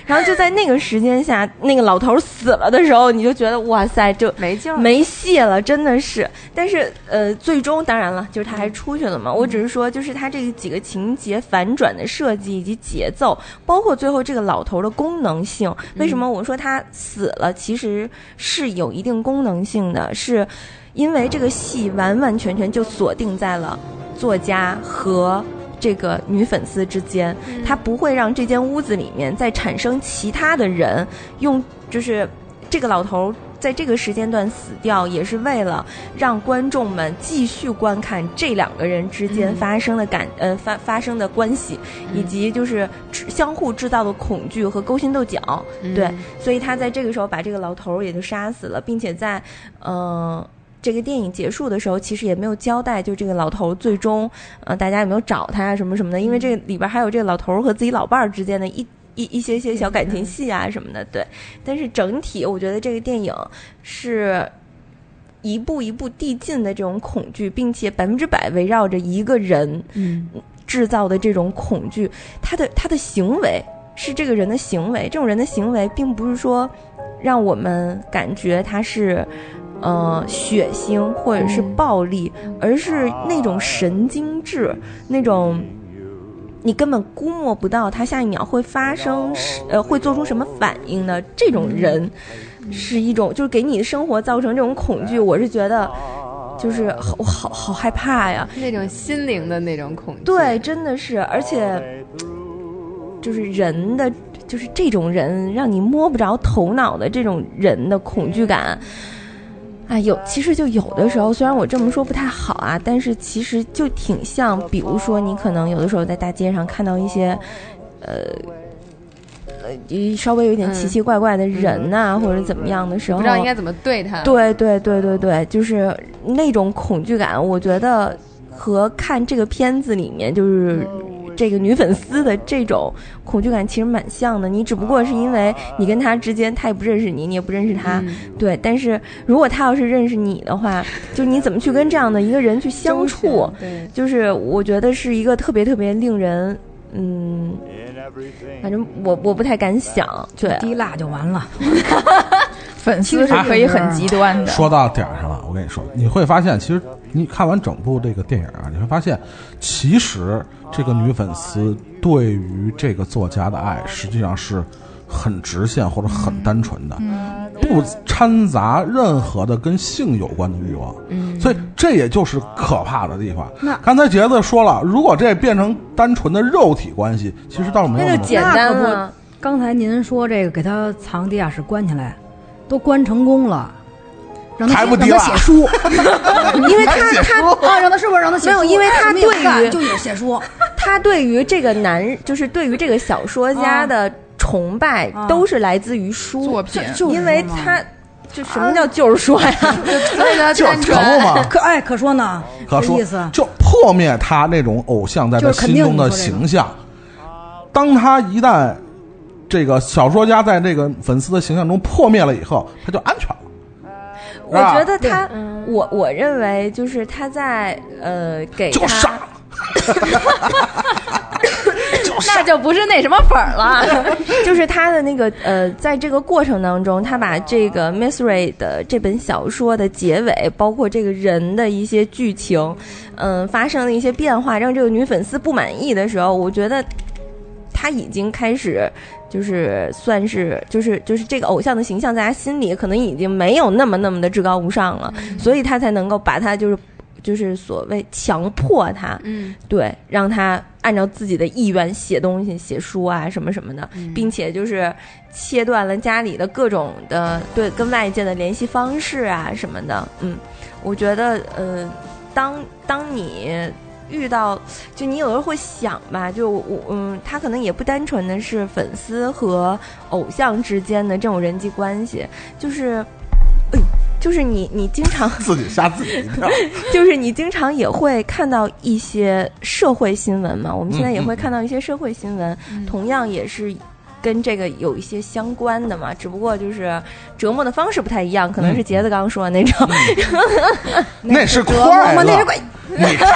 然后就在那个时间下，那个老头儿死了的时候，你就觉得哇塞，这没劲儿没戏了，真的是。但是呃，最终当然了，就是他还出去了嘛。我只是说，就是他这几个情节反转的设计以及节奏，包括最后这个老头的功能性。为什么嗯我说他死了，其实是有一定功能性的，是因为这个戏完完全全就锁定在了作家和。这个女粉丝之间，嗯他不会让这间屋子里面再产生其他的人用，就是这个老头在这个时间段死掉，也是为了让观众们继续观看这两个人之嗯间发生的感、呃发发生的关系，以及就是制相互制造的恐惧和勾心斗角。嗯对，所以他在这个时候把这个老头儿也就杀死了，并且在呃。这个电影结束的时候，其实也没有交代，就这个老头儿最终，呃，大家有没有找他啊，什么什么的？因为这里边还有这个老头儿和自己老伴儿之间的一一一些些小感情戏啊什么的，对。但是整体我觉得这个电影是一步一步递进的这种恐惧，并且百分之百围绕着一个人嗯制造的这种恐惧，他的他的行为是这个人的行为，这种人的行为并不是说让我们感觉他是。呃，血腥或者是嗯暴力，而是那种神经质，那种你根本估摸不到他下一秒会发生是，呃，会做出什么反应的这种人，是一种就是给你的生活造成这种恐惧，我是觉得就是好我好好害怕呀，那种心灵的那种恐惧。对，真的是，而且就是人的，就是这种人让你摸不着头脑的这种人的恐惧感。啊，有其实就有的时候，虽然我这么说不太好啊，但是其实就挺像，比如说你可能有的时候在大街上看到一些，呃，呃，一稍微有一点奇奇怪怪的人呐、或者怎么样的时候，不知道应该怎么对他。对对对对对，就是那种恐惧感，我觉得和看这个片子里面就是。这个女粉丝的这种恐惧感其实蛮像的，你只不过是因为你跟她之间，她也不认识你，你也不认识她，嗯对。但是如果她要是认识你的话，就你怎么去跟这样的一个人去相处？对，就是我觉得是一个特别特别令人，嗯，反正我我不太敢想，对，滴蜡就完了。粉丝是可以很啊极端的。说到点儿上了，我跟你说，你会发现，其实你看完整部这个电影啊，你会发现，其实这个女粉丝对于这个作家的爱，实际上是很直线或者很单纯的，不掺杂任何的跟性有关的欲望。嗯所以这也就是可怕的地方那。刚才杰子说了，如果这变成单纯的肉体关系，其实倒是没有那么简单那可不了。刚才您说这个给他藏地下室关起来，都关成功了，让他还写不让低他了写书，因为他写他书啊，让他是不是让他写没书？有因为他什么也不对于干就也写书，他对于这个男，就是对于这个小说家的崇拜，啊都是来自于书作品就因为他，就什么叫就是说呀？ 所以呢，就是单成纯嘛，可哎可说呢，可这说意啊思，就破灭他那种偶像在他就是肯心定中的形象。当他一旦这个小说家在这个粉丝的形象中破灭了以后，他就安全了。我啊觉得他，我我认为就是他在呃给就他傻，那就不是那什么粉儿了。 就是他的那个呃，在这个过程当中，他把这个《Misery》的这本小说的结尾，包括这个人的一些剧情，嗯、发生的一些变化，让这个女粉丝不满意的时候，我觉得他已经开始。就是算是就是就是这个偶像的形象，在他心里可能已经没有那么那么的至高无上了，所以他才能够把他就是就是所谓强迫他，嗯，对，让他按照自己的意愿写东西、写书啊什么什么的，并且就是切断了家里的各种的对跟外界的联系方式啊什么的。嗯，我觉得呃，当当你遇到，就你有时候会想吧，就我嗯，他可能也不单纯的是粉丝和偶像之间的这种人际关系，就是。哎呦就是你，你经常自己吓自己一跳。就是你经常也会看到一些社会新闻嘛，我们现在也嗯会看到一些社会新闻，同样也是跟这个有一些相关的嘛，只不过就是折磨的方式不太一样，可能嗯是杰子刚刚说的那种，那是折磨快吗？乐，那是鬼。你看，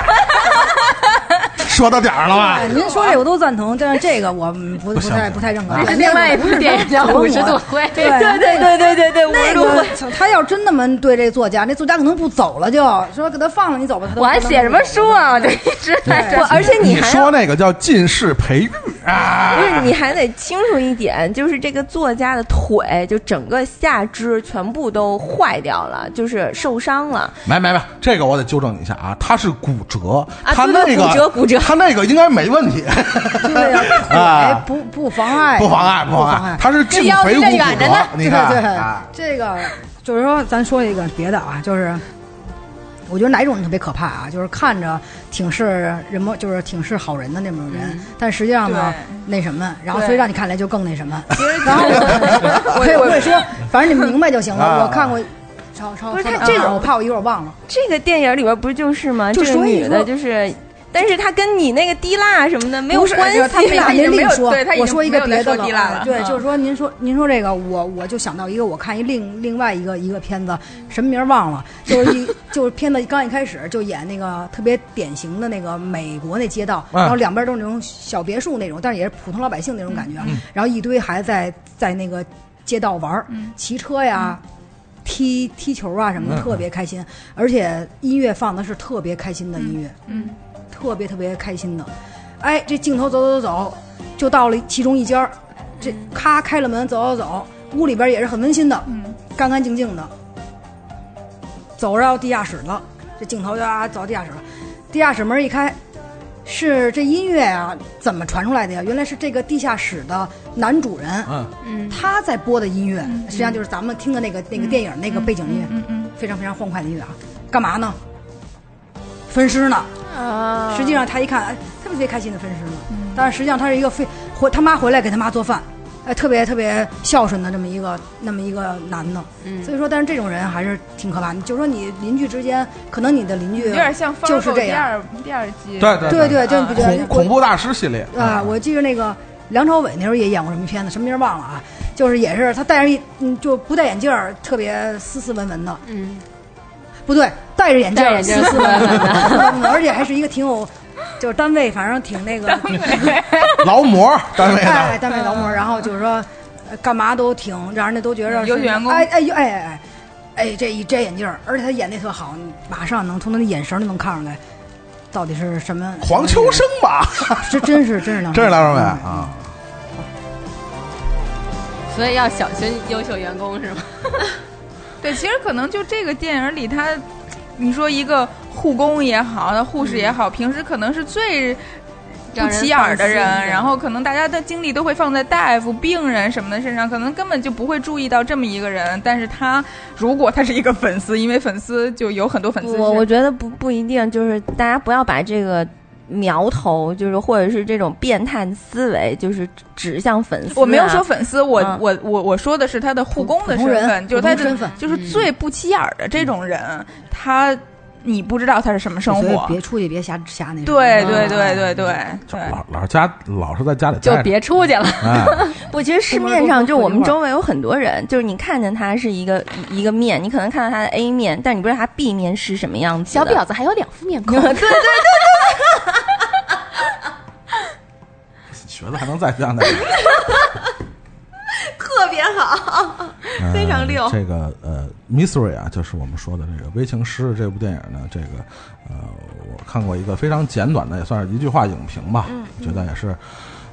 说到点儿了吧哎？您说这我都赞同，但是这个我不不太不太认可。这是另外一部电影叫《五十度灰》，对对对对 对对对，那我个他要真那么对这作家，那作家可能不走了就，说给他放了，你嗯走吧。他都我还写什么书啊？我就一直在这我， 而且你还要说那个叫近视培育啊不？是，你还得清楚一点，就是这个作家的腿，就整个下肢全部都坏掉了，就是受伤了。没没没，这个我得纠正你一下啊，他是骨折，啊他对那对个骨折骨折他那个应该没问题，对呀，哎啊，不不妨 碍，不妨碍不妨碍。他是胫腓骨骨折，你看对对啊。这个就是说，咱说一个别的啊，就是我觉得哪种人特别可怕啊，就是看着挺是人模，就是挺是好人的那种人，但实际上呢，那什么，然后所以让你看来就更那什么。然后我我也会说，反正你们明白就行啊了。我看过。超超不是超他大这啊种我怕我一会儿忘了。这个电影里边不是就是吗？就这个所以女的说就是。但是它跟你那个滴蜡什么的没有不是关就系是了，他没把您另说，对，它已我经说一没个有别再的啊说滴蜡了，对，就是嗯说您说您说这个，我我就想到一个，我看一另另外一个一个片子，什么名儿忘了，就是一 就是片子刚一开始就演那个特别典型的那个美国那街道，嗯然后两边都是那种小别墅那种，但是也是普通老百姓那种感觉，然后一堆孩子在在那个街道玩儿，嗯骑车呀。踢踢球啊什么的，嗯特别开心，而且音乐放的是特别开心的音乐，嗯，特别特别开心的。哎，这镜头走走走，就到了其中一间儿，这咔开了门，走走走，屋里边也是很温馨的，嗯，干干净净的。走到地下室了，这镜头就啊走地下室了，地下室门一开，是这音乐啊怎么传出来的呀？原来是这个地下室的男主人，啊嗯嗯，他在播的音乐，实际上就是咱们听的那个那个电影那个背景音乐，嗯嗯，非常非常欢快的音乐啊，干嘛呢？分尸呢？啊实际上他一看，哎，特别特别开心的分尸呢。嗯但是实际上他是一个非回他妈回来给他妈做饭，哎，特别特别孝顺的这么一个那么一个男的。嗯所以说，但是这种人还是挺可怕的。就说你邻居之间，可能你的邻居有点像就 Fargo 是这第样二第二季，对对对就你不觉得恐恐怖大师系列啊。我记得那个梁朝伟那时候也演过什么片子，什么名儿忘了啊，就是也是他戴上一嗯就不戴眼镜儿，特别斯斯文文的。嗯，不对，戴着眼镜戴儿眼斯镜儿斯文文斯斯文文 的，而且还是一个挺有。就是单位，反正挺那个，劳模单位哎，的，单位劳模，然后就是说，呃干嘛都挺让人家都觉着是优秀员工哎哎呦哎哎哎，哎这一摘眼镜儿，而且他演的特好，你马上能从他的眼神就能看出来，到底是什么黄秋生吧？这真是真是梁朝真是伟梁朝伟嗯啊！所以要小心优秀员工是吗？对，其实可能就这个电影里，他你说一个护工也好，护士也好，平时可能是最不让人起眼儿的放心人，的然后可能大家的精力都会放在大夫、病人什么的身上，可能根本就不会注意到这么一个人。但是他如果他是一个粉丝，因为粉丝就有很多粉丝是，我我觉得不不一定，就是大家不要把这个苗头，就是或者是这种变态思维，就是指向粉丝、啊我没有说粉丝，我、嗯我我我说的是他的护工的普身通人份，就是普他通的身份就是最不起眼儿的这种人，他你不知道他是什么生所以活。别出去，别瞎瞎那什么。啊嗯对对对对对对，老老是家老是在家里就待着别出去了。哎不，其实市面上就我们周围有很多人，就是你看见他是一个一个面，你可能看到他的 A 面，但你不知道他 B 面是什么样子。小 婊子，还有两副面孔，对对学的还能再像点。特别好，呃非常溜。这个呃，Misery 啊，就是我们说的这个《微情师》这部电影呢，这个呃，我看过一个非常简短的，也算是一句话影评吧，嗯觉得也是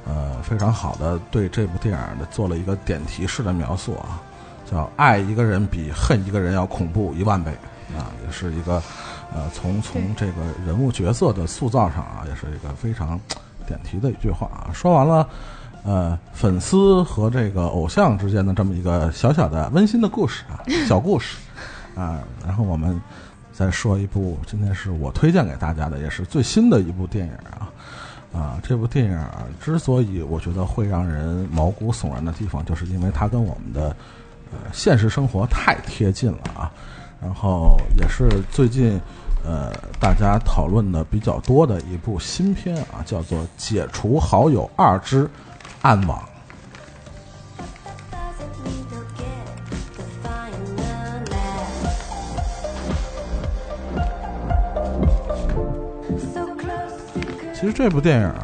呃非常好的对这部电影的做了一个点题式的描述啊，叫“爱一个人比恨一个人要恐怖一万倍”啊，也是一个呃从从这个人物角色的塑造上啊，也是一个非常点题的一句话啊。说完了。呃，粉丝和这个偶像之间的这么一个小小的温馨的故事啊，小故事啊。然后我们再说一部，今天是我推荐给大家的，也是最新的一部电影啊。啊，这部电影啊之所以我觉得会让人毛骨悚然的地方，就是因为它跟我们的呃现实生活太贴近了啊。然后也是最近呃大家讨论的比较多的一部新片啊，叫做《解除好友二之暗网》。其实这部电影儿，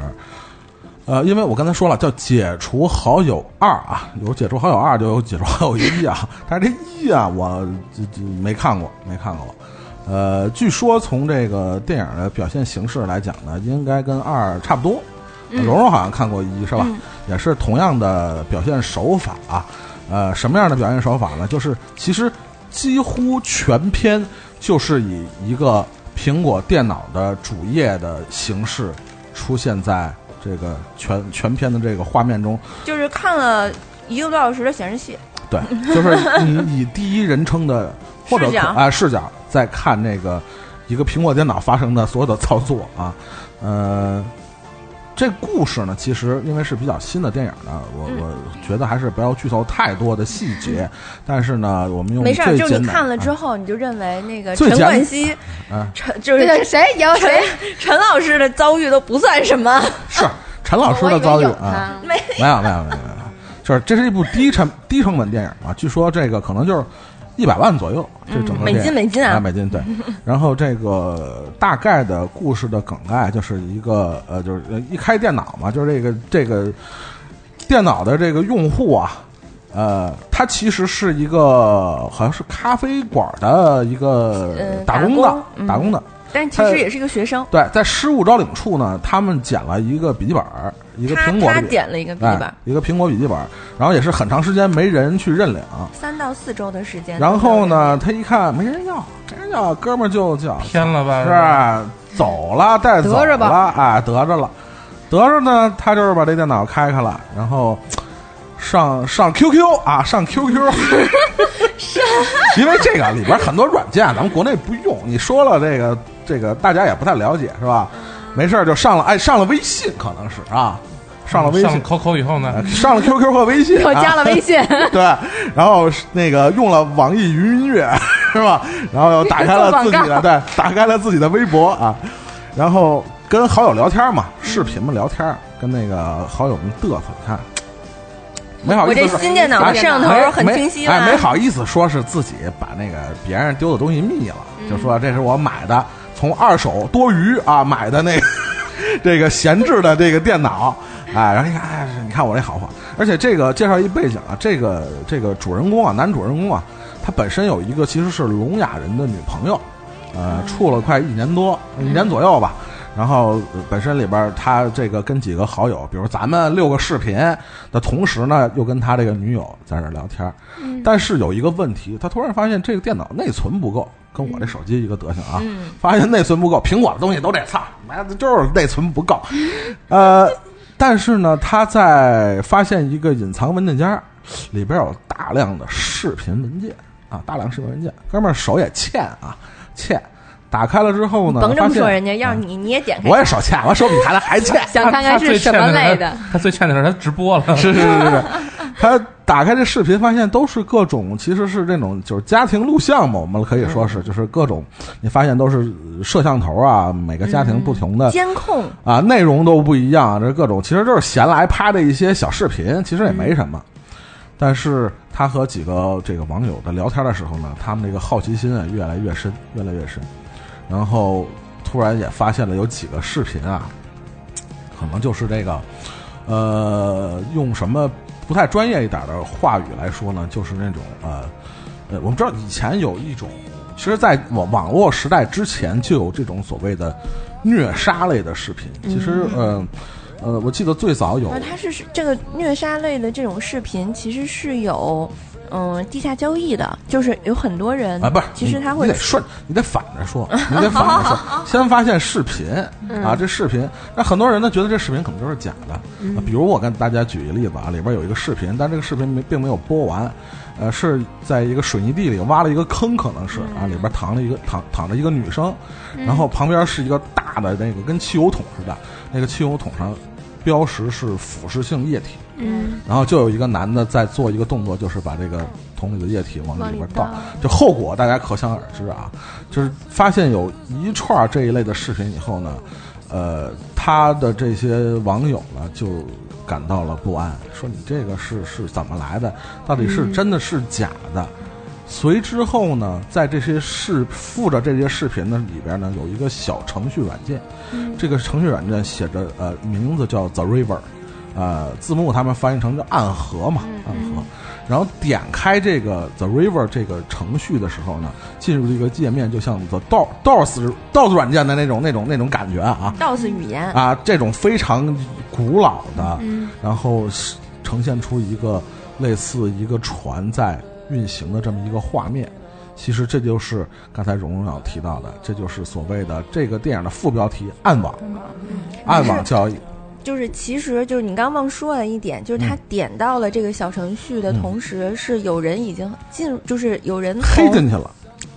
呃，因为我刚才说了叫解除好友二啊，有解除好友二就有解除好友一啊， 但是这一啊，我这这没看过，没看过。呃，据说从这个电影的表现形式来讲呢，应该跟二差不多。嗯龙龙好像看过一，是吧？嗯也是同样的表现手法、呃，什么样的表现手法呢？就是其实几乎全篇就是以一个苹果电脑的主页的形式出现在这个全全篇的这个画面中。就是看了一个多小时的显示器， 对，就是以以第一人称的或者视角啊、视角在看那个一个苹果电脑发生的所有的操作啊，呃，这故事呢，其实因为是比较新的电影呢，我嗯我觉得还是不要剧透太多的细节。但是呢，我们用没事儿，嗯最就是简你单看了之后，你就认为那个最陈简冠希、啊，陈就是对对谁陈有谁 陈老师的遭遇都不算什么。啊是陈老师的遭遇啊，没 没有没有没有没有，就是这是一部低成低成本电影嘛，据说这个可能就是一百万左右，这整个美电影金美金啊啊美 金对，然后这个大概的故事的梗概就是一个呃，就是呃一开电脑嘛，就是这个这个电脑的这个用户啊，呃，他其实是一个好像是咖啡馆的一个呃打打工的、工嗯打工的， 但其他实也是一个学生，对，在失物招领处呢，他们捡了一个笔记本儿，一个他苹果他的笔点了一个笔记本哎，一个苹果笔记本儿，然后也是很长时间没人去认领。嗯三到四周的时间。然后呢，他一看没人要，没人要，哥们儿就叫偏了吧？是啊吧走了，带走得着了吧，哎，得着了，得着呢，他就是把这电脑开开了，然后上上 QQ 啊，上 QQ，因为这个里边很多软件咱们国内不用，你说了这个这个大家也不太了解是吧？没事儿就上了，哎，上了微信可能是啊，上了微上信了 QQ 以后呢， 上了 QQ 和微信， 又加啊了微信 对，然后是那个用了网易云音乐 是吧？然后又打开了 做自己的广告对，打开了自己的微博啊，然后跟好友聊天嘛，嗯视频嘛聊天，跟那个好友们嘚瑟，你看。没好意思我说，这新电脑哎摄像头没很没清晰哎，了没好意思说是自己把那个别人丢的东西密了，嗯就说这是我买的，从二手多余啊买的那个 这个闲置的这个电脑，哎，然后一看，哎，你看我这好货，而且这个介绍一背景啊，这个这个主人公啊，男主人公啊，他本身有一个其实是聋哑人的女朋友，呃，处了快一年多，一年左右吧。然后呃本身里边儿他这个跟几个好友，比如咱们六个视频的同时呢，又跟他这个女友在这儿聊天儿。嗯但是有一个问题，他突然发现这个电脑内存不够，跟我这手机一个德行啊，嗯发现内存不够，苹果的东西都得操，妈的就是内存不够。呃，但是呢，他在发现一个隐藏文件夹，里边有大量的视频文件啊，大量视频文件。哥们儿手也欠啊，欠。打开了之后呢，甭这发么现嗯说人家，要是你你也点开。。我也手欠，我手比他的还欠 想看看是什么类的他最欠的是他直播了，是是是是，他打开这视频，发现都是各种，其实是这种就是家庭录像嘛，我们可以说是就是各种，你发现都是摄像头啊，每个家庭不同 的、监控，啊，内容都不一样，这各种其实就是闲来拍的一些小视频，其实也没什么。但是他和几个这个网友的聊天的时候呢，他们这个好奇心啊越来越深，越来越深，然后突然也发现了有几个视频啊，可能就是这个，呃，用什么不太专业一点的话语来说呢，就是那种呃呃，我们知道以前有一种，其实，在网网络时代之前就有这种所谓的虐杀类的视频。其实，呃呃，我记得最早有啊，它是是这个虐杀类的这种视频，其实是有嗯地下交易的，就是有很多人啊，不是，其实你他会你得顺，你得反着 说，你得反着好好说，先发现视频嗯啊，这视频，那很多人呢觉得这视频可能就是假的，啊嗯比如我跟大家举一个例子啊，里边有一个视频，但这个视频没并没有播完，呃，是在一个水泥地里挖了一个坑，可能是嗯啊，里边躺了一个躺躺着一个女生，嗯然后旁边是一个大的那个跟汽油桶似的，那个汽油桶上标识是腐蚀性液体。嗯然后就有一个男的在做一个动作，就是把这个桶里的液体往里边倒往里，就后果大家可想而知啊。就是发现有一串这一类的视频以后呢，呃，他的这些网友呢就感到了不安，说你这个是是怎么来的？到底是嗯真的是假的？随之后呢，在这些视附着这些视频的里边呢，有一个小程序软件，嗯这个程序软件写着呃名字叫 The River，呃字幕他们翻译成叫暗河嘛，暗河。然后点开这个 The River 这个程序的时候呢，进入这个界面就像 The Door DOS DOS 软件的那种那种那种感觉啊 DOS 语言，啊，这种非常古老的，嗯然后是呈现出一个类似一个船在运行的这么一个画面。其实这就是刚才蓉蓉要提到的，这就是所谓的这个电影的副标题“暗网”，暗网交易。就是其实就是你刚忘说了一点，就是他嗯点到了这个小程序的同时，是有人已经进入，就是有人 黑从进去了。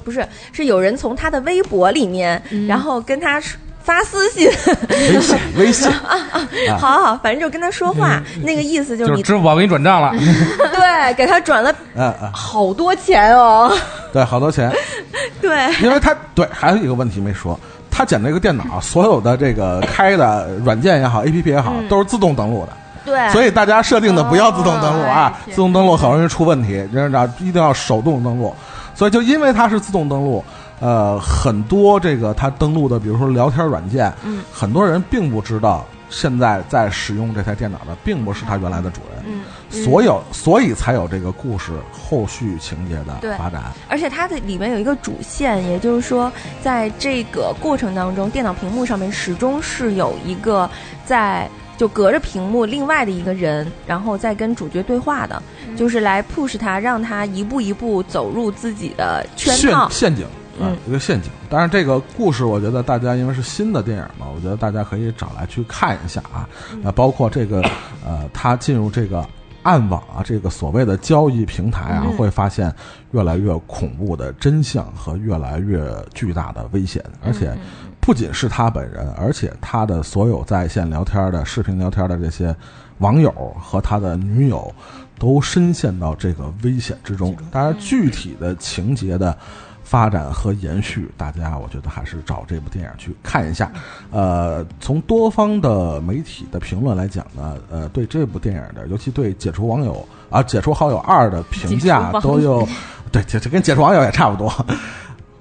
不是是有人从他的微博里面，然后跟他说发私信，微信微信啊啊， 好好，反正就跟他说话，嗯那个意思就就是是你支付宝给你转账了，对，给他转了嗯嗯，好多钱哦， 对，好多钱，对，因为他对还有一个问题没说，他捡这个电脑所有的这个开的软件也好，APP 也好，嗯都是自动登录的。对，所以大家设定的不要自动登录哦啊，自动登录很容易出问题，知道一定要手动登录。所以就因为它是自动登录，呃，很多这个它登录的，比如说聊天软件，嗯很多人并不知道现在在使用这台电脑的并不是它原来的主人，嗯，嗯所有所以才有这个故事后续情节对的发展。而且它的里面有一个主线，也就是说，在这个过程当中，电脑屏幕上面始终是有一个在就隔着屏幕另外的一个人，然后再跟主角对话的，嗯就是来 push 他，让他一步一步走入自己的圈陷套。陷阱，啊嗯一个陷阱。当然，这个故事我觉得大家因为是新的电影嘛，我觉得大家可以找来去看一下啊。嗯那、包括这个呃，他进入这个暗网啊，这个所谓的交易平台啊，嗯会发现越来越恐怖的真相和越来越巨大的危险，而嗯且。不仅是他本人，而且他的所有在线聊天的、视频聊天的这些网友和他的女友，都深陷到这个危险之中。当然，具体的情节的发展和延续，大家我觉得还是找这部电影去看一下。呃，从多方的媒体的评论来讲呢，呃，对这部电影的，尤其对《解除网友》啊，《解除好友二》的评价解除都网友 有，对，这这跟《解除网友》也差不多。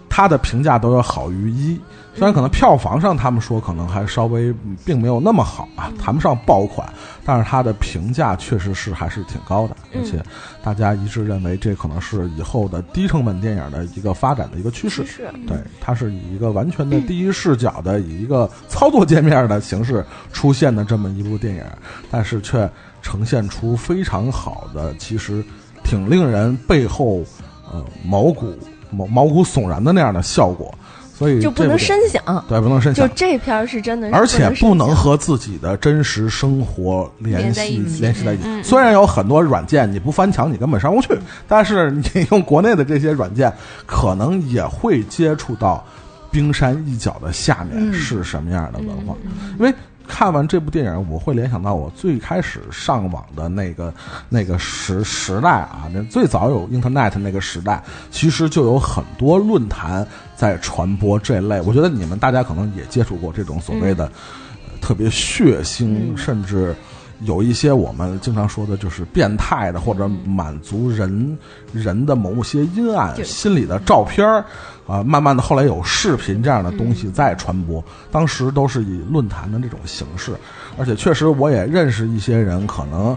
他的评价都要好于一，虽然可能票房上他们说可能还稍微嗯并没有那么好啊，谈不上爆款，但是他的评价确实是还是挺高的，嗯而且大家一致认为这可能是以后的低成本电影的一个发展的一个趋势。嗯对，它是以一个完全的第一视角的，以一个操作界面的形式出现的这么一部电影，但是却呈现出非常好的，其实挺令人背后呃毛骨毛毛骨悚然的那样的效果，所以就不这能部电深影想对，不能深就想。这片儿是真的是而且不能深想和自己的真实生活联连在系一起联系在一嗯嗯起。虽然有很多软件你不翻墙你根本上不去，但是你用国内的这些软件，可能也会接触到冰山一角的下面嗯是什么样的文化。因为看完这部电影，我会联想到我最开始上网的那个那个时时代啊，那最早有 Internet 那个时代，其实就有很多论坛在传播这类。我觉得你们大家可能也接触过这种所谓的、呃特别血腥，甚至。有一些我们经常说的就是变态的，或者满足人人的某些阴暗就是心理的照片儿，啊、慢慢的后来有视频这样的东西在传播，当时都是以论坛的这种形式，而且确实我也认识一些人，可能，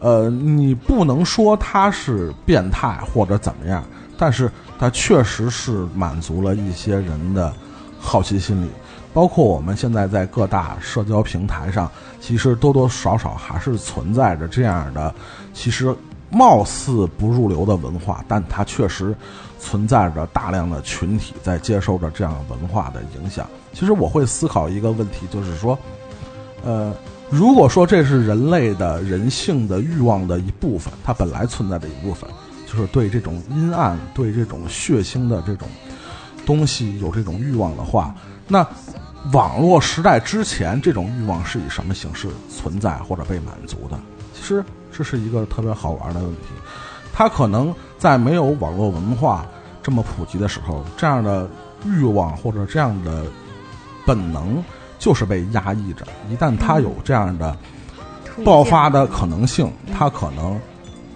呃，你不能说他是变态或者怎么样，但是他确实是满足了一些人的好奇心理。包括我们现在在各大社交平台上，其实多多少少还是存在着这样的，其实貌似不入流的文化，但它确实存在着大量的群体在接受着这样文化的影响。其实我会思考一个问题，就是说，呃，如果说这是人类的人性的欲望的一部分，它本来存在的一部分，就是对这种阴暗、对这种血腥的这种东西有这种欲望的话，那网络时代之前，这种欲望是以什么形式存在或者被满足的？其实这是一个特别好玩的问题。它可能在没有网络文化这么普及的时候，这样的欲望或者这样的本能就是被压抑着。一旦它有这样的爆发的可能性，它可能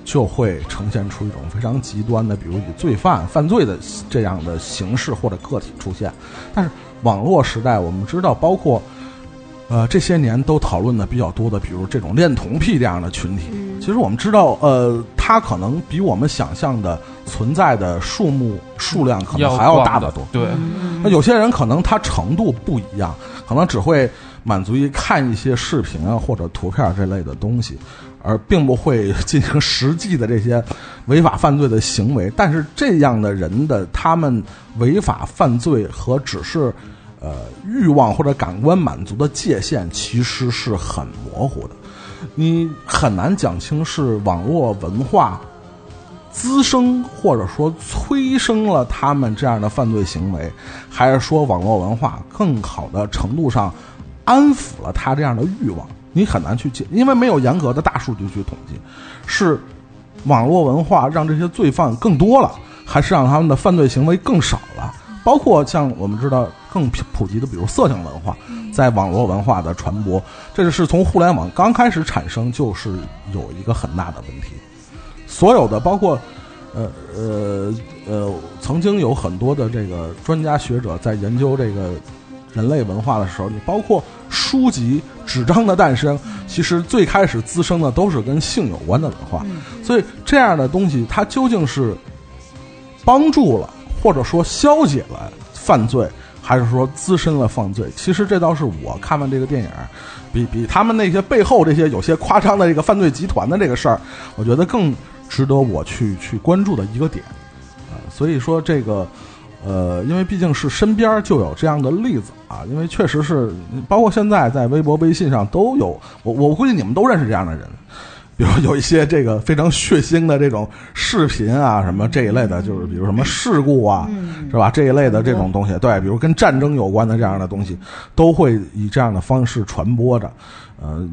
就会呈现出一种非常极端的，比如以罪犯犯罪的这样的形式或者个体出现。但是网络时代，我们知道，包括呃这些年都讨论的比较多的，比如这种恋童癖这样的群体，其实我们知道，呃，它可能比我们想象的存在的数目数量 可能还要大得多。对，那有些人可能他程度不一样，可能只会满足于看一些视频啊或者图片这类的东西，而并不会进行实际的这些违法犯罪的行为。但是这样的人的他们违法犯罪和只是呃欲望或者感官满足的界限其实是很模糊的，你很难讲清是网络文化滋生或者说催生了他们这样的犯罪行为，还是说网络文化更好的程度上安抚了他这样的欲望？你很难去解，因为没有严格的大数据去统计，是网络文化让这些罪犯更多了，还是让他们的犯罪行为更少了？包括像我们知道更普及的，比如色情文化，在网络文化的传播，这是从互联网刚开始产生就是有一个很大的问题。所有的包括，呃呃呃，曾经有很多的这个专家学者在研究这个人类文化的时候，你包括书籍、纸张的诞生，其实最开始滋生的都是跟性有关的文化。所以这样的东西，它究竟是帮助了，或者说消解了犯罪，还是说滋生了犯罪？其实这倒是我看完这个电影，比比他们那些背后这些有些夸张的这个犯罪集团的这个事儿，我觉得更值得我去去关注的一个点啊、所以说这个。呃，因为毕竟是身边儿就有这样的例子啊，因为确实是，包括现在在微博、微信上都有，我我估计你们都认识这样的人，比如有一些这个非常血腥的这种视频啊，什么这一类的，就是比如什么事故啊，是吧？这一类的这种东西，对，比如跟战争有关的这样的东西，都会以这样的方式传播着。呃，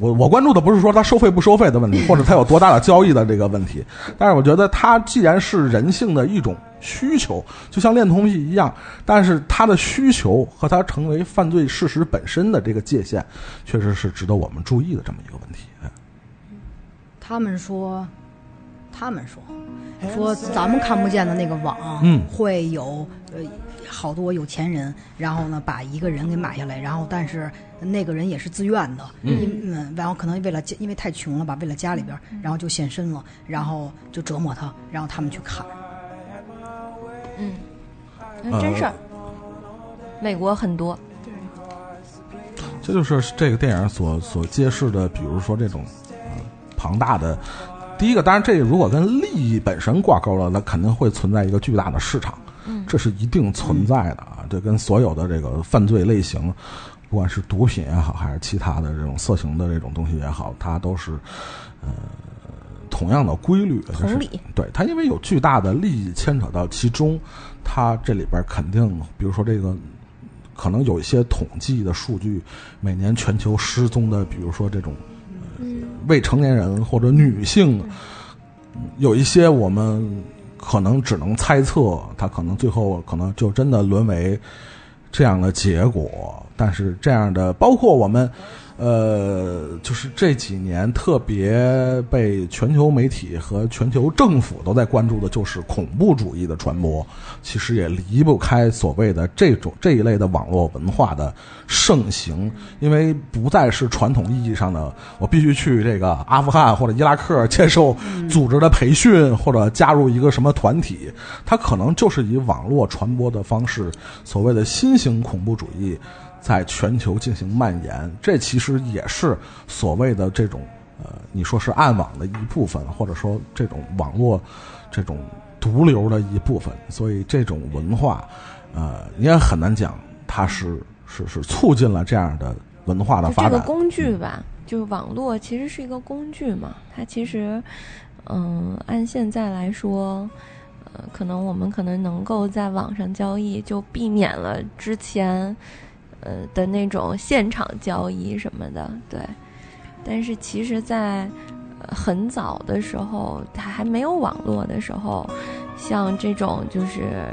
我我关注的不是说它收费不收费的问题，或者它有多大的交易的这个问题，但是我觉得它既然是人性的一种需求，就像恋童癖一样，但是它的需求和它成为犯罪事实本身的这个界限，确实是值得我们注意的这么一个问题。他们说，他们说，哎说咱们看不见的那个网，嗯会有呃好多有钱人，然后呢把一个人给买下来，然后但是那个人也是自愿的，嗯因嗯，然后可能为了家因为太穷了吧，为了家里边儿，嗯然后就献身了，然后就折磨他，然后他们去砍。嗯，呃嗯真事儿，美国很多。这就是这个电影所所揭示的，比如说这种、呃、庞大的。第一个，当然，这如果跟利益本身挂钩了，那肯定会存在一个巨大的市场，嗯这是一定存在的啊。这跟所有的这个犯罪类型，不管是毒品也好，还是其他的这种色情的这种东西也好，它都是呃同样的规律。同就是理对它，因为有巨大的利益牵扯到其中，它这里边肯定，比如说这个可能有一些统计的数据，每年全球失踪的，比如说这种、呃未成年人或者女性，有一些我们可能只能猜测，他可能最后可能就真的沦为这样的结果。但是这样的，包括我们，呃，就是这几年特别被全球媒体和全球政府都在关注的，就是恐怖主义的传播，其实也离不开所谓的这种这一类的网络文化的盛行，因为不再是传统意义上的我必须去这个阿富汗或者伊拉克接受组织的培训，或者加入一个什么团体，它可能就是以网络传播的方式，所谓的新型恐怖主义在全球进行蔓延，这其实也是所谓的这种呃，你说是暗网的一部分，或者说这种网络这种毒瘤的一部分，所以这种文化，呃，你也很难讲它是是是促进了这样的文化的就发这个展。嗯工具吧，就是网络其实是一个工具嘛，它其实，嗯、按现在来说，呃，可能我们可能能够在网上交易，就避免了之前，呃的那种现场交易什么的，对。但是其实在，呃很早的时候，它还没有网络的时候，像这种就是，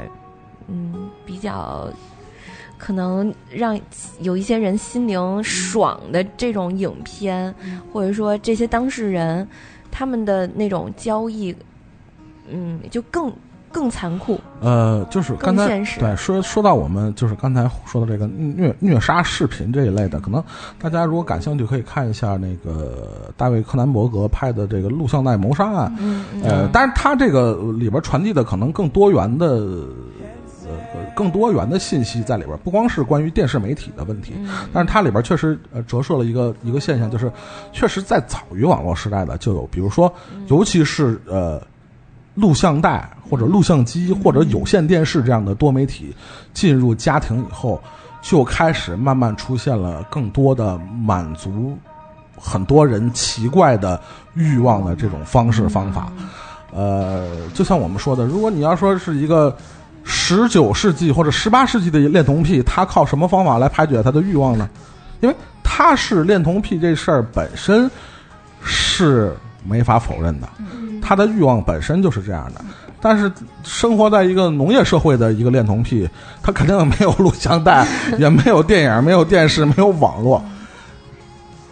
嗯，比较可能让有一些人心灵爽的这种影片，或者说这些当事人他们的那种交易，嗯，就更更残酷。呃，就是更刚才现实对说说到我们就是刚才说的这个虐虐杀视频这一类的，可能大家如果感兴趣，可以看一下那个大卫柯南伯格拍的这个录像带谋杀案。嗯呃，但是它这个里边传递的可能更多元的，呃，更多元的信息在里边，不光是关于电视媒体的问题，但是它里边确实呃折射了一个一个现象，就是确实在早于网络时代的就有，比如说，尤其是呃。录像带或者录像机或者有线电视这样的多媒体进入家庭以后，就开始慢慢出现了更多的满足很多人奇怪的欲望的这种方式方法。呃，就像我们说的，如果你要说是一个十九世纪或者十八世纪的恋童癖，他靠什么方法来排解他的欲望呢？因为他是恋童癖这事儿本身是没法否认的，嗯他的欲望本身就是这样的。但是生活在一个农业社会的一个恋童癖，他肯定没有录像 带，也没有电影，没有电视，没有网络。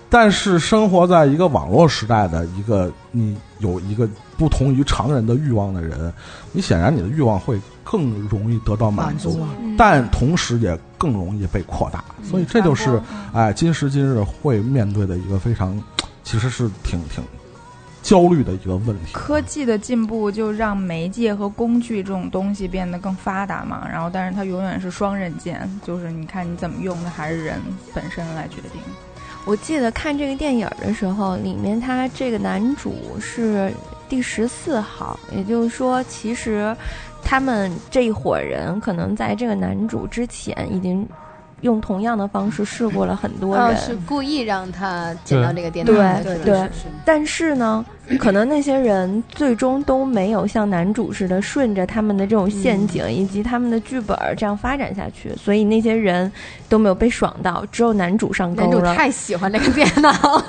但是生活在一个网络时代的一个你有一个不同于常人的欲望的人，你显然你的欲望会更容易得到满足，满足啊嗯但同时也更容易被扩大。所以这就是嗯哎，今时今日会面对的一个非常，其实是挺挺焦虑的一个问题。科技的进步就让媒介和工具这种东西变得更发达嘛，然后但是它永远是双刃剑，就是你看你怎么用的，还是人本身来决定。我记得看这个电影的时候，里面他这个男主是第十四号，也就是说，其实他们这一伙人可能在这个男主之前已经用同样的方式试过了很多人，哦，是故意让他捡到这个电脑对的，是吧对是是但是呢，可能那些人最终都没有像男主似的顺着他们的这种陷阱嗯以及他们的剧本这样发展下去，所以那些人都没有被爽到，只有男主上钩男主了。太喜欢这个电 脑了，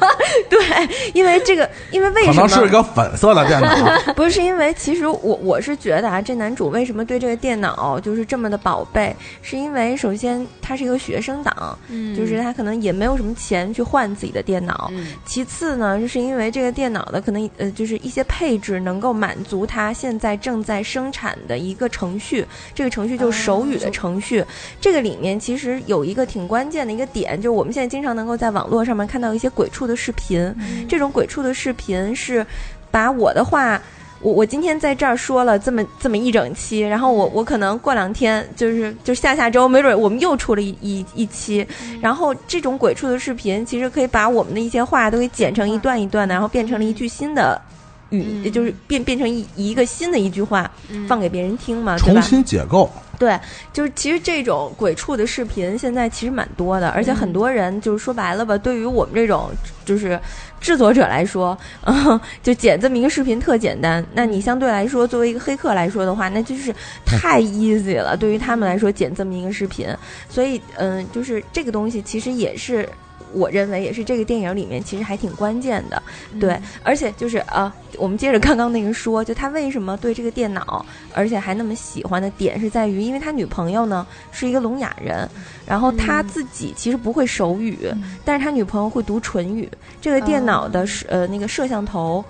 因为这个，因为为什可么能是一个粉色的电脑，不是因为，其实我我是觉得啊，这男主为什么对这个电脑就是这么的宝贝，是因为首先他是一个学生党，嗯就是他可能也没有什么钱去换自己的电脑。嗯其次呢，就是因为这个电脑的可能呃，就是一些配置能够满足他现在正在生产的一个程序，这个程序就是手语的程序。这个里面其实有一个挺关键的一个点，就是我们现在经常能够在网络上面看到一些鬼畜的视频，这种鬼畜的视频是把我的话。我我今天在这儿说了这么这么一整期，然后我我可能过两天就是就下下周，没准我们又出了一一一期，然后这种鬼畜的视频其实可以把我们的一些话都给剪成一段一段的，然后变成了一句新的语，就是变变成一一个新的一句话、嗯放给别人听嘛，对吧？重新解构。对，就是其实这种鬼畜的视频现在其实蛮多的，而且很多人就是说白了吧，对于我们这种就是制作者来说，嗯、就剪这么一个视频特简单。那你相对来说，作为一个黑客来说的话，那就是太 easy 了，对于他们来说剪这么一个视频。所以，嗯，就是这个东西其实也是。我认为也是这个电影里面其实还挺关键的，对，而且就是啊，我们接着刚刚那个说，就他为什么对这个电脑，而且还那么喜欢的点是在于，因为他女朋友呢是一个聋哑人，然后他自己其实不会手语，但是他女朋友会读唇语。这个电脑的摄、呃那个摄像头。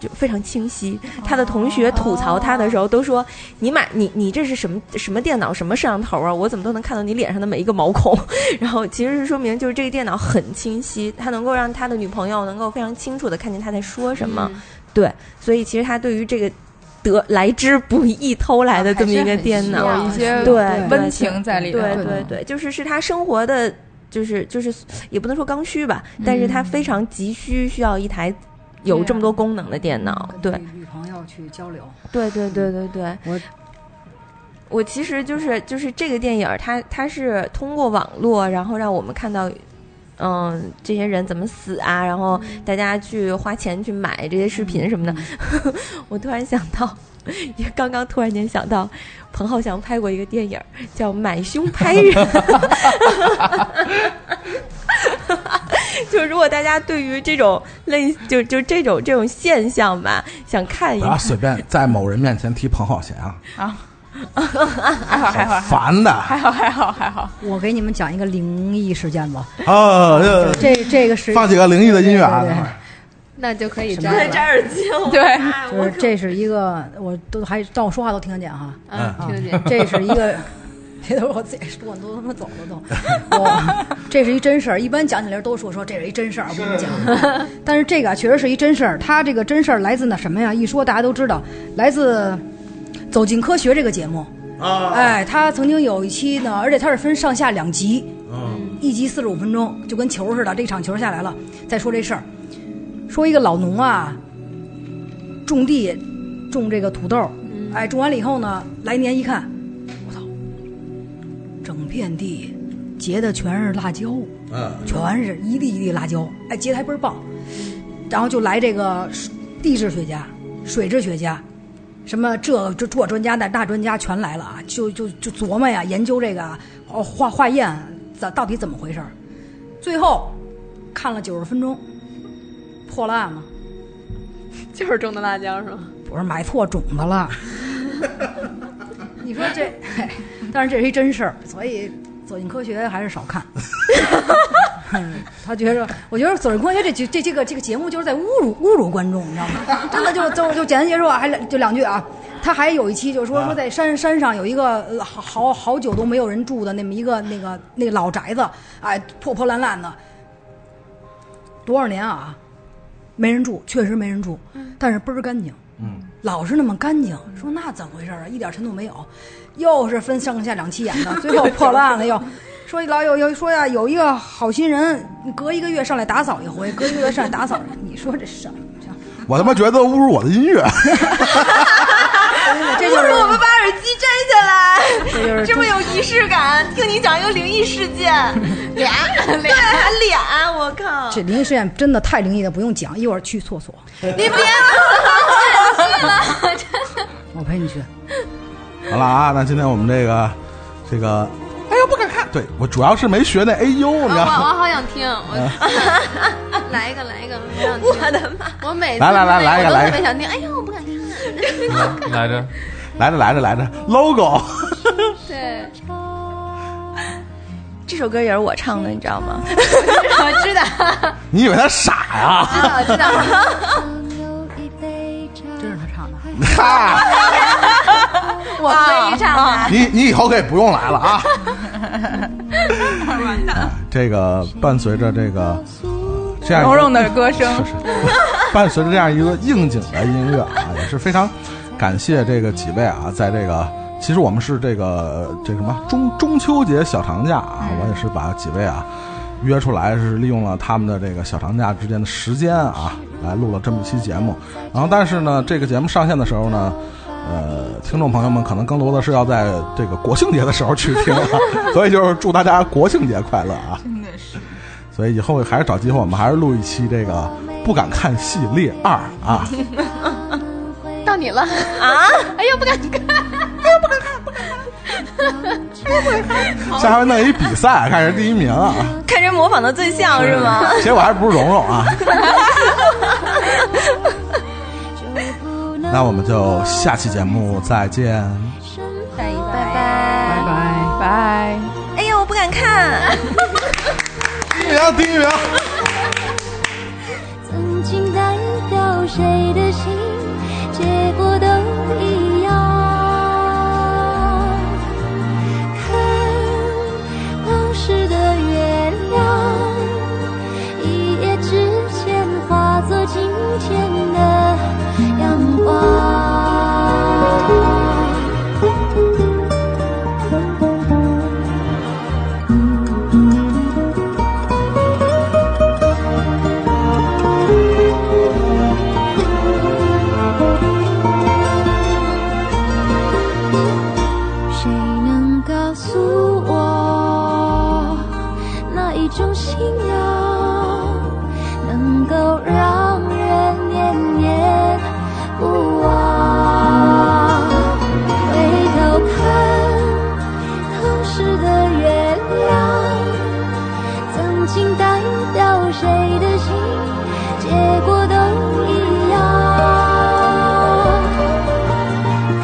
就非常清晰，他的同学吐槽他的时候都说：“你买你你这是什么什么电脑什么摄像头啊？我怎么都能看到你脸上的每一个毛孔。” 然后其实是说明就是这个电脑很清晰，它能够让他的女朋友能够非常清楚的看见他在说什嗯么。对，所以其实他对于这个得来之不易偷来的这么一个电脑，有一些对温情在里对面。对对对，就是是他生活的，就是就是也不能说刚需吧，但是他非常急需需要一台有这么多功能的电脑。对女朋友去交流，对对对对对，我我其实就是就是这个电影儿，它它是通过网络，然后让我们看到，嗯，这些人怎么死啊，然后大家去花钱去买这些视频什么的。 我突然想到，也刚刚突然间想到，彭浩翔拍过一个电影儿叫《买凶拍人》。 就如果大家对于这种类就就这种这种现象吧，想看一不看要，随便在某人面前提彭浩翔啊，啊，还好还好，烦的还好还好 还好。我给你们讲一个灵异事件吧。啊！这这这个是放几个灵异的音乐啊，等会儿那就可以什摘么了。摘耳机了对哎就是这是一个，我都还但我说话都听得见哈。嗯啊听得见这是一个， 这都是我自己说，你都他妈走了都。 我这是一真事儿，一般讲起来都说说这是一真事儿，我跟你讲。 但是这个啊确实是一真事儿，它这个真事儿来自那什么呀？一说大家都知道，来自《走进科学》这个节目。啊哎，它曾经有一期呢，而且它是分上下两集，嗯一集四十五分钟，就跟球似的，这场球下来了，再说这事儿。说一个老农啊，种地种这个土豆，哎，种完了以后呢，来年一看，我操，整片地结的全是辣椒，嗯全是一粒一粒辣椒，哎，结的还倍儿棒。然后就来这个地质学家、水质学家，什么这这这专家那那专家全来了啊，就就就琢磨呀，研究这个哦化化验怎到底怎么回事儿。最后看了九十分钟，破了案了，就是种的辣椒是 吗？不是买错种子了。 你说这，嘿 但是这是一真事儿，所以《走进科学》还是 少看。嗯他觉着，我觉得《走进科学这》这这这个这个节目就是在侮辱侮辱观众，你知道吗？真的就就就简单结束啊，还就两句啊。他还有一期就是说说在山山上有一个呃好好好久都没有人住的那么一个那个那个老宅子，哎，破破烂烂的，多少年啊，没人住，确实没人住，但是倍儿干净。嗯，老是那么干净，说那怎么回事儿啊？一点尘土没有，又是分上下两期演 的，最后破了案了又。说老有有说呀，有一个好心人，隔一个月上来打扫一回， 隔一个月上来打扫。你说这什么？我他妈觉得侮辱我的音乐，这就是我们把耳机摘下这就来，是这么有仪式感。听你讲一个灵异事 件，俩俩俩，我靠！这灵异事件真的太灵异了，不用讲，一会儿去厕所，你别了， 我陪你去。好了啊，那今天我们这个这个，哎呦不敢看，对我主要是没学那哎呦，你我知我道吗？好想听，啊我 来一个来一个，我想听。我的妈！我每次来来来每来一个我都来一特个别想听。哎呦，我不敢看。来着，来着，来着，来着，logo，对，这首歌也是我唱的，你知道吗？我知道，你以为他傻呀？我知道。 真是他唱的，我 可以唱啊。你你以后可以不用来了啊。 哎完蛋，这个伴随着这个、呃这样一个蓉蓉的歌哎声， 伴随着这样一个应景的音乐啊，也是非常感谢这个几位啊，在这个其实我们是这个这什么中中秋节小长假啊，我也是把几位啊约出来，是利用了他们的这个小长假之间的时间啊，来录了这么一期节目。然后，但是呢，这个节目上线的时候呢。呃，听众朋友们可能更多的是要在这个国庆节的时候去听、啊，所以就是祝大家国庆节快乐啊！真的是。所以以后还是找机会，我们还是录一期这个不敢看系列二 啊。到你了啊！ 哎呦，不敢看，哎呦，不敢看，不敢看。下回弄一比赛，看谁第一名 啊！看谁模仿的最像是吗？结果还不是蓉蓉啊。那我们就下期节目再见。拜拜拜拜拜！哎呦，我不敢看。第一名，第一名。曾经代表谁的心，结果都一样。看往事的月亮，一夜之间化作今天的阳光。谁能告诉我，哪一种信仰能够让人念念不忘？回头看，当时的月亮，曾经代表谁的心，结果都一样。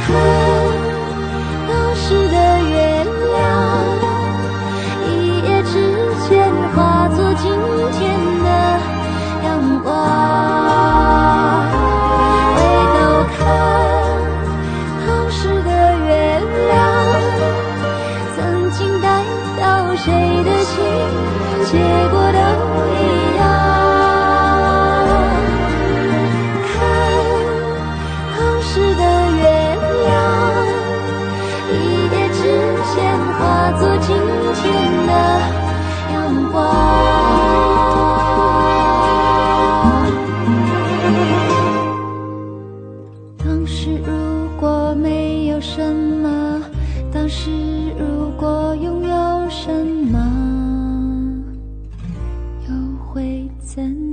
看。当时的月亮，一夜之间化作今天的阳光。回头看，当时的月亮，曾经代表谁的心，结果都一样。看，当时的月亮。一夜之间化作今天的阳光。当时如果没有什么，当时如果拥有什么，又会怎